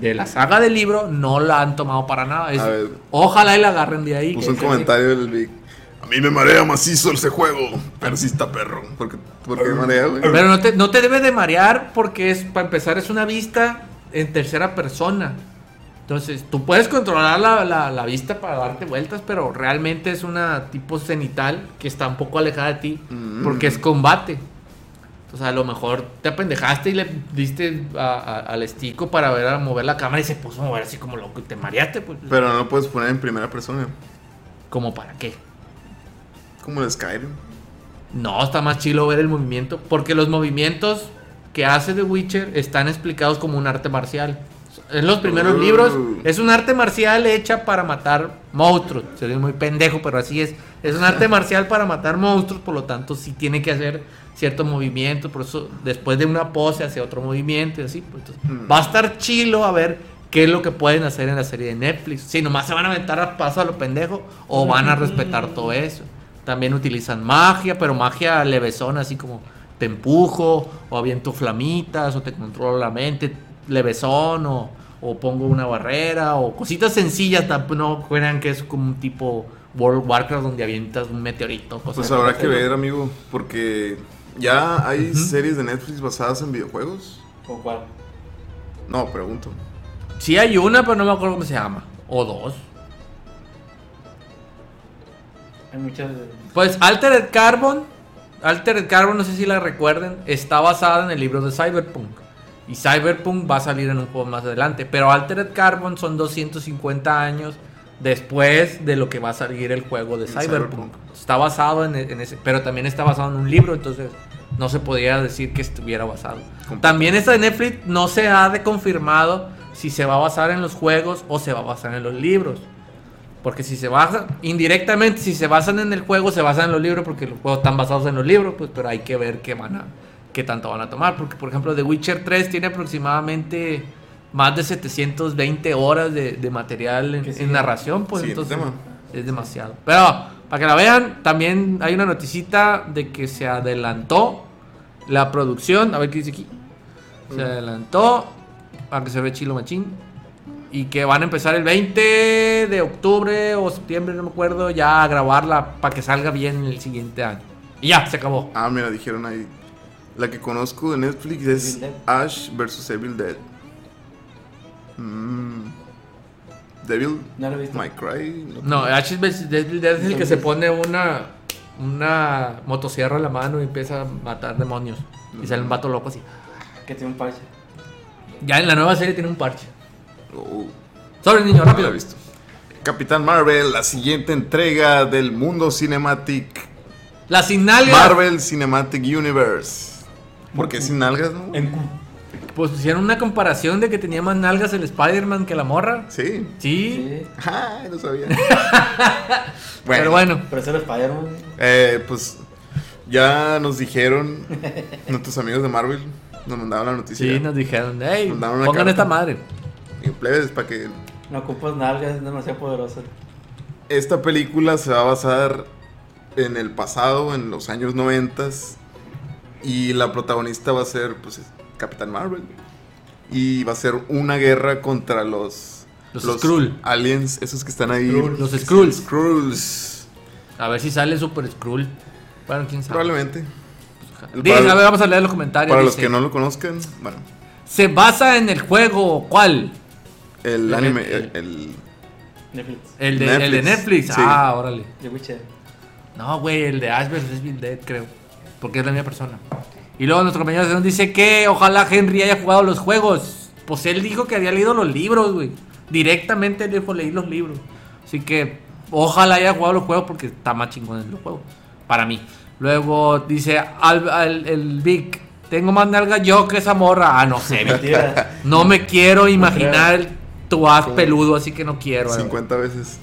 [SPEAKER 3] de la saga del libro, no la han tomado para nada. Es-
[SPEAKER 1] A ver.
[SPEAKER 3] ojalá y la agarren de ahí.
[SPEAKER 1] Puso Pues un comentario del Vic. A mí me marea macizo ese juego, pero sí está perro. ¿Por qué, por qué marea, güey?
[SPEAKER 3] Pero no te, no te debes de marear porque es, para empezar, es una vista en tercera persona. Entonces, tú puedes controlar la, la- la vista para darte vueltas, pero realmente es una tipo cenital que está un poco alejada de ti
[SPEAKER 1] Mm.
[SPEAKER 3] porque es combate. Entonces, a lo mejor te apendejaste y le diste a- a- al estico para ver a mover la cámara y se puso a mover así como loco y te mareaste, pues.
[SPEAKER 1] Pero no lo puedes poner en primera persona.
[SPEAKER 3] ¿Como para qué?
[SPEAKER 1] Como el Skyrim.
[SPEAKER 3] No, está más chilo ver el movimiento. Porque los movimientos que hace The Witcher están explicados como un arte marcial. En los primeros
[SPEAKER 1] Uh.
[SPEAKER 3] libros es un arte marcial hecha para matar monstruos. Se ve muy pendejo, pero así es. Es un arte marcial para matar monstruos, por lo tanto sí tiene que hacer ciertos movimientos. Por eso después de una pose hace otro movimiento y así. pues, entonces,
[SPEAKER 1] Mm.
[SPEAKER 3] Va a estar chilo a ver qué es lo que pueden hacer en la serie de Netflix. Si nomás se van a aventar a paso a lo pendejo o van a respetar todo eso. También utilizan magia, pero magia levesona, así como te empujo, o aviento flamitas, o te controlo la mente, levesón, o, o pongo una barrera, o cositas sencillas. tamp- No crean que es como un tipo World of Warcraft donde avientas un meteorito. cosas
[SPEAKER 1] Pues
[SPEAKER 3] por el
[SPEAKER 1] habrá que
[SPEAKER 3] estilo.
[SPEAKER 1] ver, amigo, porque ya hay series de Netflix basadas en videojuegos.
[SPEAKER 4] ¿O cuál?
[SPEAKER 1] No, pregunto.
[SPEAKER 3] Sí hay una, pero no me acuerdo cómo se llama. O dos.
[SPEAKER 4] Hay muchas. de-
[SPEAKER 3] Pues Altered Carbon, Altered Carbon, no sé si la recuerden, está basada en el libro de Cyberpunk. Y Cyberpunk va a salir en un juego más adelante. Pero Altered Carbon son 250 años después de lo que va a salir el juego de
[SPEAKER 1] En
[SPEAKER 3] Cyberpunk.
[SPEAKER 1] Cyberpunk.
[SPEAKER 3] Está basado en, e, en ese. Pero también está basado en un libro, entonces no se podría decir que estuviera basado. También esta de Netflix no se ha de confirmado si se va a basar en los juegos o se va a basar en los libros. Porque si se basan, indirectamente, si se basan en el juego, se basan en los libros, porque los juegos están basados en los libros, pues, pero hay que ver qué van a, qué tanto van a tomar. Porque, por ejemplo, The Witcher 3 tiene aproximadamente más de 720 horas de, de material en,
[SPEAKER 4] Que sí.
[SPEAKER 3] en narración, pues
[SPEAKER 1] Siguiente
[SPEAKER 3] entonces
[SPEAKER 1] tema.
[SPEAKER 3] es demasiado. Pero, para que la vean, también hay una noticita de que se adelantó la producción, a ver qué dice aquí. Se
[SPEAKER 4] Mm.
[SPEAKER 3] adelantó, a que se ve chilo machín. Y que van a empezar el 20 de octubre o septiembre, no me acuerdo, ya a grabarla para que salga bien el siguiente año. Y ya, se acabó.
[SPEAKER 1] Ah, mira, dijeron ahí. La que conozco de Netflix es
[SPEAKER 4] Evil Dead.
[SPEAKER 1] Ash vs Evil Dead. Mm. Devil
[SPEAKER 4] No lo he visto.
[SPEAKER 1] My Cry.
[SPEAKER 3] No, H es Devil Dead es el que se pone una, una motosierra en la mano y empieza a matar demonios. Y sale un vato loco así.
[SPEAKER 4] Que tiene un parche.
[SPEAKER 3] Ya en la nueva serie tiene un parche.
[SPEAKER 1] Oh,
[SPEAKER 3] Sobre niño,
[SPEAKER 1] no lo he
[SPEAKER 3] rápido.
[SPEAKER 1] visto. Capitán Marvel, la siguiente entrega del mundo cinematic.
[SPEAKER 3] La Sinalga.
[SPEAKER 1] Marvel Cinematic Universe. Porque sin nalgas, no?
[SPEAKER 4] En cu.
[SPEAKER 3] Pues hicieron una comparación de que tenía más nalgas el Spider-Man que la morra.
[SPEAKER 1] Sí.
[SPEAKER 3] Sí.
[SPEAKER 4] Sí.
[SPEAKER 1] Ay, no sabía.
[SPEAKER 3] Pero bueno,
[SPEAKER 4] Pero eso era Spider-Man.
[SPEAKER 1] Eh, pues ya nos dijeron nuestros amigos de Marvel, nos mandaron la noticia.
[SPEAKER 3] sí, nos dijeron, hey,
[SPEAKER 1] Mandaron una
[SPEAKER 3] pongan
[SPEAKER 1] carta.
[SPEAKER 3] esta madre.
[SPEAKER 1] Digo, plebes, para que
[SPEAKER 4] No ocupas nalgas, es demasiado poderosa.
[SPEAKER 1] esta película se va a basar en el pasado, en los años 90 y la protagonista va a ser pues es Capitán Marvel y va a ser una guerra contra los
[SPEAKER 3] Los Skrull.
[SPEAKER 1] aliens, esos que están ahí.
[SPEAKER 3] Los Skrulls.
[SPEAKER 1] Skrulls.
[SPEAKER 3] A ver si sale Super Skrull. Bueno, quién sabe.
[SPEAKER 1] Probablemente.
[SPEAKER 3] Dice,
[SPEAKER 1] Para-
[SPEAKER 3] a ver, vamos a leer los comentarios.
[SPEAKER 1] Para los
[SPEAKER 3] Ah, dice,
[SPEAKER 1] que no lo conozcan, bueno,
[SPEAKER 3] Se basa en el juego, ¿cuál?
[SPEAKER 1] el
[SPEAKER 3] Le
[SPEAKER 1] anime,
[SPEAKER 3] mete-
[SPEAKER 1] el- el
[SPEAKER 4] Netflix.
[SPEAKER 3] El de Netflix. El de
[SPEAKER 1] Netflix.
[SPEAKER 3] Netflix.
[SPEAKER 1] Sí.
[SPEAKER 3] Ah, órale.
[SPEAKER 4] The Witcher.
[SPEAKER 3] No, güey, el de Ash vs. Evil Dead, creo. Porque es la misma persona. Y luego nuestro compañero nos dice que ojalá Henry haya jugado los juegos. Pues él dijo que había leído los libros, güey. Directamente él dijo leí los libros. Así que ojalá haya jugado los juegos porque está más chingón en los juegos. Para mí. Luego dice al, al- el Vic. Tengo más nalga yo que esa morra. Ah, no sé, Vic.
[SPEAKER 4] Mentira.
[SPEAKER 3] No me quiero imaginar el tu as peludo, así que no quiero. güey.
[SPEAKER 1] 50 veces.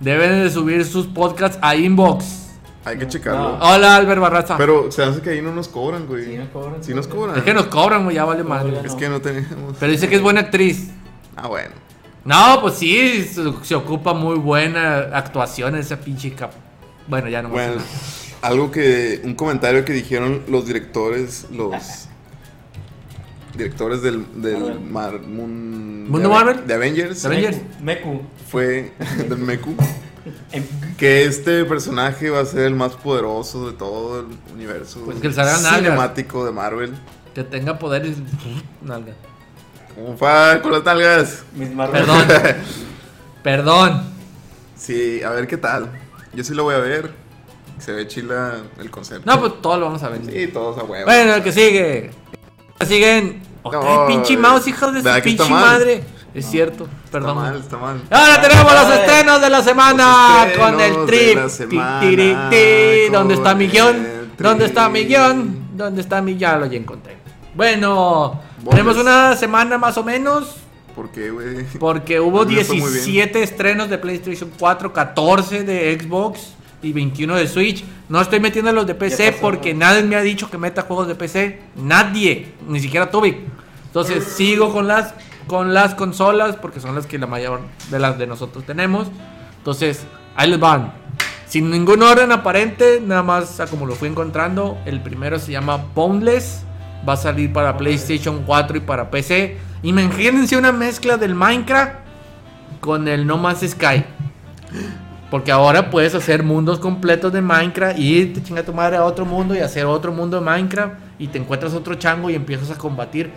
[SPEAKER 3] Deben de subir sus podcasts a inbox.
[SPEAKER 1] Hay que checarlo.
[SPEAKER 4] No.
[SPEAKER 3] Hola, Albert Barraza.
[SPEAKER 1] Pero se hace que ahí no nos cobran, güey.
[SPEAKER 4] Sí, nos cobran.
[SPEAKER 1] Sí nos cobran.
[SPEAKER 3] es que nos cobran, güey, ya vale madre.
[SPEAKER 4] Cobran.
[SPEAKER 1] Es que no tenemos.
[SPEAKER 3] Pero dice que es buena actriz.
[SPEAKER 1] Ah, bueno.
[SPEAKER 3] No, pues sí, se, se ocupa muy buena actuación esa pinche cap. Bueno, ya no más.
[SPEAKER 1] Bueno, algo que. Un comentario que dijeron los directores, los. Directores del, del mar-
[SPEAKER 4] Marvel.
[SPEAKER 1] mun-
[SPEAKER 3] ¿Mundo
[SPEAKER 1] de Aven-
[SPEAKER 3] Marvel?
[SPEAKER 1] De Avengers.
[SPEAKER 3] ¿De Avengers?
[SPEAKER 4] Meku.
[SPEAKER 1] Fue del Meku.
[SPEAKER 4] En-
[SPEAKER 1] Que este personaje va a ser el más poderoso de todo el universo
[SPEAKER 3] Pues que le salgan algas.
[SPEAKER 1] cinemático de Marvel.
[SPEAKER 3] Que tenga poderes. Nalga.
[SPEAKER 1] Un fan con las nalgas.
[SPEAKER 4] Mis Marvel.
[SPEAKER 3] Perdón. Perdón.
[SPEAKER 1] Sí, a ver qué tal. Yo sí lo voy a ver. Se ve chila el concepto.
[SPEAKER 3] No, pues todo lo vamos a ver.
[SPEAKER 1] Sí, todos a huevo.
[SPEAKER 3] Bueno, el que sigue. Siguen. Ok,
[SPEAKER 1] No,
[SPEAKER 3] pinche mouse, hijos de
[SPEAKER 1] ¿verdad
[SPEAKER 3] su
[SPEAKER 1] que está
[SPEAKER 3] pinche
[SPEAKER 1] mal?
[SPEAKER 3] madre. Es cierto,
[SPEAKER 1] Está
[SPEAKER 3] perdón.
[SPEAKER 1] mal, está mal.
[SPEAKER 3] Ahora tenemos los estrenos de la semana
[SPEAKER 1] Los
[SPEAKER 3] con el
[SPEAKER 1] estrenos de
[SPEAKER 3] trip.
[SPEAKER 1] la semana
[SPEAKER 3] Ti, tiri, ti. ¿Dónde
[SPEAKER 1] con
[SPEAKER 3] está mi guión?
[SPEAKER 1] el
[SPEAKER 3] ¿Dónde está mi
[SPEAKER 1] trip.
[SPEAKER 3] guión? ¿Dónde está mi ya lo ya encontré? Bueno,
[SPEAKER 1] Bombes.
[SPEAKER 3] tenemos una semana más o menos
[SPEAKER 1] ¿Por qué, güey?
[SPEAKER 3] porque hubo
[SPEAKER 1] A mí me fue muy bien.
[SPEAKER 3] 17 estrenos de PlayStation 4, 14 de Xbox y 21 de Switch. No estoy metiendo los de PC
[SPEAKER 4] Ya pasó,
[SPEAKER 3] porque
[SPEAKER 4] ¿no?
[SPEAKER 3] nadie me ha dicho que meta juegos de PC. Nadie, ni siquiera Tubic. Entonces sigo con las, con las consolas porque son las que la mayor de las de nosotros tenemos. Entonces, ahí les van. Sin ningún orden aparente, nada más a como lo fui encontrando. El primero se llama Boundless. Va a salir para PlayStation 4 y para PC. Imagínense una mezcla del Minecraft con el No Man's Sky. Porque ahora puedes hacer mundos completos de Minecraft, y irte chinga tu madre a otro mundo y hacer otro mundo de Minecraft y te encuentras otro chango y empiezas a combatir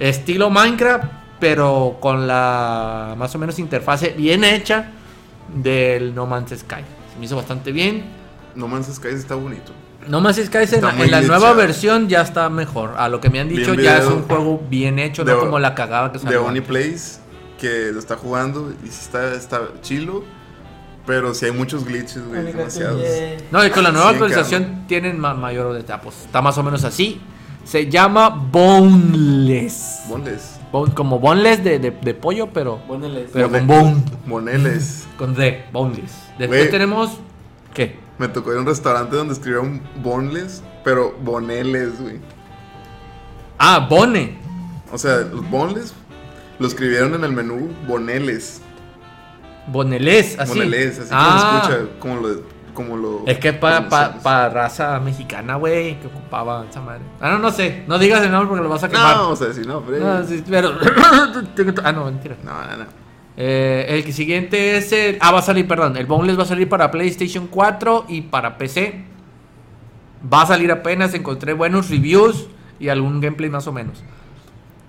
[SPEAKER 3] estilo Minecraft, pero con la más o menos interfase bien hecha del No Man's Sky. Se me hizo bastante bien.
[SPEAKER 1] No Man's Sky está bonito.
[SPEAKER 3] No Man's Sky en,
[SPEAKER 1] Está
[SPEAKER 3] la-
[SPEAKER 1] muy
[SPEAKER 3] en la
[SPEAKER 1] bien
[SPEAKER 3] nueva
[SPEAKER 1] hecho.
[SPEAKER 3] versión ya está mejor. A lo que me han
[SPEAKER 1] Vi
[SPEAKER 3] dicho
[SPEAKER 1] un
[SPEAKER 3] ya es
[SPEAKER 1] video
[SPEAKER 3] un juego bien hecho,
[SPEAKER 1] de-
[SPEAKER 3] no como la cagada que
[SPEAKER 1] De
[SPEAKER 3] salió.
[SPEAKER 1] Oni Place, que lo está jugando y sí está, está chilo. Pero sí hay muchos glitches, güey.
[SPEAKER 4] Amiga,
[SPEAKER 1] Demasiados.
[SPEAKER 4] yeah.
[SPEAKER 3] No, y con la nueva
[SPEAKER 1] Sí,
[SPEAKER 3] actualización
[SPEAKER 1] claro.
[SPEAKER 3] tienen ma- mayor de tapos. Está más o menos así. Se llama Boneless.
[SPEAKER 1] Bonles.
[SPEAKER 3] Bon- como Boneless de, de- de pollo, pero,
[SPEAKER 4] Pónele.
[SPEAKER 3] pero
[SPEAKER 1] Bone-
[SPEAKER 3] con Bone.
[SPEAKER 1] Moneles.
[SPEAKER 3] Con D, Boneless. Después
[SPEAKER 1] Güey.
[SPEAKER 3] tenemos. ¿Qué?
[SPEAKER 1] Me tocó ir a un restaurante donde escribieron bonles, pero boneles, güey.
[SPEAKER 3] Ah, Bone.
[SPEAKER 1] O sea, los bonles lo escribieron en el menú boneles.
[SPEAKER 3] Boneless, así.
[SPEAKER 1] Boneles, así
[SPEAKER 3] Ah,
[SPEAKER 1] como se escucha, como lo. Como lo
[SPEAKER 3] Es que para
[SPEAKER 1] pronunciamos.
[SPEAKER 3] raza mexicana, güey, que ocupaba esa madre. Ah, no, no sé. No digas el nombre porque lo vas a
[SPEAKER 1] No,
[SPEAKER 3] quemar.
[SPEAKER 1] vamos a decir, no, pero.
[SPEAKER 3] No, sí, pero. ah, no, mentira.
[SPEAKER 1] No, no, no.
[SPEAKER 3] Eh, el que siguiente es el. Ah, va a salir, perdón. El Boneless va a salir para PlayStation 4 y para PC. Va a salir apenas. Encontré buenos reviews y algún gameplay más o menos.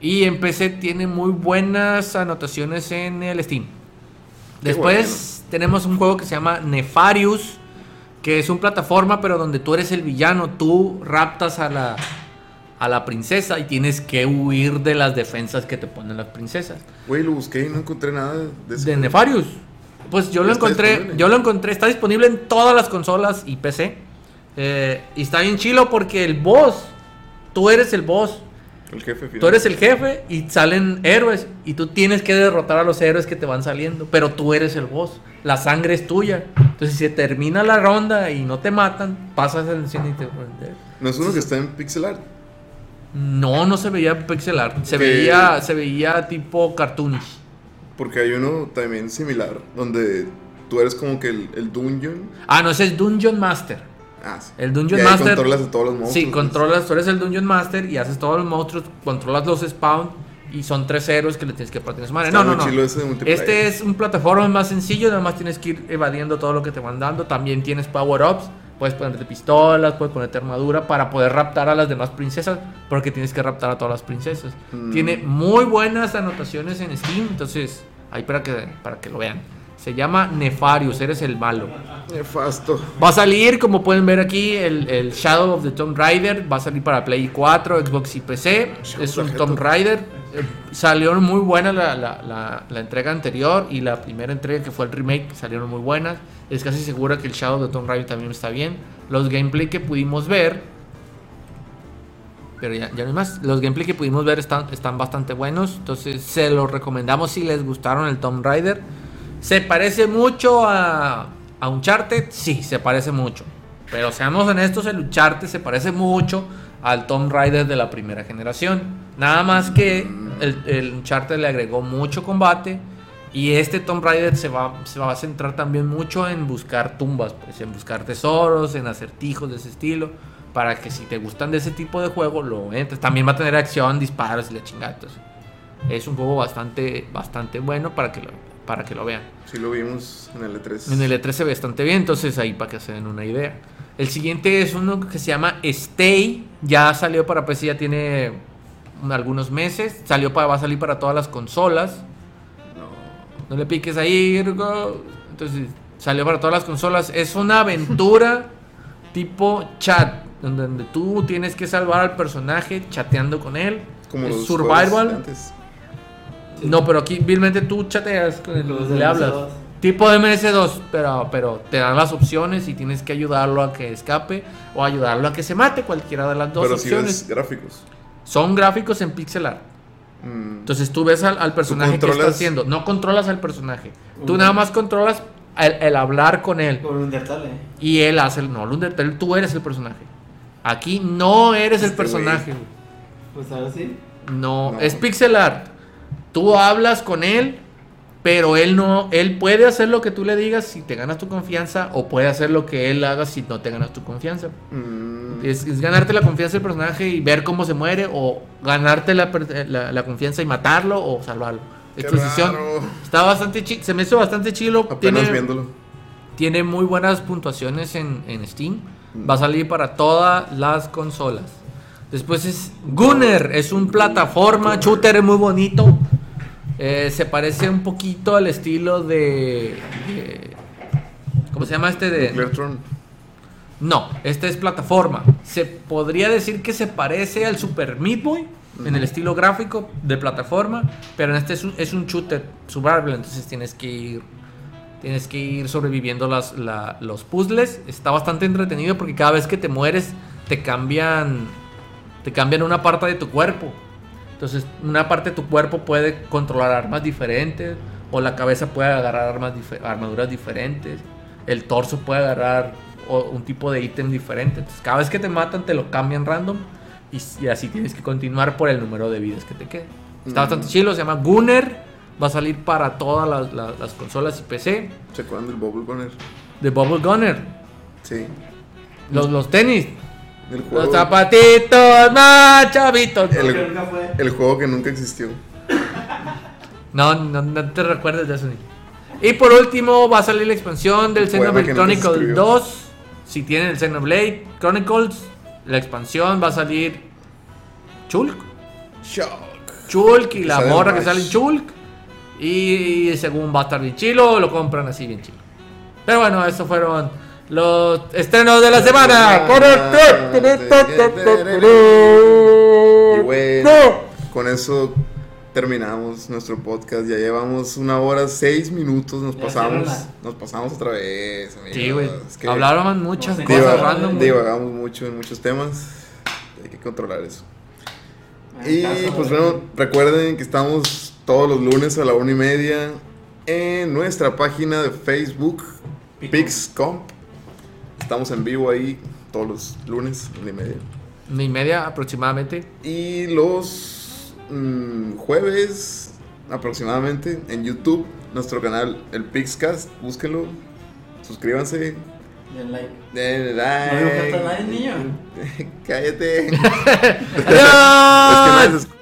[SPEAKER 3] Y en PC tiene muy buenas anotaciones en el Steam. Después tenemos un juego que se llama Nefarius, que es un plataforma, pero donde tú eres el villano, tú raptas a la, a la princesa y tienes que huir de las defensas que te ponen las princesas.
[SPEAKER 1] Güey, lo busqué y no encontré nada de ese
[SPEAKER 3] De
[SPEAKER 1] juego.
[SPEAKER 3] Nefarius. Pues yo lo
[SPEAKER 1] ¿Está
[SPEAKER 3] encontré,
[SPEAKER 1] disponible?
[SPEAKER 3] yo lo encontré, está disponible en todas las consolas y PC. Eh, y está bien chilo porque el boss, tú eres el boss.
[SPEAKER 1] El jefe final.
[SPEAKER 3] Tú eres el jefe y salen héroes y tú tienes que derrotar a los héroes que te van saliendo, pero tú eres el boss, la sangre es tuya. Entonces si se termina la ronda y no te matan, pasas al siguiente y te-
[SPEAKER 1] No es uno que está en pixel art.
[SPEAKER 3] No, no se veía pixel art, se
[SPEAKER 1] Que-
[SPEAKER 3] veía se veía tipo cartoonish.
[SPEAKER 1] Porque hay uno también similar. Donde tú eres como que el, el dungeon.
[SPEAKER 3] Ah, no, ese es Dungeon Master.
[SPEAKER 1] Ah, sí.
[SPEAKER 3] El Dungeon
[SPEAKER 1] Y ahí
[SPEAKER 3] Master-
[SPEAKER 1] controlas a todos los monstruos.
[SPEAKER 3] Sí,
[SPEAKER 1] pues.
[SPEAKER 3] controlas, tú eres el Dungeon Master y haces todos los monstruos, controlas los spawn y son tres héroes que le tienes que partir a su madre.
[SPEAKER 1] Está
[SPEAKER 3] No, no,
[SPEAKER 1] muy
[SPEAKER 3] no.
[SPEAKER 1] chilo ese de multiplayer.
[SPEAKER 3] Este es un plataforma más sencillo, nada más tienes que ir evadiendo todo lo que te van dando. También tienes power-ups, puedes ponerte pistolas, puedes ponerte armadura para poder raptar a las demás princesas, porque tienes que raptar a todas las princesas.
[SPEAKER 1] Mm.
[SPEAKER 3] Tiene muy buenas anotaciones en Steam, entonces ahí para que, para que lo vean. Se llama Nefarius, eres el malo.
[SPEAKER 1] Nefasto.
[SPEAKER 3] Va a salir, como pueden ver aquí, el, el Shadow of the Tomb Raider. Va a salir para Play 4, Xbox y PC.
[SPEAKER 1] Shadow
[SPEAKER 3] es un
[SPEAKER 1] Tarjeto.
[SPEAKER 3] Tomb Raider. Eh, Salieron muy buena la, la- la- la entrega anterior y la primera entrega que fue el remake salieron muy buenas. Es casi segura que el Shadow of the Tomb Raider también está bien. Los gameplay que pudimos ver. Pero ya, ya no hay más. Los gameplay que pudimos ver están, están bastante buenos. Entonces se los recomendamos si les gustaron el Tomb Raider. ¿Se parece mucho a, a Uncharted? Sí, se parece mucho. Pero seamos honestos, el Uncharted se parece mucho al Tomb Raider de la primera generación. Nada más que el, el Uncharted le agregó mucho combate. Y este Tomb Raider se va, se va a centrar también mucho en buscar tumbas, pues, en buscar tesoros, en acertijos de ese estilo. Para que si te gustan de ese tipo de juego, lo entres. También va a tener acción, disparos y la chingada. entonces, es un juego bastante, bastante bueno para que lo, para que lo vean.
[SPEAKER 1] Sí, lo vimos en el E E3.
[SPEAKER 3] En el E E3 se ve bastante bien, entonces ahí para que se den una idea. El siguiente es uno que se llama Stay. Ya salió para PC, ya tiene un- algunos meses. Salió para, va a salir para todas las consolas. No le piques ahí, Virgo. Entonces, salió para todas las consolas. Es una aventura tipo chat. Donde, donde tú tienes que salvar al personaje chateando con él.
[SPEAKER 1] Como
[SPEAKER 3] Es
[SPEAKER 1] los juegos de
[SPEAKER 3] survival.
[SPEAKER 1] antes.
[SPEAKER 3] No, pero aquí vilmente tú chateas con el-
[SPEAKER 4] Los
[SPEAKER 3] le
[SPEAKER 4] de
[SPEAKER 3] hablas.
[SPEAKER 4] MS2.
[SPEAKER 3] Tipo MS2, pero, pero te dan las opciones y tienes que ayudarlo a que escape o ayudarlo a que se mate, cualquiera de las dos
[SPEAKER 1] Pero si ves
[SPEAKER 3] opciones.
[SPEAKER 1] gráficos.
[SPEAKER 3] Son gráficos en pixel art.
[SPEAKER 1] Mm.
[SPEAKER 3] Entonces tú ves al, al personaje que está
[SPEAKER 1] controlas-
[SPEAKER 3] haciendo. No controlas al personaje. Tú
[SPEAKER 4] Ujú.
[SPEAKER 3] nada más controlas el, el hablar con él.
[SPEAKER 4] Por Undertale.
[SPEAKER 3] Y él hace el. No, el Undertale, tú eres el personaje. Aquí no eres el
[SPEAKER 1] Este güey.
[SPEAKER 3] personaje. güey.
[SPEAKER 4] Pues ahora sí.
[SPEAKER 3] No,
[SPEAKER 1] No.
[SPEAKER 3] es pixel art. Tú hablas con él, pero él no, él puede hacer lo que tú le digas si te ganas tu confianza o puede hacer lo que él haga si no te ganas tu confianza.
[SPEAKER 1] Mm.
[SPEAKER 3] Es, es ganarte la confianza del personaje y ver cómo se muere o ganarte la, per- eh, la- la confianza y matarlo o salvarlo. Es
[SPEAKER 1] Qué
[SPEAKER 3] tu decisión.
[SPEAKER 1] raro.
[SPEAKER 3] Está bastante chi- se me hizo bastante chilo.
[SPEAKER 1] Apenas
[SPEAKER 3] Tiene-
[SPEAKER 1] viéndolo.
[SPEAKER 3] tiene muy buenas puntuaciones en, en Steam.
[SPEAKER 1] Mm.
[SPEAKER 3] Va a salir para todas las consolas. Después es Gunner, es un plataforma shooter muy bonito. Eh, se parece un poquito al estilo de, de- ¿Cómo se llama este?
[SPEAKER 1] Nuclear
[SPEAKER 3] De,
[SPEAKER 1] Throne.
[SPEAKER 3] no, este es plataforma. Se podría decir que se parece al Super Meat Boy en el estilo gráfico de plataforma, pero en este es un, es un shooter survival, entonces tienes que ir Tienes que ir sobreviviendo las, la- los puzzles. Está bastante entretenido porque cada vez que te mueres te cambian, te cambian una parte de tu cuerpo. Entonces una parte de tu cuerpo puede controlar armas diferentes o la cabeza puede agarrar armas dife- armaduras diferentes. El torso puede agarrar o- un tipo de ítem diferente. Entonces cada vez que te matan te lo cambian random y, y así tienes que continuar por el número de vidas que te queda. Está bastante chilo, se llama Gunner. Va a salir para todas las, las- las consolas y PC.
[SPEAKER 1] ¿Se acuerdan del Bubble Gunner?
[SPEAKER 3] The Bubble Gunner.
[SPEAKER 1] Sí.
[SPEAKER 3] Los, los tenis.
[SPEAKER 1] El juego,
[SPEAKER 3] Los zapatitos más chavitos.
[SPEAKER 1] El-
[SPEAKER 4] Creo que fue.
[SPEAKER 1] el juego que nunca existió.
[SPEAKER 3] No, no, no te recuerdes de eso. Nick. Y por último va a salir la expansión del
[SPEAKER 1] El poema
[SPEAKER 3] Xenoblade
[SPEAKER 1] que nunca se
[SPEAKER 3] Chronicles
[SPEAKER 1] escribió.
[SPEAKER 3] 2. Si tienen el Xenoblade Chronicles, la expansión va a salir Chulk.
[SPEAKER 1] Shock.
[SPEAKER 3] Chulk y la
[SPEAKER 1] sale en
[SPEAKER 3] morra que
[SPEAKER 1] Rush.
[SPEAKER 3] sale en Chulk. Y según va a estar bien chilo, lo compran así bien chilo. Pero bueno, esos fueron los estrenos de la semana.
[SPEAKER 1] Y bueno, con eso terminamos nuestro podcast. Ya llevamos una hora, seis minutos. Nos
[SPEAKER 4] Ya
[SPEAKER 1] pasamos,
[SPEAKER 4] ciérrala.
[SPEAKER 1] nos pasamos otra vez. amigos.
[SPEAKER 3] Sí, güey.
[SPEAKER 1] Es que
[SPEAKER 3] Hablaron muchas
[SPEAKER 4] No sé.
[SPEAKER 3] cosas
[SPEAKER 1] divaga-
[SPEAKER 3] random. güey.
[SPEAKER 1] divagamos mucho en muchos temas. Hay que controlar eso.
[SPEAKER 3] Ah,
[SPEAKER 1] Y
[SPEAKER 4] Caso,
[SPEAKER 1] pues
[SPEAKER 4] güey.
[SPEAKER 1] bueno, recuerden que estamos todos los lunes a la una y media en nuestra página de Facebook, PixComp. Estamos en vivo ahí todos los lunes, una y media.
[SPEAKER 3] Una y media aproximadamente.
[SPEAKER 1] Y los mm, jueves aproximadamente en YouTube, nuestro canal, el Pixcast, búsquenlo, suscríbanse,
[SPEAKER 4] Den like.
[SPEAKER 1] denle
[SPEAKER 4] No me falta
[SPEAKER 1] like.
[SPEAKER 4] nadie, niño.
[SPEAKER 1] Cállate.
[SPEAKER 3] ¡Adiós!
[SPEAKER 1] Es que nadie se escu-